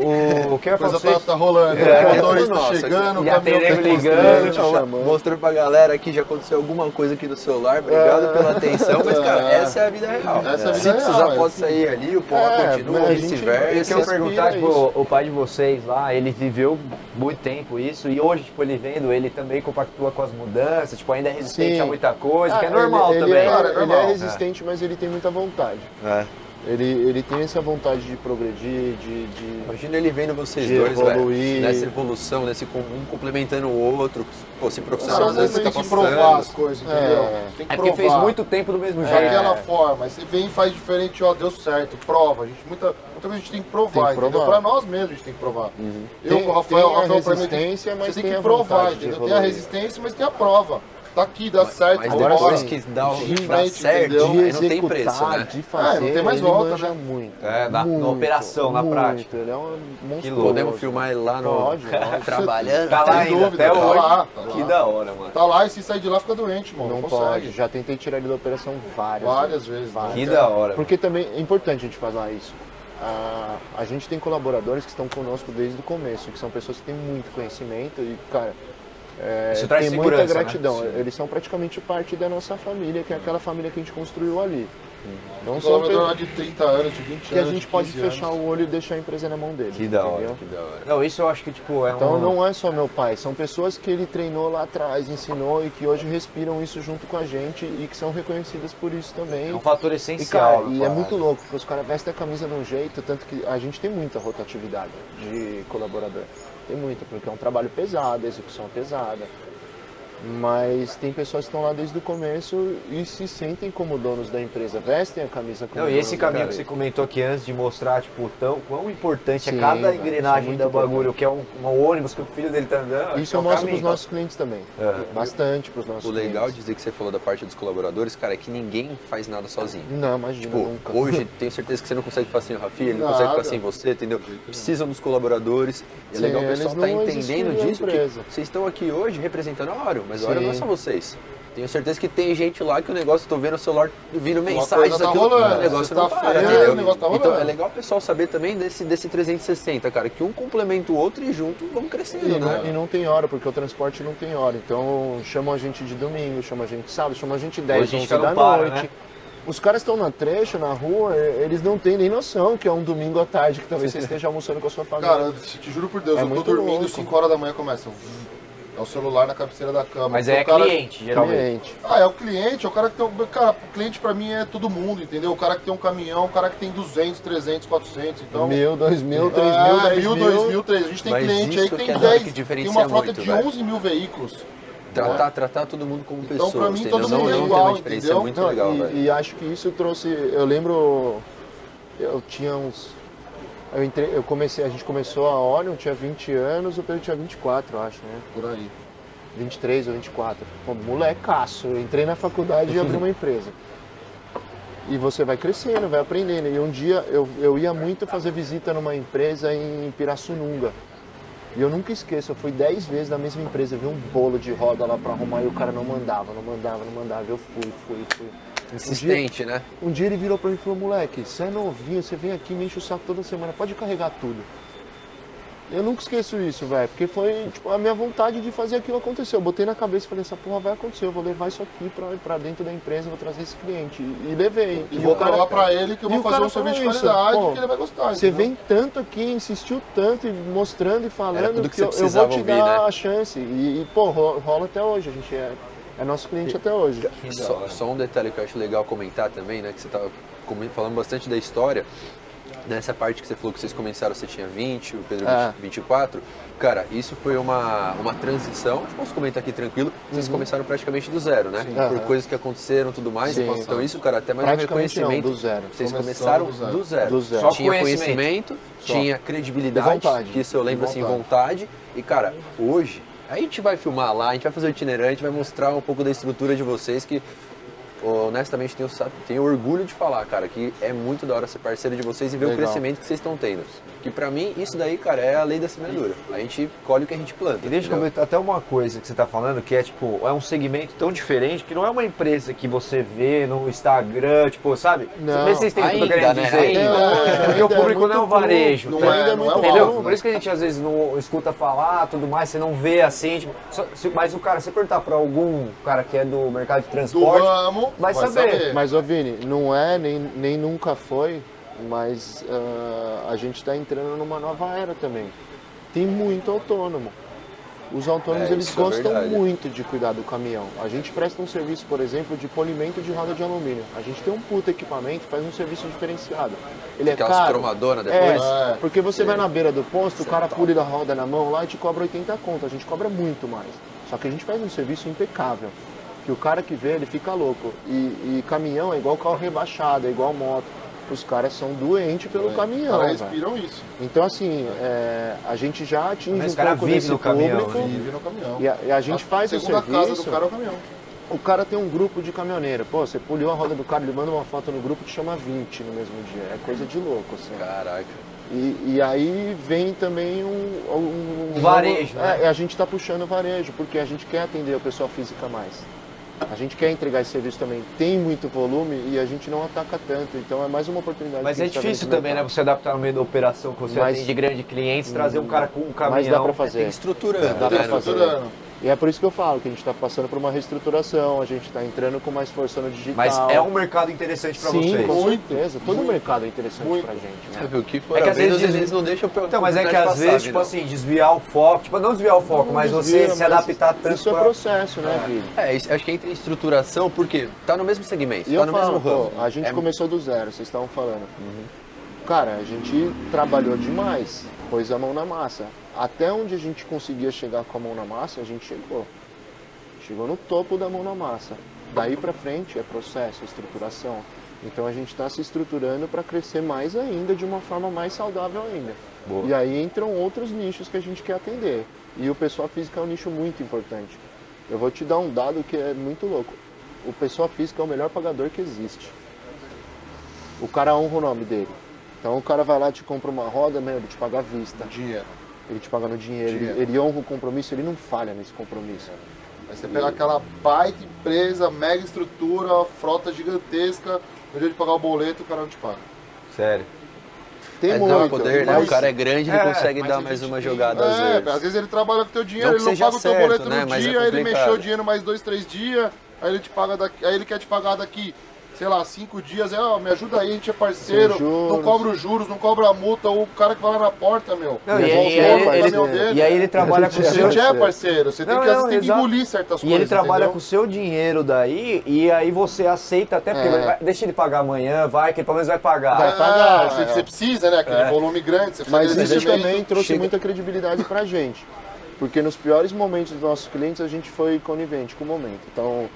[SPEAKER 2] o, o que eu ia
[SPEAKER 3] A coisa
[SPEAKER 2] falar pra
[SPEAKER 3] tá,
[SPEAKER 2] vocês...
[SPEAKER 3] tá rolando.
[SPEAKER 1] É,
[SPEAKER 3] o
[SPEAKER 1] é tudo
[SPEAKER 3] motorista
[SPEAKER 1] nosso
[SPEAKER 3] chegando, o
[SPEAKER 2] Já tem
[SPEAKER 3] caminhão tá
[SPEAKER 2] nego
[SPEAKER 3] encostando.
[SPEAKER 2] ligando.
[SPEAKER 1] Então, Mostrando pra galera aqui, já aconteceu alguma coisa aqui no celular. Obrigado pela atenção, mas, cara,
[SPEAKER 3] É.
[SPEAKER 1] essa é a vida real.
[SPEAKER 3] Essa é a
[SPEAKER 1] Se
[SPEAKER 3] vida
[SPEAKER 1] precisar,
[SPEAKER 3] real, é.
[SPEAKER 1] pode sair ali, o povo
[SPEAKER 3] É,
[SPEAKER 1] continua,
[SPEAKER 3] mas a gente-
[SPEAKER 2] Eu
[SPEAKER 5] é
[SPEAKER 1] vice-versa.
[SPEAKER 2] quero perguntar,
[SPEAKER 3] respira
[SPEAKER 2] tipo, o pai de vocês lá, ele viveu muito tempo isso, e hoje, tipo, ele vendo, ele também compactua com as mudanças, tipo, ainda é resistente
[SPEAKER 5] Sim.
[SPEAKER 2] a muita coisa, que é
[SPEAKER 5] Ah,
[SPEAKER 2] normal
[SPEAKER 5] ele,
[SPEAKER 2] também.
[SPEAKER 5] Ele é,
[SPEAKER 3] Claro, é
[SPEAKER 5] ele
[SPEAKER 3] normal.
[SPEAKER 5] é resistente, mas ele tem muita vontade.
[SPEAKER 1] É.
[SPEAKER 5] Ele, ele tem essa vontade de progredir, de. de...
[SPEAKER 1] Imagina ele vendo vocês
[SPEAKER 5] De
[SPEAKER 1] dois, velho,
[SPEAKER 5] evoluir.
[SPEAKER 1] nessa evolução, nesse com- um complementando o outro, pô, se
[SPEAKER 3] Cara, às
[SPEAKER 1] profissionalizando, tá
[SPEAKER 3] vezes
[SPEAKER 1] se
[SPEAKER 3] você tem que
[SPEAKER 1] capacitando.
[SPEAKER 3] provar as coisas, entendeu?
[SPEAKER 5] É.
[SPEAKER 3] Tem que
[SPEAKER 2] É porque
[SPEAKER 3] provar.
[SPEAKER 2] fez muito tempo do mesmo jeito.
[SPEAKER 3] Daquela forma. Aí Você vem e faz diferente, ó, deu certo, prova. A gente, muita, muita vez a gente tem que provar,
[SPEAKER 5] Tem que
[SPEAKER 3] entendeu?
[SPEAKER 5] provar. Uhum.
[SPEAKER 3] Pra nós mesmos a gente tem que provar. Eu
[SPEAKER 5] Tem-
[SPEAKER 3] com o Rafael,
[SPEAKER 5] tem a
[SPEAKER 3] o Rafael pra mim,
[SPEAKER 5] resistência, mas
[SPEAKER 3] você tem
[SPEAKER 5] tem
[SPEAKER 3] que
[SPEAKER 5] a
[SPEAKER 3] provar,
[SPEAKER 5] vontade de
[SPEAKER 3] entendeu? Tem a
[SPEAKER 5] evoluir.
[SPEAKER 3] resistência, mas tem a prova. Tá aqui, dá certo,
[SPEAKER 1] Mas
[SPEAKER 3] vambora. Tá
[SPEAKER 1] depois
[SPEAKER 5] sim.
[SPEAKER 1] que dá, o-
[SPEAKER 5] De
[SPEAKER 1] dá
[SPEAKER 3] frente,
[SPEAKER 1] certo,
[SPEAKER 3] entendeu?
[SPEAKER 1] aí
[SPEAKER 5] De
[SPEAKER 1] não tem preço,
[SPEAKER 5] executar,
[SPEAKER 1] né?
[SPEAKER 5] de fazer,
[SPEAKER 3] É, não tem mais
[SPEAKER 5] ele
[SPEAKER 3] volta,
[SPEAKER 5] manja
[SPEAKER 3] né?
[SPEAKER 5] muito.
[SPEAKER 2] É, na- na
[SPEAKER 5] muito,
[SPEAKER 2] operação, na
[SPEAKER 5] muito.
[SPEAKER 2] prática.
[SPEAKER 5] Ele é um monstro.
[SPEAKER 2] Que louco. um
[SPEAKER 1] Podemos filmar ele lá no...
[SPEAKER 5] Pode, pode.
[SPEAKER 1] Trabalhando.
[SPEAKER 2] Tá lá
[SPEAKER 3] Sem
[SPEAKER 2] ainda,
[SPEAKER 3] dúvida,
[SPEAKER 2] até
[SPEAKER 3] tá
[SPEAKER 2] hoje.
[SPEAKER 3] lá, tá
[SPEAKER 2] que
[SPEAKER 3] lá.
[SPEAKER 2] da hora, mano.
[SPEAKER 3] Tá lá e se sair de lá fica doente, mano.
[SPEAKER 5] Não
[SPEAKER 3] consegue. Um
[SPEAKER 5] pode. Já tentei tirar ele da operação várias,
[SPEAKER 3] Várias vezes. né?
[SPEAKER 2] Que da hora.
[SPEAKER 5] Porque também é importante a gente falar isso. A, a gente tem colaboradores que estão conosco desde o começo, que são pessoas que têm muito conhecimento e, cara, é,
[SPEAKER 2] Isso traz
[SPEAKER 5] tem muita
[SPEAKER 2] segurança, né?
[SPEAKER 5] gratidão.
[SPEAKER 2] Sim.
[SPEAKER 5] Eles são praticamente parte da nossa família, que é aquela família que a gente construiu ali. Então
[SPEAKER 3] Um
[SPEAKER 5] são
[SPEAKER 3] colaborador
[SPEAKER 5] pessoas
[SPEAKER 3] lá de 30 anos, de 20
[SPEAKER 5] que a
[SPEAKER 3] anos.
[SPEAKER 5] gente
[SPEAKER 3] de
[SPEAKER 5] pode
[SPEAKER 3] 15 anos.
[SPEAKER 5] fechar um o olho e deixar a empresa na mão dele.
[SPEAKER 2] Que da hora,
[SPEAKER 5] entendeu?
[SPEAKER 1] Que da hora.
[SPEAKER 2] Não, isso eu acho que, tipo, é um...
[SPEAKER 5] Então não é só meu pai, são pessoas que ele treinou lá atrás, ensinou e que hoje respiram isso junto com a gente e que são reconhecidas por isso também.
[SPEAKER 2] É um fator
[SPEAKER 5] E, cara,
[SPEAKER 2] essencial. na
[SPEAKER 5] e é
[SPEAKER 2] parada.
[SPEAKER 5] muito louco, porque os caras vestem a camisa de um jeito, tanto que a gente tem muita rotatividade de colaborador. Tem muita, porque é um trabalho pesado, a execução é pesada. Mas tem pessoas que estão lá desde o começo e se sentem como donos da empresa, vestem a camisa como
[SPEAKER 2] Não, e
[SPEAKER 5] donos
[SPEAKER 2] esse
[SPEAKER 5] da
[SPEAKER 2] caminho que você
[SPEAKER 5] empresa.
[SPEAKER 2] comentou aqui antes de mostrar, tipo, tão, quão importante é
[SPEAKER 5] Sim,
[SPEAKER 2] cada
[SPEAKER 5] velho, isso é
[SPEAKER 2] engrenagem
[SPEAKER 5] muito
[SPEAKER 2] do bagulho, que é um, um ônibus que o filho dele tá andando. é
[SPEAKER 5] Isso eu
[SPEAKER 2] um
[SPEAKER 5] mostro para
[SPEAKER 2] caminho.
[SPEAKER 5] os nossos clientes também.
[SPEAKER 2] É.
[SPEAKER 5] Bastante para os nossos
[SPEAKER 1] O
[SPEAKER 5] clientes.
[SPEAKER 1] legal de dizer que você falou da parte dos colaboradores, cara, é que ninguém faz nada sozinho.
[SPEAKER 5] Não, imagina,
[SPEAKER 1] Tipo,
[SPEAKER 5] nunca.
[SPEAKER 1] hoje tenho certeza que você não consegue ficar sem o Rafinha, ele não
[SPEAKER 3] Nada.
[SPEAKER 1] consegue ficar sem você, entendeu? Precisam dos colaboradores. E é
[SPEAKER 5] Sim,
[SPEAKER 1] legal o
[SPEAKER 5] eles
[SPEAKER 1] pessoal
[SPEAKER 5] não
[SPEAKER 1] tá
[SPEAKER 5] existiriam
[SPEAKER 1] entendendo
[SPEAKER 5] na
[SPEAKER 1] disso, porque
[SPEAKER 5] empresa.
[SPEAKER 1] vocês estão aqui hoje representando a Oro, mas a
[SPEAKER 5] Sim.
[SPEAKER 1] Oro não é só vocês. Tenho certeza que tem gente lá que o negócio, tô vendo o celular vindo mensagens,
[SPEAKER 3] coisa tá
[SPEAKER 1] aquilo,
[SPEAKER 3] rolando,
[SPEAKER 1] o negócio
[SPEAKER 3] você
[SPEAKER 1] não
[SPEAKER 3] tá
[SPEAKER 1] para,
[SPEAKER 3] ferrando,
[SPEAKER 1] entendeu?
[SPEAKER 3] o negócio tá
[SPEAKER 1] então
[SPEAKER 3] rolando.
[SPEAKER 1] é legal o pessoal saber também desse, desse 360, cara, que um complementa o outro e junto vão crescendo,
[SPEAKER 5] E
[SPEAKER 1] né?
[SPEAKER 5] não, e não tem hora, porque o transporte não tem hora. Então chamam a gente de domingo, chamam a gente de sábado, chamam a gente de 10,
[SPEAKER 2] Hoje a gente
[SPEAKER 5] 11 da
[SPEAKER 2] não para,
[SPEAKER 5] noite.
[SPEAKER 2] né?
[SPEAKER 5] Os caras estão na trecha, na rua, e- eles não têm nem noção que é um domingo à tarde, que talvez você esteja almoçando com a sua família.
[SPEAKER 3] Cara, eu te te juro por Deus,
[SPEAKER 5] É
[SPEAKER 3] eu tô
[SPEAKER 5] muito
[SPEAKER 3] dormindo,
[SPEAKER 5] louco.
[SPEAKER 3] 5 horas da manhã começa. É o celular na cabeceira da cama.
[SPEAKER 2] Mas
[SPEAKER 3] Então
[SPEAKER 2] é
[SPEAKER 3] o cara-
[SPEAKER 2] cliente, geralmente.
[SPEAKER 5] Cliente.
[SPEAKER 3] Ah, é o cliente, é o cara que tem. um- Cara, o cliente pra mim é todo mundo, entendeu? O cara que tem um caminhão, o cara que tem 200, 300, 400, então.
[SPEAKER 5] Mil, dois mil, três mil,
[SPEAKER 3] É,
[SPEAKER 5] dez
[SPEAKER 3] mil,
[SPEAKER 5] mil.
[SPEAKER 3] dois mil, três. A gente tem
[SPEAKER 1] Mas
[SPEAKER 3] cliente aí
[SPEAKER 1] isso
[SPEAKER 3] que
[SPEAKER 1] que é
[SPEAKER 3] tem
[SPEAKER 1] da hora,
[SPEAKER 3] 10.
[SPEAKER 1] que
[SPEAKER 3] Tem
[SPEAKER 1] diferencia
[SPEAKER 3] uma frota
[SPEAKER 1] muito,
[SPEAKER 3] de
[SPEAKER 1] velho.
[SPEAKER 3] 11 mil veículos.
[SPEAKER 1] Tratar, tratar todo mundo como
[SPEAKER 3] Então,
[SPEAKER 1] pessoa.
[SPEAKER 3] pra mim, todo
[SPEAKER 1] não,
[SPEAKER 3] mundo é
[SPEAKER 1] não tem
[SPEAKER 3] igual,
[SPEAKER 1] uma diferença,
[SPEAKER 3] entendeu?
[SPEAKER 1] é muito
[SPEAKER 5] Não,
[SPEAKER 1] legal,
[SPEAKER 5] e-
[SPEAKER 1] velho.
[SPEAKER 5] e, acho que isso trouxe. Eu lembro. Eu tinha uns. Eu, entrei, eu comecei, a gente começou a Orion, tinha 20 anos, o Pedro tinha 24, eu acho, né?
[SPEAKER 3] Por aí.
[SPEAKER 5] 23 ou 24. Pô, molecaço, eu entrei na faculdade e abri uma empresa. E você vai crescendo, vai aprendendo. E um dia eu, eu ia muito fazer visita numa empresa em Pirassununga. E eu nunca esqueço, eu fui 10 vezes na mesma empresa, eu vi um bolo de roda lá pra arrumar e o cara não mandava, não mandava, não mandava. Eu fui, fui, fui. Um dia,
[SPEAKER 1] Insistente, né?
[SPEAKER 5] um dia ele virou pra mim e falou, moleque, você é novinho, você vem aqui, me enche o saco toda semana, pode carregar tudo. Eu nunca esqueço isso, velho, porque foi tipo, a minha vontade de fazer aquilo acontecer. Eu botei na cabeça e falei, essa porra vai acontecer, eu vou levar isso aqui pra, pra dentro da empresa, vou trazer esse cliente. E, e levei.
[SPEAKER 3] E
[SPEAKER 5] o
[SPEAKER 3] vou
[SPEAKER 5] cara-
[SPEAKER 3] falar pra ele que eu
[SPEAKER 5] e
[SPEAKER 3] vou
[SPEAKER 5] o
[SPEAKER 3] fazer
[SPEAKER 5] cara
[SPEAKER 3] um serviço de
[SPEAKER 5] falou isso,
[SPEAKER 3] qualidade
[SPEAKER 5] pô,
[SPEAKER 3] que ele vai gostar.
[SPEAKER 5] Você
[SPEAKER 3] entendeu?
[SPEAKER 5] vem tanto aqui, insistiu tanto, e mostrando e
[SPEAKER 1] Era
[SPEAKER 5] falando
[SPEAKER 1] tudo que
[SPEAKER 5] que,
[SPEAKER 1] você
[SPEAKER 5] eu, eu vou
[SPEAKER 1] precisava
[SPEAKER 5] te
[SPEAKER 1] ouvir,
[SPEAKER 5] dar
[SPEAKER 1] né?
[SPEAKER 5] a chance. E, e, pô, ro- rola até hoje, a gente é, é nosso cliente até hoje.
[SPEAKER 1] né, tá Só, só um detalhe que eu acho legal comentar também, né? Que você tava comen- falando bastante da história. nessa parte que você falou que vocês começaram, você tinha 20, o Pedro
[SPEAKER 5] É.
[SPEAKER 1] 20, 24. Cara, isso foi uma, uma transição. Eu Posso comentar aqui tranquilo? Vocês começaram praticamente do zero, né? Por
[SPEAKER 5] Uhum. Aham.
[SPEAKER 1] coisas que aconteceram e tudo mais.
[SPEAKER 5] Sim.
[SPEAKER 1] Então isso, cara, até mais um
[SPEAKER 5] Praticamente não,
[SPEAKER 1] reconhecimento.
[SPEAKER 5] do zero.
[SPEAKER 1] Vocês começaram
[SPEAKER 3] Começamos
[SPEAKER 1] do zero.
[SPEAKER 3] do
[SPEAKER 5] Do zero.
[SPEAKER 1] Só
[SPEAKER 5] Só
[SPEAKER 1] tinha conhecimento,
[SPEAKER 2] conhecimento.
[SPEAKER 1] tinha credibilidade,
[SPEAKER 5] E vontade.
[SPEAKER 1] que isso eu lembro
[SPEAKER 3] E
[SPEAKER 1] assim, vontade. E cara, hoje, a gente vai filmar lá, a gente vai fazer o itinerante, vai mostrar um pouco da estrutura de vocês que honestamente tenho, sa- tenho orgulho de falar, cara, que é muito da hora ser parceiro de vocês e ver o
[SPEAKER 5] Legal.
[SPEAKER 1] crescimento que vocês estão tendo. Que pra mim, isso daí, cara, é a lei da semeadura. A gente colhe o que a gente planta.
[SPEAKER 2] E deixa eu
[SPEAKER 1] entendeu?
[SPEAKER 2] comentar até uma coisa que você tá falando, que é tipo, é um segmento tão diferente que não é uma empresa que você vê no Instagram, tipo, sabe?
[SPEAKER 5] Não,
[SPEAKER 2] Mas vocês têm o que eu tô
[SPEAKER 1] ainda,
[SPEAKER 2] querendo
[SPEAKER 1] né?
[SPEAKER 2] dizer.
[SPEAKER 1] Ainda.
[SPEAKER 3] É,
[SPEAKER 2] Porque o
[SPEAKER 3] ainda é
[SPEAKER 2] público não é o
[SPEAKER 3] muito cru,
[SPEAKER 2] varejo.
[SPEAKER 3] não
[SPEAKER 2] tá?
[SPEAKER 3] é- não é o
[SPEAKER 2] Entendeu?
[SPEAKER 3] alvo,
[SPEAKER 2] Por
[SPEAKER 3] né?
[SPEAKER 2] isso que a gente às vezes não escuta falar, tudo mais, você não vê assim, tipo, só- se- mas o cara, se você perguntar pra algum cara que é do mercado de
[SPEAKER 3] Do
[SPEAKER 2] transporte,
[SPEAKER 3] ramo,
[SPEAKER 2] vai saber.
[SPEAKER 1] É.
[SPEAKER 5] Mas, ô Vini, não é, nem, nem nunca foi, mas ah, a gente está entrando numa nova era também. Tem muito autônomo. Os autônomos,
[SPEAKER 1] É,
[SPEAKER 5] eles
[SPEAKER 1] isso é
[SPEAKER 5] gostam
[SPEAKER 1] verdade.
[SPEAKER 5] muito de cuidar do caminhão. A gente presta um serviço, por exemplo, de polimento de roda de alumínio. A gente tem um puta equipamento, faz um serviço diferenciado. Ele é
[SPEAKER 1] Aquelas
[SPEAKER 5] caro,
[SPEAKER 1] cromadonas
[SPEAKER 5] é,
[SPEAKER 1] depois.
[SPEAKER 3] É.
[SPEAKER 5] porque você vai na beira do posto, o cara pule da roda na mão lá e te cobra 80 conto. A gente cobra muito mais. Só que a gente faz um serviço impecável. Que o cara que vê, ele fica louco. E, e caminhão é igual carro rebaixado, é igual moto. Os caras são doentes pelo caminhão.
[SPEAKER 3] Eles
[SPEAKER 5] velho.
[SPEAKER 3] respiram isso.
[SPEAKER 5] Então, assim, é, a gente já atinge
[SPEAKER 2] Mas
[SPEAKER 5] um
[SPEAKER 2] o cara
[SPEAKER 5] pouco
[SPEAKER 2] vive
[SPEAKER 5] desse
[SPEAKER 2] no caminhão,
[SPEAKER 5] público.
[SPEAKER 2] né?
[SPEAKER 3] Vive no caminhão.
[SPEAKER 5] E a, e a gente faz o
[SPEAKER 3] segunda
[SPEAKER 5] serviço.
[SPEAKER 3] casa do cara é o caminhão.
[SPEAKER 5] O cara tem um grupo de caminhoneiro. Pô, você poliu a roda do cara, ele manda uma foto no grupo, te chama 20 no mesmo dia. É coisa de louco, assim.
[SPEAKER 1] Caraca.
[SPEAKER 5] E, e aí vem também um, um- um-
[SPEAKER 2] Um varejo, né?
[SPEAKER 5] É, a gente está puxando o varejo, porque a gente quer atender a pessoa física mais. A gente quer entregar esse serviço também. Tem muito volume e a gente não ataca tanto. Então é mais uma oportunidade.
[SPEAKER 2] mas
[SPEAKER 5] que
[SPEAKER 2] é
[SPEAKER 5] a gente tá vendo
[SPEAKER 2] difícil
[SPEAKER 5] no
[SPEAKER 2] também, né?
[SPEAKER 5] mercado.
[SPEAKER 2] Você adaptar no meio da operação que você
[SPEAKER 5] Mas-
[SPEAKER 2] atende grandes clientes, trazer um cara com um caminhão.
[SPEAKER 5] Mas dá para
[SPEAKER 1] Tem
[SPEAKER 5] fazer.
[SPEAKER 1] estruturando,
[SPEAKER 5] Dá
[SPEAKER 1] né?
[SPEAKER 5] pra fazer.
[SPEAKER 3] Estruturando.
[SPEAKER 5] E é por isso que eu falo que a gente está passando por uma reestruturação, a gente está entrando com mais força no digital.
[SPEAKER 2] Mas é um mercado interessante pra
[SPEAKER 5] Tá. Sim,
[SPEAKER 2] vocês.
[SPEAKER 5] com
[SPEAKER 3] Muito,
[SPEAKER 5] certeza. Todo
[SPEAKER 3] muito,
[SPEAKER 5] mercado é interessante
[SPEAKER 3] muito.
[SPEAKER 5] para gente. Né?
[SPEAKER 1] Sabe o que for?
[SPEAKER 2] É que às
[SPEAKER 1] menos,
[SPEAKER 2] vezes
[SPEAKER 1] eles
[SPEAKER 2] eles-
[SPEAKER 1] não deixam pela
[SPEAKER 2] Então, mas é que
[SPEAKER 1] oportunidade
[SPEAKER 2] às
[SPEAKER 1] passar,
[SPEAKER 2] vezes,
[SPEAKER 1] né,
[SPEAKER 2] tipo
[SPEAKER 1] não?
[SPEAKER 2] assim, desviar o foco, tipo, não desviar o foco, mas você
[SPEAKER 5] Desvia,
[SPEAKER 2] se
[SPEAKER 5] mas
[SPEAKER 2] adaptar tanto
[SPEAKER 5] Isso é
[SPEAKER 2] pra-
[SPEAKER 5] processo, né, Vini?
[SPEAKER 1] É, isso- acho que entra em estruturação, porque tá no mesmo segmento,
[SPEAKER 5] E
[SPEAKER 1] tá
[SPEAKER 5] eu
[SPEAKER 1] no
[SPEAKER 5] falo,
[SPEAKER 1] mesmo ramo.
[SPEAKER 5] pô, a gente
[SPEAKER 1] É Uhum.
[SPEAKER 5] começou do zero, vocês estavam falando. Cara, a gente trabalhou demais, pôs a mão na massa. Até onde a gente conseguia chegar com a mão na massa, a gente chegou. Chegou no topo da mão na massa. Daí pra frente é processo, estruturação. Então a gente está se estruturando para crescer mais ainda, de uma forma mais saudável ainda. E aí entram outros nichos que a gente quer atender. E o pessoal físico é um nicho muito importante. Eu vou te dar um dado que é muito louco. O pessoal físico é o melhor pagador que existe. O cara honra o nome dele. Então o cara vai lá, te compra uma roda, meu, ele te paga à vista.
[SPEAKER 3] Dinheiro.
[SPEAKER 5] Ele te paga no dinheiro,
[SPEAKER 3] Dinheiro.
[SPEAKER 5] Ele, ele honra o compromisso, ele não falha nesse compromisso.
[SPEAKER 3] Aí você pega aquela baita empresa, mega estrutura, frota gigantesca, no dia de pagar o boleto, o cara não te paga.
[SPEAKER 2] Sério.
[SPEAKER 5] Tem
[SPEAKER 1] é dar
[SPEAKER 5] muito,
[SPEAKER 1] poder, né?
[SPEAKER 5] mas
[SPEAKER 1] O cara é grande, ele
[SPEAKER 2] É,
[SPEAKER 1] consegue
[SPEAKER 4] mas
[SPEAKER 1] dar
[SPEAKER 4] a
[SPEAKER 1] mais
[SPEAKER 4] gente
[SPEAKER 1] uma
[SPEAKER 4] tem-
[SPEAKER 1] jogada às
[SPEAKER 3] É,
[SPEAKER 1] vezes.
[SPEAKER 3] às vezes ele trabalha com o teu dinheiro,
[SPEAKER 1] Não que
[SPEAKER 3] ele não
[SPEAKER 1] seja
[SPEAKER 3] paga o teu
[SPEAKER 1] certo,
[SPEAKER 3] boleto
[SPEAKER 1] né,
[SPEAKER 3] no
[SPEAKER 1] mas é
[SPEAKER 3] dia, ele
[SPEAKER 1] complicado.
[SPEAKER 3] mexeu o dinheiro mais dois, três dias, aí ele te paga daqui, aí ele quer te pagar daqui, sei lá, cinco dias, é, ó, me ajuda aí, a gente é parceiro,
[SPEAKER 5] Sem juros.
[SPEAKER 3] não cobra os juros, não cobra a multa, o cara que vai lá na porta, meu.
[SPEAKER 2] Não,
[SPEAKER 5] Mas
[SPEAKER 2] e,
[SPEAKER 5] é
[SPEAKER 2] aí- e
[SPEAKER 5] um
[SPEAKER 2] aí
[SPEAKER 5] pouco,
[SPEAKER 2] ele,
[SPEAKER 5] mas é um
[SPEAKER 3] dedo,
[SPEAKER 2] e aí ele
[SPEAKER 3] né?
[SPEAKER 2] trabalha com
[SPEAKER 5] A
[SPEAKER 2] o
[SPEAKER 3] A
[SPEAKER 5] gente
[SPEAKER 2] seu...
[SPEAKER 3] gente é parceiro, você tem
[SPEAKER 2] Não,
[SPEAKER 3] que, às vezes
[SPEAKER 2] não,
[SPEAKER 3] tem que
[SPEAKER 2] exato.
[SPEAKER 3] engolir certas
[SPEAKER 2] E
[SPEAKER 3] coisas.
[SPEAKER 2] ele trabalha
[SPEAKER 3] entendeu?
[SPEAKER 2] com o seu dinheiro daí, e aí você aceita até porque
[SPEAKER 5] É.
[SPEAKER 2] vai- deixa ele pagar amanhã, vai, que ele pelo menos vai pagar.
[SPEAKER 5] Vai.
[SPEAKER 3] É,
[SPEAKER 5] pagar,
[SPEAKER 3] você,
[SPEAKER 5] é.
[SPEAKER 3] você precisa, né? Aquele volume grande, você precisa
[SPEAKER 5] Mas
[SPEAKER 3] desse
[SPEAKER 5] isso
[SPEAKER 3] investimento.
[SPEAKER 5] também trouxe
[SPEAKER 1] chega-
[SPEAKER 5] muita credibilidade pra gente. Porque nos piores momentos dos nossos clientes a gente foi conivente com o momento. Então,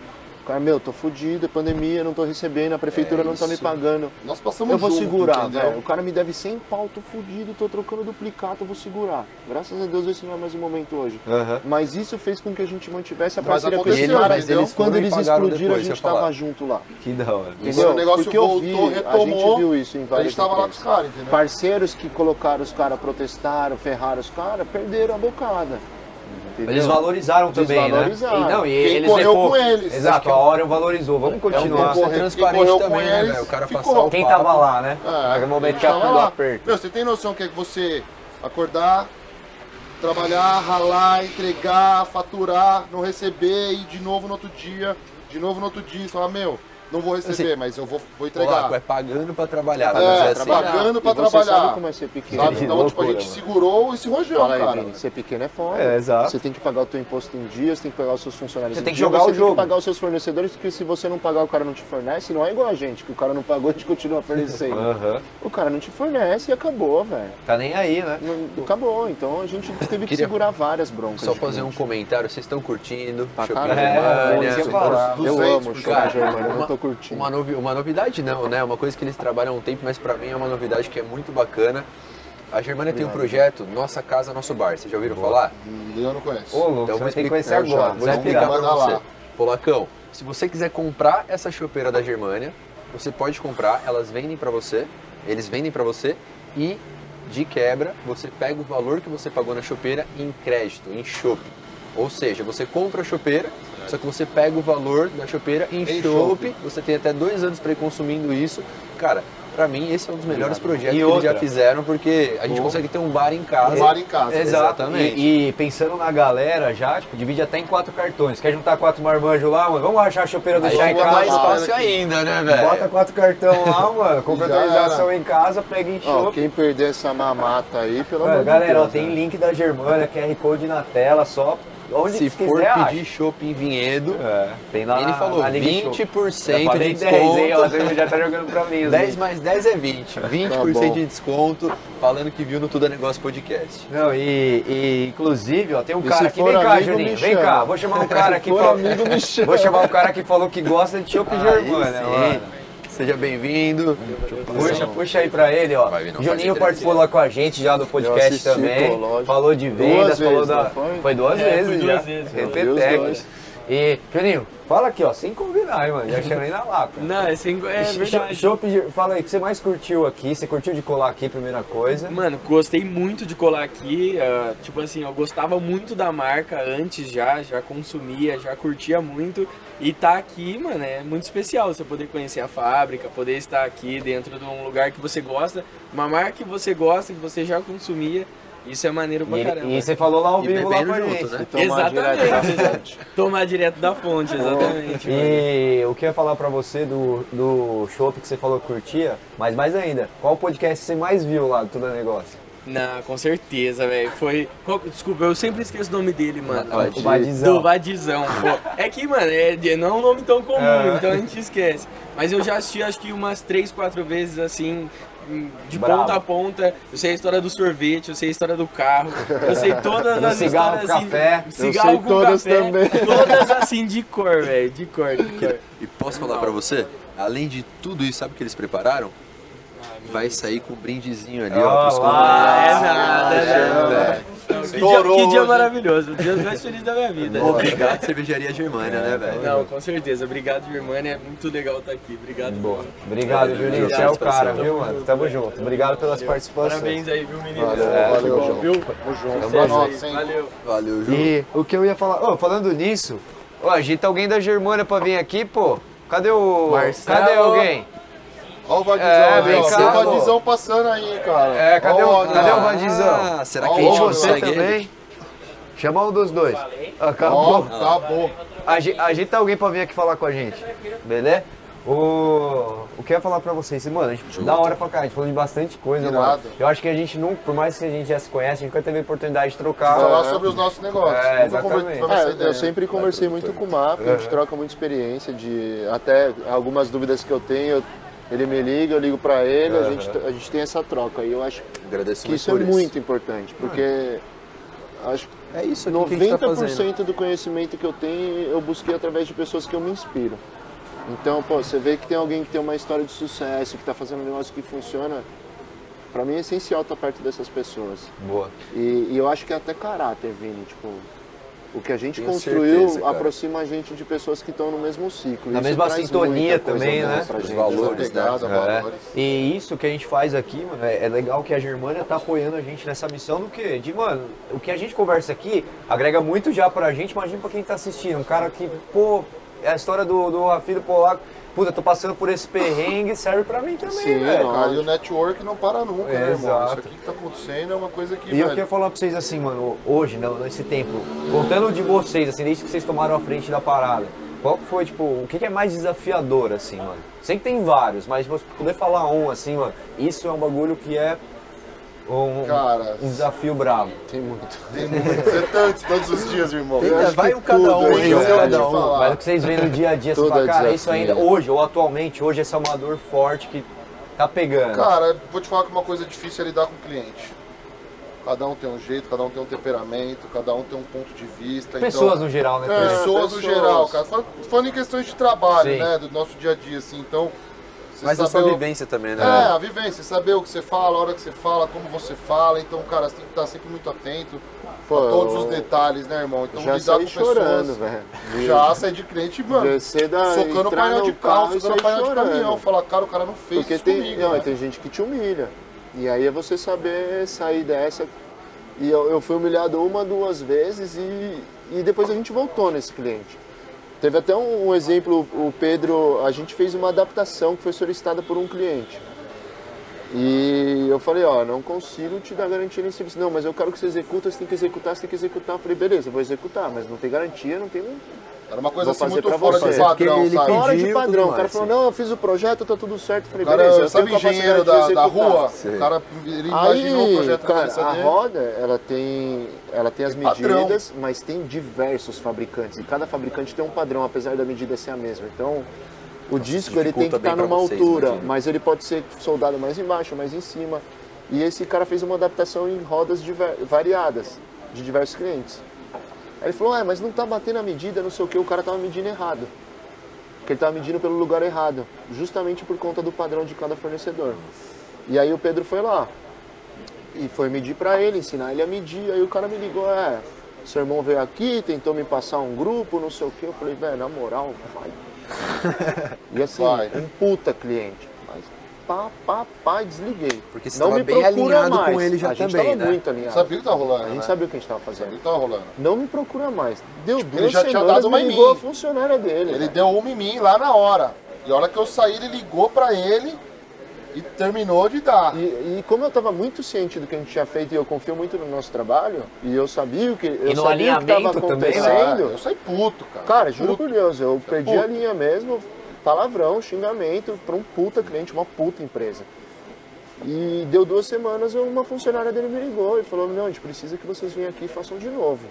[SPEAKER 5] o cara, meu, tô fudido, é pandemia, não tô recebendo, a
[SPEAKER 1] É
[SPEAKER 5] prefeitura não tá me
[SPEAKER 3] isso.
[SPEAKER 5] pagando.
[SPEAKER 3] Nós passamos
[SPEAKER 5] Eu vou
[SPEAKER 3] junto,
[SPEAKER 5] segurar,
[SPEAKER 3] entendeu?
[SPEAKER 5] velho. O cara me deve 100 pau, tô fudido, tô trocando duplicata, eu vou segurar. Graças a Deus esse não é mais o momento hoje.
[SPEAKER 2] Aham.
[SPEAKER 5] Mas isso fez com que a gente mantivesse a
[SPEAKER 3] Mas
[SPEAKER 5] parceria com
[SPEAKER 1] E
[SPEAKER 5] esse
[SPEAKER 1] ele-
[SPEAKER 3] aconteceu,
[SPEAKER 5] cara.
[SPEAKER 1] mas
[SPEAKER 3] entendeu?
[SPEAKER 1] eles
[SPEAKER 5] Quando
[SPEAKER 1] foram e
[SPEAKER 5] eles
[SPEAKER 1] pagaram
[SPEAKER 5] explodiram,
[SPEAKER 1] depois,
[SPEAKER 5] a
[SPEAKER 1] você
[SPEAKER 5] gente
[SPEAKER 1] fala.
[SPEAKER 5] tava junto lá.
[SPEAKER 2] Que da hora.
[SPEAKER 5] Entendeu?
[SPEAKER 3] o negócio
[SPEAKER 5] Porque eu
[SPEAKER 3] voltou,
[SPEAKER 5] vi, A
[SPEAKER 3] retomou,
[SPEAKER 5] gente viu isso em
[SPEAKER 3] A
[SPEAKER 5] várias
[SPEAKER 3] gente tava lá com
[SPEAKER 5] empresas.
[SPEAKER 3] os caras, entendeu?
[SPEAKER 5] Parceiros que colocaram os caras, protestaram, ferraram os caras, perderam a bocada. Entendeu?
[SPEAKER 2] Eles valorizaram também, né?
[SPEAKER 5] Desvalorizaram.
[SPEAKER 2] E, não, e
[SPEAKER 3] Quem
[SPEAKER 2] eles
[SPEAKER 3] correu
[SPEAKER 2] depois-
[SPEAKER 3] com eles. Acho
[SPEAKER 2] Exato, a Orion valorizou. Vamos continuar.
[SPEAKER 3] concorrente.
[SPEAKER 1] Isso é
[SPEAKER 3] Quem
[SPEAKER 1] transparente
[SPEAKER 3] correu com
[SPEAKER 1] também, né,
[SPEAKER 3] eles,
[SPEAKER 1] velho? O cara
[SPEAKER 3] ficou.
[SPEAKER 1] passar o
[SPEAKER 2] Quem
[SPEAKER 1] papo.
[SPEAKER 2] tava lá, né?
[SPEAKER 3] É,
[SPEAKER 2] no momento que
[SPEAKER 3] tava
[SPEAKER 2] apertou
[SPEAKER 3] lá.
[SPEAKER 2] aperto.
[SPEAKER 3] Meu, você tem noção que é que você acordar, trabalhar, ralar, entregar, faturar, não receber e de novo no outro dia, de novo no outro dia, e falar, meu, Não vou
[SPEAKER 2] Assim,
[SPEAKER 3] receber, mas eu vou, vou entregar.
[SPEAKER 1] Polaco, é pagando pra trabalhar.
[SPEAKER 3] É,
[SPEAKER 1] vamos dizer assim.
[SPEAKER 3] trabalha- pagando pra
[SPEAKER 5] e você
[SPEAKER 3] trabalhar.
[SPEAKER 5] sabe como é ser pequeno.
[SPEAKER 3] Sabe? Então, tipo, a
[SPEAKER 5] Loucura,
[SPEAKER 3] gente
[SPEAKER 5] mano.
[SPEAKER 3] segurou esse rojão,
[SPEAKER 5] Fala aí,
[SPEAKER 3] cara.
[SPEAKER 5] Vini, ser pequeno é foda.
[SPEAKER 2] É, exato.
[SPEAKER 5] Você tem que pagar o teu imposto em dia, você tem que pagar os seus funcionários
[SPEAKER 2] Você
[SPEAKER 5] em
[SPEAKER 2] tem que
[SPEAKER 5] dia,
[SPEAKER 2] jogar
[SPEAKER 5] você
[SPEAKER 2] o jogo.
[SPEAKER 5] tem que pagar os seus fornecedores, porque se você não pagar, o cara não te fornece. Não é igual a gente, que o cara não pagou, a gente continua fornecendo.
[SPEAKER 2] Aham.
[SPEAKER 5] o cara não te fornece e acabou, velho.
[SPEAKER 2] Tá nem aí, né?
[SPEAKER 5] Não- Acabou. Então a gente teve que
[SPEAKER 1] Queria
[SPEAKER 5] segurar várias broncas.
[SPEAKER 1] Só fazer um
[SPEAKER 5] diferentes.
[SPEAKER 1] comentário, vocês estão curtindo?
[SPEAKER 5] Pra
[SPEAKER 1] Shopping
[SPEAKER 5] caralho.
[SPEAKER 1] Germania.
[SPEAKER 2] É, eu ia falar.
[SPEAKER 5] Eu
[SPEAKER 3] 200%.
[SPEAKER 5] amo chorar
[SPEAKER 1] Cara,
[SPEAKER 5] germano, eu não tô curtindo.
[SPEAKER 1] Uma, novi- uma novidade não, né? Uma coisa que eles trabalham há um tempo, mas pra mim é uma novidade que é muito bacana. A Germânia tem um projeto, Nossa Casa, Nosso Bar. Vocês já ouviram falar?
[SPEAKER 3] Eu não conheço.
[SPEAKER 2] Ô, louco,
[SPEAKER 1] Então,
[SPEAKER 2] você
[SPEAKER 1] vou
[SPEAKER 2] vai ter que
[SPEAKER 1] explicar-
[SPEAKER 2] conhecer
[SPEAKER 5] eu já-
[SPEAKER 2] agora.
[SPEAKER 1] Vou
[SPEAKER 2] vai
[SPEAKER 3] Vamos
[SPEAKER 1] explicar
[SPEAKER 2] pegar.
[SPEAKER 1] pra
[SPEAKER 3] mandar
[SPEAKER 1] você.
[SPEAKER 3] lá.
[SPEAKER 1] Polacão, se você quiser comprar essa chopeira da Germânia, você pode comprar, elas vendem pra você, eles vendem pra você e de quebra você pega o valor que você pagou na chopeira em crédito, em chope. Ou seja, você compra a chopeira, só que você pega o valor da chopeira em,
[SPEAKER 3] Em
[SPEAKER 1] chope, você tem até dois anos pra ir consumindo isso. Cara, pra mim esse é um dos melhores projetos
[SPEAKER 2] E
[SPEAKER 1] que eles já
[SPEAKER 2] outra.
[SPEAKER 1] fizeram, porque a gente consegue ter um bar em casa.
[SPEAKER 3] Um bar em casa.
[SPEAKER 1] Exato. Exatamente.
[SPEAKER 2] E, e pensando na galera já, tipo, divide até em quatro cartões. Quer juntar quatro marmanjos lá, mano? Vamos achar a chopeira do
[SPEAKER 1] Aí
[SPEAKER 2] chá em
[SPEAKER 1] fica mais
[SPEAKER 2] casa.
[SPEAKER 1] fácil ainda, né, velho?
[SPEAKER 2] Bota quatro cartão lá, mano. Compra
[SPEAKER 3] Já
[SPEAKER 2] atualização em casa, pega em
[SPEAKER 5] Ó,
[SPEAKER 2] show.
[SPEAKER 5] quem perder essa mamata aí, pelo amor
[SPEAKER 2] Mano,
[SPEAKER 5] de
[SPEAKER 2] galera, ó,
[SPEAKER 5] Deus.
[SPEAKER 2] tem
[SPEAKER 5] né?
[SPEAKER 2] link da Germânia, QR Code na tela, só onde
[SPEAKER 1] Se
[SPEAKER 2] quiser,
[SPEAKER 1] for
[SPEAKER 2] acha.
[SPEAKER 1] pedir chopp em vinhedo,
[SPEAKER 2] É, tem lá
[SPEAKER 1] ele
[SPEAKER 2] na-
[SPEAKER 1] falou
[SPEAKER 2] na Liga Show.
[SPEAKER 1] 20%
[SPEAKER 2] Eu falei
[SPEAKER 1] de
[SPEAKER 2] 10, hein? Ó,
[SPEAKER 1] desconto.
[SPEAKER 2] você já tá jogando pra mim.
[SPEAKER 1] 10
[SPEAKER 2] 10
[SPEAKER 1] mais 10 é 20. 20%
[SPEAKER 5] bom.
[SPEAKER 1] de desconto, falando que viu no Tudo é Negócio Podcast.
[SPEAKER 2] Não, e, e, inclusive, ó, tem um
[SPEAKER 5] E
[SPEAKER 2] cara
[SPEAKER 5] se
[SPEAKER 2] aqui.
[SPEAKER 5] for
[SPEAKER 2] Vem cá,
[SPEAKER 5] amigo,
[SPEAKER 2] Juninho,
[SPEAKER 5] me
[SPEAKER 2] vem
[SPEAKER 5] chama.
[SPEAKER 2] cá. Vou chamar um cara aqui.
[SPEAKER 5] for
[SPEAKER 2] fal-
[SPEAKER 5] amigo, me chama. Ah,
[SPEAKER 2] Vou chamar um cara que falou que gosta de chopp Germânia,
[SPEAKER 1] Aí sim.
[SPEAKER 2] mano.
[SPEAKER 1] Seja bem-vindo.
[SPEAKER 2] Puxa, puxa aí pra ele, ó.
[SPEAKER 1] Vai vir, não faz
[SPEAKER 2] Juninho
[SPEAKER 1] entrevista.
[SPEAKER 2] participou lá com a gente já do podcast
[SPEAKER 5] Eu assisti,
[SPEAKER 2] também.
[SPEAKER 5] pô, lógico.
[SPEAKER 2] falou de vendas,
[SPEAKER 5] Duas
[SPEAKER 2] falou
[SPEAKER 5] vezes,
[SPEAKER 2] da.
[SPEAKER 5] não foi?
[SPEAKER 2] duas
[SPEAKER 6] É,
[SPEAKER 2] vezes
[SPEAKER 6] foi
[SPEAKER 2] já.
[SPEAKER 6] duas vezes, eu
[SPEAKER 5] vi os
[SPEAKER 2] Repeteco.
[SPEAKER 5] dois.
[SPEAKER 2] E, Juninho, fala aqui, ó, sem combinar, hein, mano. Já chamei na lata.
[SPEAKER 6] Não, esse é
[SPEAKER 2] Cho-
[SPEAKER 6] verdade.
[SPEAKER 2] Chopp, de- fala aí, o que você mais curtiu aqui? Você curtiu de colar aqui, primeira coisa?
[SPEAKER 6] Mano, gostei muito de colar aqui. ah, tipo assim, eu gostava muito da marca antes já, já consumia, já curtia muito. E tá aqui, mano, é muito especial você poder conhecer a fábrica, poder estar aqui dentro de um lugar que você gosta, uma marca que você gosta, que você já consumia. Isso é maneiro
[SPEAKER 2] E,
[SPEAKER 6] pra
[SPEAKER 2] ele-
[SPEAKER 6] caramba.
[SPEAKER 2] e você falou lá ao
[SPEAKER 1] E
[SPEAKER 2] vivo lá com
[SPEAKER 1] bebendo
[SPEAKER 2] a
[SPEAKER 1] junto,
[SPEAKER 2] gente.
[SPEAKER 1] né?
[SPEAKER 5] Tomar
[SPEAKER 6] Exatamente.
[SPEAKER 5] direto da frente.
[SPEAKER 6] Tomar direto da fonte, exatamente. mano.
[SPEAKER 2] E o que eu ia falar pra você do, do chopp que você falou que curtia, mas mais ainda, qual podcast você mais viu lá do Tudo é Negócio?
[SPEAKER 6] Não, com certeza, velho. Foi. qual- Desculpa, eu sempre esqueço o nome dele, mano.
[SPEAKER 1] Vai,
[SPEAKER 2] O
[SPEAKER 1] De-
[SPEAKER 2] Badizão.
[SPEAKER 6] Do Vadizão. pô. É que, mano, é, de- não é um nome tão comum,
[SPEAKER 2] É.
[SPEAKER 6] então a gente esquece. Mas eu já assisti acho que umas três, quatro vezes assim. De
[SPEAKER 2] Bravo.
[SPEAKER 6] ponta a ponta, eu sei a história do sorvete, eu sei a história do carro, eu sei todas
[SPEAKER 2] Do
[SPEAKER 6] as
[SPEAKER 2] cigarro
[SPEAKER 6] histórias.
[SPEAKER 2] com café.
[SPEAKER 6] assim,
[SPEAKER 5] Eu
[SPEAKER 6] cigarro
[SPEAKER 5] sei
[SPEAKER 6] com
[SPEAKER 5] todas
[SPEAKER 6] café,
[SPEAKER 5] também.
[SPEAKER 6] Todas assim de cor, velho, de cor, de cor.
[SPEAKER 1] E posso falar pra você? Além de tudo isso, sabe o que eles prepararam? Vai sair com um brindezinho ali, ó, pros
[SPEAKER 2] Olá.
[SPEAKER 6] Ah, é
[SPEAKER 1] convidados.
[SPEAKER 6] nada,
[SPEAKER 1] Chama,
[SPEAKER 6] né?
[SPEAKER 1] velho.
[SPEAKER 6] Não, Que dia,
[SPEAKER 3] Estourou
[SPEAKER 6] que dia
[SPEAKER 3] hoje.
[SPEAKER 6] maravilhoso, o dia mais feliz da minha vida.
[SPEAKER 1] Obrigado, cervejaria Germânia, né, velho?
[SPEAKER 6] Não, com certeza. Obrigado, Germânia. É muito legal estar aqui. Obrigado.
[SPEAKER 2] Boa. Obrigado, Juninho. Você é o cara, viu, mano? Tamo junto. Obrigado pelas participações.
[SPEAKER 6] Parabéns aí, viu, menino?
[SPEAKER 3] valeu, João.
[SPEAKER 6] viu?
[SPEAKER 3] Lembra nós, hein?
[SPEAKER 6] Valeu.
[SPEAKER 1] Valeu, Ju.
[SPEAKER 2] E o que eu ia falar, ô, falando nisso, ó, agita alguém da Germânia pra vir aqui, pô. Cadê o.
[SPEAKER 1] Marcelo.
[SPEAKER 2] Cadê alguém?
[SPEAKER 3] Olha o Vadizão
[SPEAKER 2] É,
[SPEAKER 3] aí,
[SPEAKER 2] vem
[SPEAKER 3] ó.
[SPEAKER 2] cá,
[SPEAKER 3] Tem o
[SPEAKER 2] pô.
[SPEAKER 3] Vadizão passando aí, cara.
[SPEAKER 2] É, cadê o-
[SPEAKER 3] Olha,
[SPEAKER 2] cadê o
[SPEAKER 3] cara.
[SPEAKER 2] Vadizão?
[SPEAKER 1] Ah, será
[SPEAKER 3] Ó,
[SPEAKER 1] que a gente
[SPEAKER 3] ó,
[SPEAKER 2] Você
[SPEAKER 1] consegue ele?
[SPEAKER 2] também? Chama um dos dois.
[SPEAKER 3] Ó, tá
[SPEAKER 2] Acabou.
[SPEAKER 3] acabou.
[SPEAKER 2] Agi- Agita alguém pra vir aqui falar com a gente. Beleza? O, o que eu ia falar pra vocês, mano, a gente, da hora pra cá, a gente falou de bastante coisa, mano.
[SPEAKER 3] Irado.
[SPEAKER 2] Eu acho que a gente não, por mais que a gente já se conhece, a gente nunca teve oportunidade de trocar.
[SPEAKER 3] Falar sobre os nossos negócios.
[SPEAKER 2] É,
[SPEAKER 3] Nunca conver-
[SPEAKER 2] exatamente.
[SPEAKER 3] tivemos essa
[SPEAKER 5] É,
[SPEAKER 1] né?
[SPEAKER 3] ideia.
[SPEAKER 5] eu sempre conversei muito com o Mapa, a
[SPEAKER 1] É.
[SPEAKER 5] gente troca muita experiência de até algumas dúvidas que eu tenho, eu- ele me liga, eu ligo pra ele, a, gente, a gente tem essa troca. E eu acho
[SPEAKER 1] Agradeço
[SPEAKER 5] que
[SPEAKER 1] muito
[SPEAKER 5] isso é
[SPEAKER 1] por isso.
[SPEAKER 5] muito importante, porque acho que
[SPEAKER 1] É isso aqui que a gente tá fazendo.
[SPEAKER 5] 90% do conhecimento que eu tenho eu busquei através de pessoas que eu me inspiro. Então, pô, você vê que tem alguém que tem uma história de sucesso, que tá fazendo um negócio que funciona, pra mim é essencial estar perto dessas pessoas.
[SPEAKER 2] Boa.
[SPEAKER 5] E, e eu acho que é até caráter, Vini, tipo, o que a gente
[SPEAKER 1] Tenho
[SPEAKER 5] construiu
[SPEAKER 1] certeza, cara.
[SPEAKER 5] aproxima a gente de pessoas que estão no mesmo ciclo.
[SPEAKER 2] Na
[SPEAKER 5] Isso
[SPEAKER 2] mesma
[SPEAKER 5] traz
[SPEAKER 2] sintonia
[SPEAKER 5] muita coisa
[SPEAKER 2] também,
[SPEAKER 5] boa
[SPEAKER 2] né?
[SPEAKER 5] pra
[SPEAKER 1] Os
[SPEAKER 5] gente.
[SPEAKER 1] valores.
[SPEAKER 3] Obrigado,
[SPEAKER 2] É.
[SPEAKER 3] valores.
[SPEAKER 2] E isso que a gente faz aqui, mano, é, é legal que a Germânia tá apoiando a gente nessa missão do quê? De, mano, o que a gente conversa aqui agrega muito já pra gente, imagina pra quem tá assistindo. Um cara que, pô, é a história do, do Rafi do Polaco, puta, tô passando por esse perrengue, serve pra mim também,
[SPEAKER 5] Sim,
[SPEAKER 1] É,
[SPEAKER 2] velho.
[SPEAKER 5] ó.
[SPEAKER 3] É, Cara, e o network não para nunca, né, irmão? Isso
[SPEAKER 2] Exato.
[SPEAKER 3] aqui que tá acontecendo é uma coisa que,
[SPEAKER 2] E eu
[SPEAKER 3] velho,
[SPEAKER 2] queria falar pra vocês né, assim, mano, hoje, não, nesse tempo, contando de vocês, assim, desde que vocês tomaram a frente da parada, Qual que foi, tipo, o que que é mais desafiador, assim, mano? Sei que tem vários, mas você poder falar um, assim, mano, isso é um bagulho que é um, um-
[SPEAKER 3] Cara.
[SPEAKER 2] um desafio bravo.
[SPEAKER 5] Tem muito.
[SPEAKER 3] Você tantos, todos os dias, irmão. Eu acho que é
[SPEAKER 1] vai um cada
[SPEAKER 3] tudo,
[SPEAKER 1] um,
[SPEAKER 3] hein,
[SPEAKER 1] hein,
[SPEAKER 3] eu
[SPEAKER 1] vai
[SPEAKER 3] vou te
[SPEAKER 1] cada um.
[SPEAKER 3] falar.
[SPEAKER 2] Mas o que vocês veem no dia a dia, você
[SPEAKER 5] Tudo
[SPEAKER 2] fala,
[SPEAKER 5] é
[SPEAKER 2] cara, isso
[SPEAKER 5] desafio.
[SPEAKER 2] ainda, hoje, ou atualmente, hoje esse é uma dor forte que tá pegando.
[SPEAKER 3] Cara, vou te falar que uma coisa difícil é lidar com o cliente. Cada um tem um jeito, cada um tem um temperamento, cada um tem um ponto de vista.
[SPEAKER 2] Pessoas
[SPEAKER 3] então,
[SPEAKER 2] no geral, né?
[SPEAKER 3] pessoas,
[SPEAKER 2] Pedro?
[SPEAKER 3] no
[SPEAKER 5] pessoas.
[SPEAKER 3] geral, cara. Fal- Falando em questões de trabalho,
[SPEAKER 2] Sim.
[SPEAKER 3] né? Do nosso dia a dia, assim. Então, você
[SPEAKER 1] Mas a
[SPEAKER 3] saber
[SPEAKER 1] sua
[SPEAKER 3] o-
[SPEAKER 1] vivência também, né?
[SPEAKER 3] É, a vivência, saber o que você fala, a hora que você fala, como você fala. Então, cara, você tem que estar sempre muito atento
[SPEAKER 5] Pô,
[SPEAKER 3] a todos os
[SPEAKER 5] eu
[SPEAKER 3] detalhes, né, irmão? Então,
[SPEAKER 5] Já
[SPEAKER 3] lidar
[SPEAKER 5] saí
[SPEAKER 3] com
[SPEAKER 5] chorando,
[SPEAKER 3] pessoas.
[SPEAKER 5] velho.
[SPEAKER 3] Já sai de cliente, mano.
[SPEAKER 5] Descer da.
[SPEAKER 3] Socando
[SPEAKER 5] entrar
[SPEAKER 3] painel
[SPEAKER 5] no
[SPEAKER 3] de carro,
[SPEAKER 5] e
[SPEAKER 3] socando
[SPEAKER 5] sair
[SPEAKER 3] painel de
[SPEAKER 5] chorando.
[SPEAKER 3] caminhão. Fala, cara, o cara não fez
[SPEAKER 5] Porque
[SPEAKER 3] isso
[SPEAKER 5] tem,
[SPEAKER 3] comigo.
[SPEAKER 5] não,
[SPEAKER 3] né?
[SPEAKER 5] tem gente que te humilha. E aí é você saber sair dessa. E eu, eu fui humilhado uma, duas vezes e, e depois a gente voltou nesse cliente. Teve até um, um exemplo, o Pedro, a gente fez uma adaptação que foi solicitada por um cliente. E eu falei, ó, não consigo te dar garantia nesse serviço. Não, mas eu quero que você executa, você tem que executar, você tem que executar. Eu falei, beleza, eu vou executar, mas não tem garantia, não tem
[SPEAKER 3] Era uma coisa
[SPEAKER 5] Vou
[SPEAKER 3] assim
[SPEAKER 5] fazer
[SPEAKER 3] muito
[SPEAKER 5] pra
[SPEAKER 3] fora
[SPEAKER 5] você.
[SPEAKER 3] de padrão,
[SPEAKER 1] Ele
[SPEAKER 3] sabe?
[SPEAKER 1] pediu,
[SPEAKER 5] Fora de
[SPEAKER 1] tudo
[SPEAKER 5] padrão. O cara
[SPEAKER 1] mais,
[SPEAKER 5] falou,
[SPEAKER 1] sim.
[SPEAKER 5] não, eu fiz o projeto, tá tudo certo. Eu falei,
[SPEAKER 3] O cara, é,
[SPEAKER 5] beleza, eu
[SPEAKER 3] sabe
[SPEAKER 5] tenho
[SPEAKER 3] engenheiro da,
[SPEAKER 5] capacidade de
[SPEAKER 3] da
[SPEAKER 5] executar."
[SPEAKER 3] rua?
[SPEAKER 1] Sim.
[SPEAKER 3] O cara, ele imaginou o
[SPEAKER 5] Aí,
[SPEAKER 3] projeto na
[SPEAKER 5] cara,
[SPEAKER 3] cabeça
[SPEAKER 5] a
[SPEAKER 3] dele.
[SPEAKER 5] roda, ela tem, ela tem as
[SPEAKER 3] padrão.
[SPEAKER 5] medidas, mas tem diversos fabricantes. E cada fabricante tem um padrão, apesar da medida ser a mesma. Então, o disco ele tem que
[SPEAKER 1] dificulta bem
[SPEAKER 5] estar
[SPEAKER 1] pra
[SPEAKER 5] numa
[SPEAKER 1] vocês,
[SPEAKER 5] altura,
[SPEAKER 1] imagino.
[SPEAKER 5] mas ele pode ser soldado mais embaixo, mais em cima. E esse cara fez uma adaptação em rodas diver- variadas, de diversos clientes. Aí ele falou, é, mas não tá batendo a medida, não sei o que, o cara tava medindo errado. Porque ele tava medindo pelo lugar errado, justamente por conta do padrão de cada fornecedor. E aí o Pedro foi lá e foi medir pra ele, ensinar ele a medir. Aí o cara me ligou, é, seu irmão veio aqui, tentou me passar um grupo, não sei o que. Eu falei, velho, na moral, vai. E assim,
[SPEAKER 3] Vai.
[SPEAKER 5] um puta cliente. Mas pá, pá, pá, desliguei.
[SPEAKER 1] Porque você
[SPEAKER 5] não
[SPEAKER 1] tava
[SPEAKER 5] me
[SPEAKER 1] bem
[SPEAKER 5] procura
[SPEAKER 1] alinhado com
[SPEAKER 5] mais.
[SPEAKER 1] ele já
[SPEAKER 5] a gente
[SPEAKER 1] também,
[SPEAKER 5] tava
[SPEAKER 1] né?
[SPEAKER 5] muito alinhado.
[SPEAKER 3] Sabia o que tá rolando,
[SPEAKER 5] A
[SPEAKER 3] né?
[SPEAKER 5] gente sabia o que a gente tava
[SPEAKER 3] Sabia o
[SPEAKER 5] fazendo.
[SPEAKER 3] que tá rolando.
[SPEAKER 5] Não me procura mais. Deu
[SPEAKER 1] Tipo,
[SPEAKER 5] duas
[SPEAKER 3] já tinha
[SPEAKER 5] semanas,
[SPEAKER 3] dado uma
[SPEAKER 5] me
[SPEAKER 3] em
[SPEAKER 5] ligou
[SPEAKER 3] mim.
[SPEAKER 5] a funcionária dele.
[SPEAKER 3] Ele
[SPEAKER 5] velho.
[SPEAKER 3] deu uma em mim lá na hora. E a hora que eu saí, ele ligou pra ele e terminou de dar.
[SPEAKER 5] E, e como eu estava muito ciente do que a gente tinha feito e eu confio muito no nosso trabalho, e eu sabia o que eu
[SPEAKER 2] E no
[SPEAKER 5] sabia o que estava
[SPEAKER 2] alinhamento também, né?
[SPEAKER 5] acontecendo,
[SPEAKER 3] eu saí puto, cara.
[SPEAKER 5] cara, juro
[SPEAKER 3] Puto.
[SPEAKER 5] por Deus, eu perdi a
[SPEAKER 3] puto.
[SPEAKER 5] linha mesmo, palavrão, xingamento para um puta cliente, uma puta empresa. E deu duas semanas, uma funcionária dele me ligou e falou: "Não, a gente precisa que vocês venham aqui e façam de novo".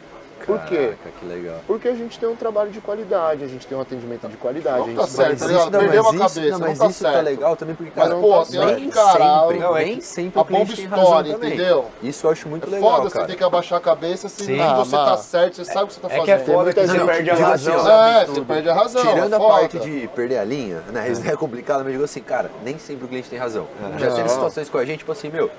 [SPEAKER 5] Por quê?
[SPEAKER 1] Caraca, que legal.
[SPEAKER 5] Porque a gente tem um trabalho de qualidade, a gente tem um atendimento de qualidade, a
[SPEAKER 3] Não
[SPEAKER 5] gente
[SPEAKER 3] tá
[SPEAKER 5] tem-
[SPEAKER 3] certo,
[SPEAKER 1] Mas
[SPEAKER 3] ligado?
[SPEAKER 1] isso, não,
[SPEAKER 3] Perdeu
[SPEAKER 1] mas
[SPEAKER 3] uma
[SPEAKER 1] isso,
[SPEAKER 3] cabeça,
[SPEAKER 1] não,
[SPEAKER 3] não
[SPEAKER 1] mas
[SPEAKER 3] tá
[SPEAKER 1] isso tá
[SPEAKER 3] certo.
[SPEAKER 1] legal também, porque,
[SPEAKER 3] Mas,
[SPEAKER 1] cara,
[SPEAKER 3] pô,
[SPEAKER 1] nem
[SPEAKER 3] assim, olha que
[SPEAKER 1] sempre,
[SPEAKER 3] caralho.
[SPEAKER 2] Não, é
[SPEAKER 1] nem
[SPEAKER 2] que
[SPEAKER 1] sempre
[SPEAKER 3] a
[SPEAKER 1] o cliente
[SPEAKER 3] bomba
[SPEAKER 1] tem razão
[SPEAKER 3] estoura,
[SPEAKER 1] também.
[SPEAKER 3] entendeu?
[SPEAKER 1] Isso eu acho muito
[SPEAKER 3] É
[SPEAKER 1] legal,
[SPEAKER 3] foda,
[SPEAKER 1] cara.
[SPEAKER 3] você tem que abaixar a cabeça, se
[SPEAKER 2] Sim.
[SPEAKER 3] você
[SPEAKER 5] Ah,
[SPEAKER 3] tá
[SPEAKER 5] mas-
[SPEAKER 3] certo, você sabe o que você tá
[SPEAKER 2] É
[SPEAKER 3] fazendo.
[SPEAKER 2] que é foda que
[SPEAKER 5] muita
[SPEAKER 2] você
[SPEAKER 5] gente-
[SPEAKER 2] perde a
[SPEAKER 1] digo assim,
[SPEAKER 2] razão.
[SPEAKER 1] ó,
[SPEAKER 2] né?
[SPEAKER 3] É, você perde a razão.
[SPEAKER 1] Tirando a
[SPEAKER 3] foda.
[SPEAKER 1] parte de perder a linha, né? Isso é complicado, mas eu digo assim, cara, nem sempre o cliente tem razão.
[SPEAKER 5] É.
[SPEAKER 1] Já teve situações com a gente, tipo assim, meu,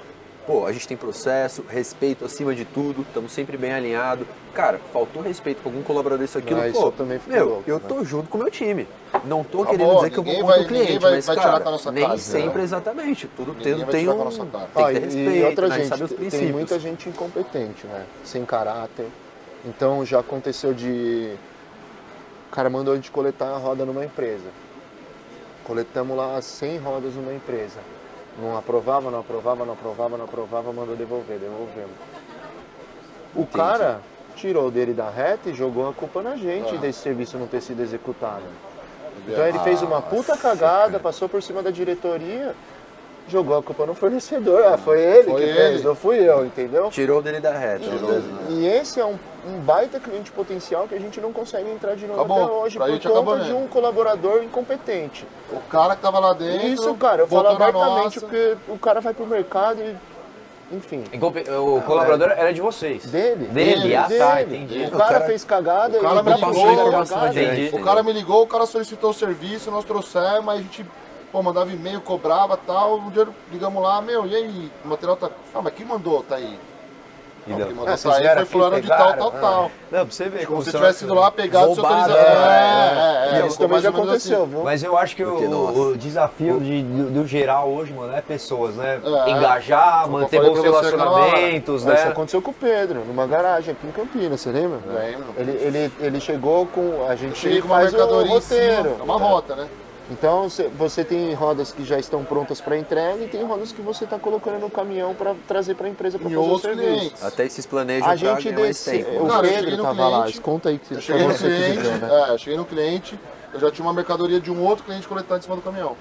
[SPEAKER 1] pô, a gente tem processo, respeito acima de tudo, estamos sempre bem alinhados. Cara, faltou respeito com algum colaborador, isso aquilo,
[SPEAKER 5] Ah, isso
[SPEAKER 1] pô,
[SPEAKER 5] eu também fico
[SPEAKER 1] meu,
[SPEAKER 5] louco,
[SPEAKER 1] eu
[SPEAKER 5] né?
[SPEAKER 1] tô junto com o meu time. Não tô
[SPEAKER 3] Acabou,
[SPEAKER 1] querendo dizer que eu vou
[SPEAKER 3] ninguém
[SPEAKER 1] contra
[SPEAKER 3] vai-
[SPEAKER 1] o cliente,
[SPEAKER 3] ninguém vai-
[SPEAKER 1] mas,
[SPEAKER 3] vai tirar
[SPEAKER 1] cara,
[SPEAKER 3] com a nossa
[SPEAKER 1] nem
[SPEAKER 3] cara, né?
[SPEAKER 1] sempre exatamente. Tudo
[SPEAKER 3] Ninguém
[SPEAKER 1] tem,
[SPEAKER 3] vai
[SPEAKER 1] tem
[SPEAKER 3] tirar com a
[SPEAKER 1] um...
[SPEAKER 3] nossa cara.
[SPEAKER 1] Tem
[SPEAKER 5] Ah,
[SPEAKER 1] que ter
[SPEAKER 5] e-
[SPEAKER 1] respeito,
[SPEAKER 5] e outra
[SPEAKER 1] né?
[SPEAKER 5] gente,
[SPEAKER 1] sabe os
[SPEAKER 5] tem-
[SPEAKER 1] princípios.
[SPEAKER 5] tem muita gente incompetente, né? Sem caráter. Então já aconteceu de. O cara mandou a gente coletar a roda numa empresa. Coletamos lá 100 rodas numa empresa. Não aprovava, não aprovava, não aprovava, não aprovava, mandou devolver, devolvemos. O cara tirou o dele da reta e jogou a culpa na gente
[SPEAKER 3] Ah.
[SPEAKER 5] desse serviço não ter sido executado. Então ele
[SPEAKER 3] Ah,
[SPEAKER 5] fez uma puta cagada, passou por cima da diretoria, jogou a culpa no fornecedor. Ah, foi ele
[SPEAKER 3] Foi
[SPEAKER 5] que
[SPEAKER 3] ele. né?
[SPEAKER 5] fez, não fui eu, entendeu?
[SPEAKER 1] Tirou dele da reta. beleza?
[SPEAKER 5] E, e esse é um, um baita cliente potencial que a gente não consegue entrar de novo
[SPEAKER 3] Acabou.
[SPEAKER 5] até hoje
[SPEAKER 3] Pra
[SPEAKER 5] por
[SPEAKER 3] gente
[SPEAKER 5] conta
[SPEAKER 3] acabou
[SPEAKER 5] de
[SPEAKER 3] mesmo.
[SPEAKER 5] um colaborador incompetente.
[SPEAKER 3] O cara que tava lá dentro.
[SPEAKER 5] E isso, cara, eu falo
[SPEAKER 3] botou na
[SPEAKER 5] abertamente
[SPEAKER 3] nossa.
[SPEAKER 5] porque o cara vai pro mercado e. Enfim.
[SPEAKER 2] Incompe-
[SPEAKER 1] Ah,
[SPEAKER 2] O colaborador era de vocês.
[SPEAKER 5] Dele?
[SPEAKER 2] Dele, ah, tá, entendi.
[SPEAKER 5] O cara,
[SPEAKER 1] O cara-
[SPEAKER 5] fez cagada,
[SPEAKER 3] o cara
[SPEAKER 5] ele
[SPEAKER 3] me
[SPEAKER 5] passou
[SPEAKER 3] ligou,
[SPEAKER 5] a
[SPEAKER 1] informação
[SPEAKER 5] cagada.
[SPEAKER 1] adiante.
[SPEAKER 2] Entendi.
[SPEAKER 3] O cara me ligou, o cara solicitou o serviço, nós trouxemos, mas a gente pô, mandava e-mail, cobrava tal. Um dia ligamos lá, meu, e aí? O material tá. Ah, mas quem mandou? Tá aí.
[SPEAKER 2] E
[SPEAKER 3] Não,
[SPEAKER 2] deu.
[SPEAKER 3] quem
[SPEAKER 2] Ah,
[SPEAKER 3] mandou
[SPEAKER 2] vocês
[SPEAKER 3] tá aí
[SPEAKER 2] vieram
[SPEAKER 3] foi
[SPEAKER 2] aqui,
[SPEAKER 3] fulano de tal,
[SPEAKER 2] pegaram,
[SPEAKER 3] tal,
[SPEAKER 2] ah.
[SPEAKER 3] tal.
[SPEAKER 2] Não, pra você ver
[SPEAKER 3] Como se
[SPEAKER 2] são
[SPEAKER 3] tivesse
[SPEAKER 2] as
[SPEAKER 3] ido lá, pegado, se
[SPEAKER 1] Roubaram,
[SPEAKER 3] autorizado. É, é, é.
[SPEAKER 5] Isso também já aconteceu,
[SPEAKER 3] assim.
[SPEAKER 5] viu?
[SPEAKER 2] Mas eu acho que
[SPEAKER 1] Porque, nossa.
[SPEAKER 2] o, o desafio de- do, do geral hoje, mano, é pessoas, né?
[SPEAKER 3] É.
[SPEAKER 2] Engajar,
[SPEAKER 3] Como eu
[SPEAKER 2] manter
[SPEAKER 3] falei
[SPEAKER 2] bons
[SPEAKER 3] pra você aquela
[SPEAKER 2] relacionamentos,
[SPEAKER 5] Ah, Isso
[SPEAKER 2] né?
[SPEAKER 5] aconteceu com o Pedro, numa garagem aqui em Campinas, você lembra?
[SPEAKER 3] Lembro.
[SPEAKER 5] Ele, ele, ele chegou com. A gente
[SPEAKER 3] Cheguei com uma
[SPEAKER 5] faz o
[SPEAKER 3] mercadoria em cima.
[SPEAKER 5] roteiro.
[SPEAKER 3] É uma rota, né?
[SPEAKER 5] Então cê- você tem rodas que já estão prontas para entrega e tem rodas que você está colocando no caminhão para trazer para a empresa para
[SPEAKER 3] Em
[SPEAKER 5] fazer o
[SPEAKER 3] outros
[SPEAKER 5] serviço.
[SPEAKER 3] clientes.
[SPEAKER 1] Até esses planejam
[SPEAKER 5] A
[SPEAKER 1] pra
[SPEAKER 5] gente
[SPEAKER 1] ganhar mais
[SPEAKER 2] um
[SPEAKER 5] desse,
[SPEAKER 1] tempo.
[SPEAKER 5] o
[SPEAKER 1] né?
[SPEAKER 3] Cara, eu cheguei
[SPEAKER 5] Pedro
[SPEAKER 3] no
[SPEAKER 5] tava lá,
[SPEAKER 3] cliente,
[SPEAKER 5] conta aí que
[SPEAKER 3] Eu
[SPEAKER 5] você
[SPEAKER 3] cheguei
[SPEAKER 5] pra
[SPEAKER 3] no
[SPEAKER 5] você que
[SPEAKER 3] um cliente,
[SPEAKER 5] viveu, né?
[SPEAKER 3] é, eu cheguei no cliente, eu já tinha uma mercadoria de um outro cliente coletado em cima do caminhão.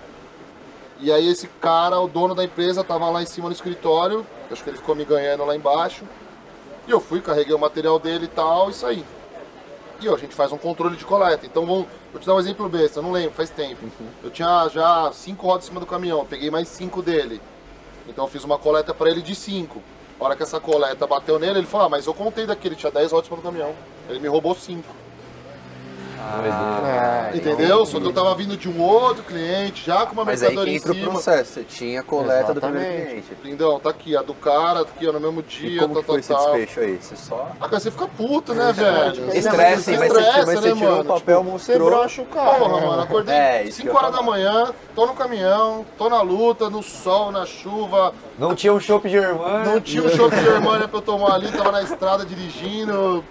[SPEAKER 3] E aí esse cara, o dono da empresa, tava lá em cima no escritório, acho que ele ficou me ganhando lá embaixo. E eu fui, carreguei o material dele e tal, e saí. E ó, a gente faz um controle de coleta. Então vou, vou te dar um exemplo besta, eu não lembro, faz tempo. Eu tinha já cinco rodas em cima do caminhão, eu peguei mais cinco dele. Então eu fiz uma coleta para ele de 5. A hora que essa coleta bateu nele, ele falou: ah, mas eu contei daquele, tinha 10 rodas para o caminhão. Ele me roubou 5.
[SPEAKER 5] Ah,
[SPEAKER 3] Entendeu? Só que eu tava vindo de um outro cliente, já com uma
[SPEAKER 1] então Mas aí
[SPEAKER 3] mercadoria
[SPEAKER 1] que
[SPEAKER 3] em
[SPEAKER 1] entra o
[SPEAKER 3] cima.
[SPEAKER 1] processo. Você tinha a coleta do primeiro
[SPEAKER 5] Exatamente.
[SPEAKER 1] cliente.
[SPEAKER 3] Lindão, tá aqui, a do cara, tá aqui ó, no mesmo
[SPEAKER 1] E
[SPEAKER 3] dia,
[SPEAKER 1] como
[SPEAKER 3] tá,
[SPEAKER 1] que foi
[SPEAKER 3] tá,
[SPEAKER 1] esse
[SPEAKER 3] tá.
[SPEAKER 1] desfecho aí? Você só...
[SPEAKER 3] Ah, cara, você fica puto, né, velho?
[SPEAKER 1] Estresse,
[SPEAKER 3] Você
[SPEAKER 1] mas você,
[SPEAKER 3] estressa,
[SPEAKER 1] tipo,
[SPEAKER 3] né, Tipo,
[SPEAKER 1] mas você tirou o papel,
[SPEAKER 5] Você
[SPEAKER 1] mostrou.
[SPEAKER 5] brocha o cara.
[SPEAKER 3] Porra,
[SPEAKER 5] né?
[SPEAKER 3] mano, acordei
[SPEAKER 1] É, isso que
[SPEAKER 3] 5
[SPEAKER 1] eu
[SPEAKER 3] horas
[SPEAKER 1] ia
[SPEAKER 3] da manhã, tô no caminhão, tô na luta, no sol, na chuva,
[SPEAKER 2] Não tinha um chopp de irmã.
[SPEAKER 3] não tinha um chope de Germânia pra eu tomar ali, tava na estrada dirigindo.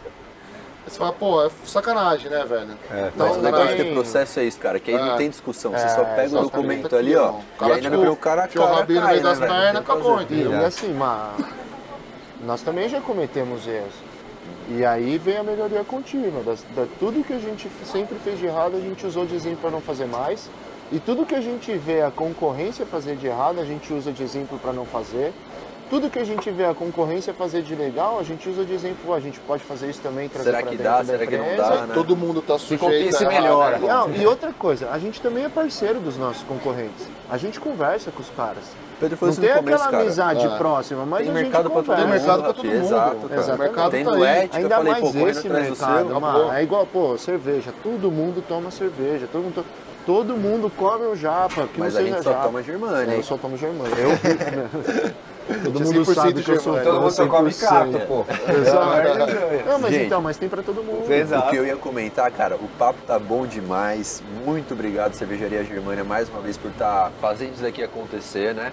[SPEAKER 3] Aí você fala, pô, é sacanagem, né, velho?
[SPEAKER 1] É, mas o negócio de ter processo é isso, cara, que aí não
[SPEAKER 3] né? É.
[SPEAKER 1] tem discussão. Você só pega o
[SPEAKER 3] exatamente.
[SPEAKER 1] documento
[SPEAKER 3] Tá aqui,
[SPEAKER 1] ali, ó,
[SPEAKER 3] ó. O
[SPEAKER 1] e
[SPEAKER 3] cara
[SPEAKER 1] aí na
[SPEAKER 3] tirou-
[SPEAKER 1] meu cara,
[SPEAKER 3] tirou o
[SPEAKER 1] cara
[SPEAKER 3] rabinho no
[SPEAKER 1] cai,
[SPEAKER 3] meio
[SPEAKER 1] né,
[SPEAKER 3] das
[SPEAKER 1] velho? Não
[SPEAKER 3] pernas,
[SPEAKER 1] tem o que fazer.
[SPEAKER 3] acabou, entendeu?
[SPEAKER 5] E assim, mas nós também já cometemos erros. E aí vem a melhoria contínua. Das- da- tudo que a gente f- sempre fez de errado, a gente usou de exemplo para não fazer mais. E tudo que a gente vê a concorrência fazer de errado, a gente usa de exemplo para não fazer. Tudo que a gente vê a concorrência fazer de legal, a gente usa de exemplo. A gente pode fazer isso também, trazer
[SPEAKER 1] Será
[SPEAKER 5] pra
[SPEAKER 1] que
[SPEAKER 5] dentro
[SPEAKER 1] dá?
[SPEAKER 5] da
[SPEAKER 1] Será que não
[SPEAKER 5] empresa.
[SPEAKER 1] dá, né?
[SPEAKER 3] Todo mundo tá sujeito
[SPEAKER 2] compensa e
[SPEAKER 3] errar,
[SPEAKER 2] melhora.
[SPEAKER 3] né?
[SPEAKER 5] Não, e outra coisa, a gente também é parceiro dos nossos concorrentes. A gente conversa com os caras.
[SPEAKER 1] Pedro
[SPEAKER 5] Não
[SPEAKER 1] isso
[SPEAKER 5] tem
[SPEAKER 1] no começo,
[SPEAKER 5] aquela
[SPEAKER 1] cara. Ah.
[SPEAKER 5] amizade
[SPEAKER 3] É.
[SPEAKER 5] próxima, mas
[SPEAKER 1] Tem
[SPEAKER 5] a gente
[SPEAKER 1] mercado pra todo
[SPEAKER 5] conversa. É,
[SPEAKER 1] mundo.
[SPEAKER 3] Tem mercado pra
[SPEAKER 1] Rafi,
[SPEAKER 3] todo mundo.
[SPEAKER 1] Exato, cara.
[SPEAKER 5] Exatamente.
[SPEAKER 3] mercado
[SPEAKER 1] tem
[SPEAKER 3] tá
[SPEAKER 1] do
[SPEAKER 3] aí.
[SPEAKER 1] ética,
[SPEAKER 5] um Ainda
[SPEAKER 1] eu falei,
[SPEAKER 5] mais
[SPEAKER 1] pô, correndo
[SPEAKER 5] esse
[SPEAKER 1] atrás do seu.
[SPEAKER 5] mercado, mano.
[SPEAKER 3] acabou.
[SPEAKER 5] É igual, pô, cerveja. Todo mundo toma cerveja. Todo mundo, to- todo mundo come o japa. Que
[SPEAKER 1] Mas
[SPEAKER 5] não
[SPEAKER 1] a
[SPEAKER 5] seja
[SPEAKER 1] gente só
[SPEAKER 5] japa.
[SPEAKER 1] toma Germânia,
[SPEAKER 5] Eu
[SPEAKER 1] hein?
[SPEAKER 5] só tomo germânia. Eu... todo mundo
[SPEAKER 3] 100%
[SPEAKER 5] sabe que eu sou
[SPEAKER 3] germânia.
[SPEAKER 2] Todo mundo só come
[SPEAKER 5] 100%.
[SPEAKER 2] cata,
[SPEAKER 3] é.
[SPEAKER 2] pô.
[SPEAKER 5] Exato. Não, mas
[SPEAKER 1] Gente.
[SPEAKER 5] então, mas tem pra todo mundo.
[SPEAKER 1] O
[SPEAKER 2] Exato.
[SPEAKER 1] que eu ia comentar, cara, o papo tá bom demais. Muito obrigado, Cervejaria Germânia, mais uma vez por estar fazendo isso daqui acontecer, né?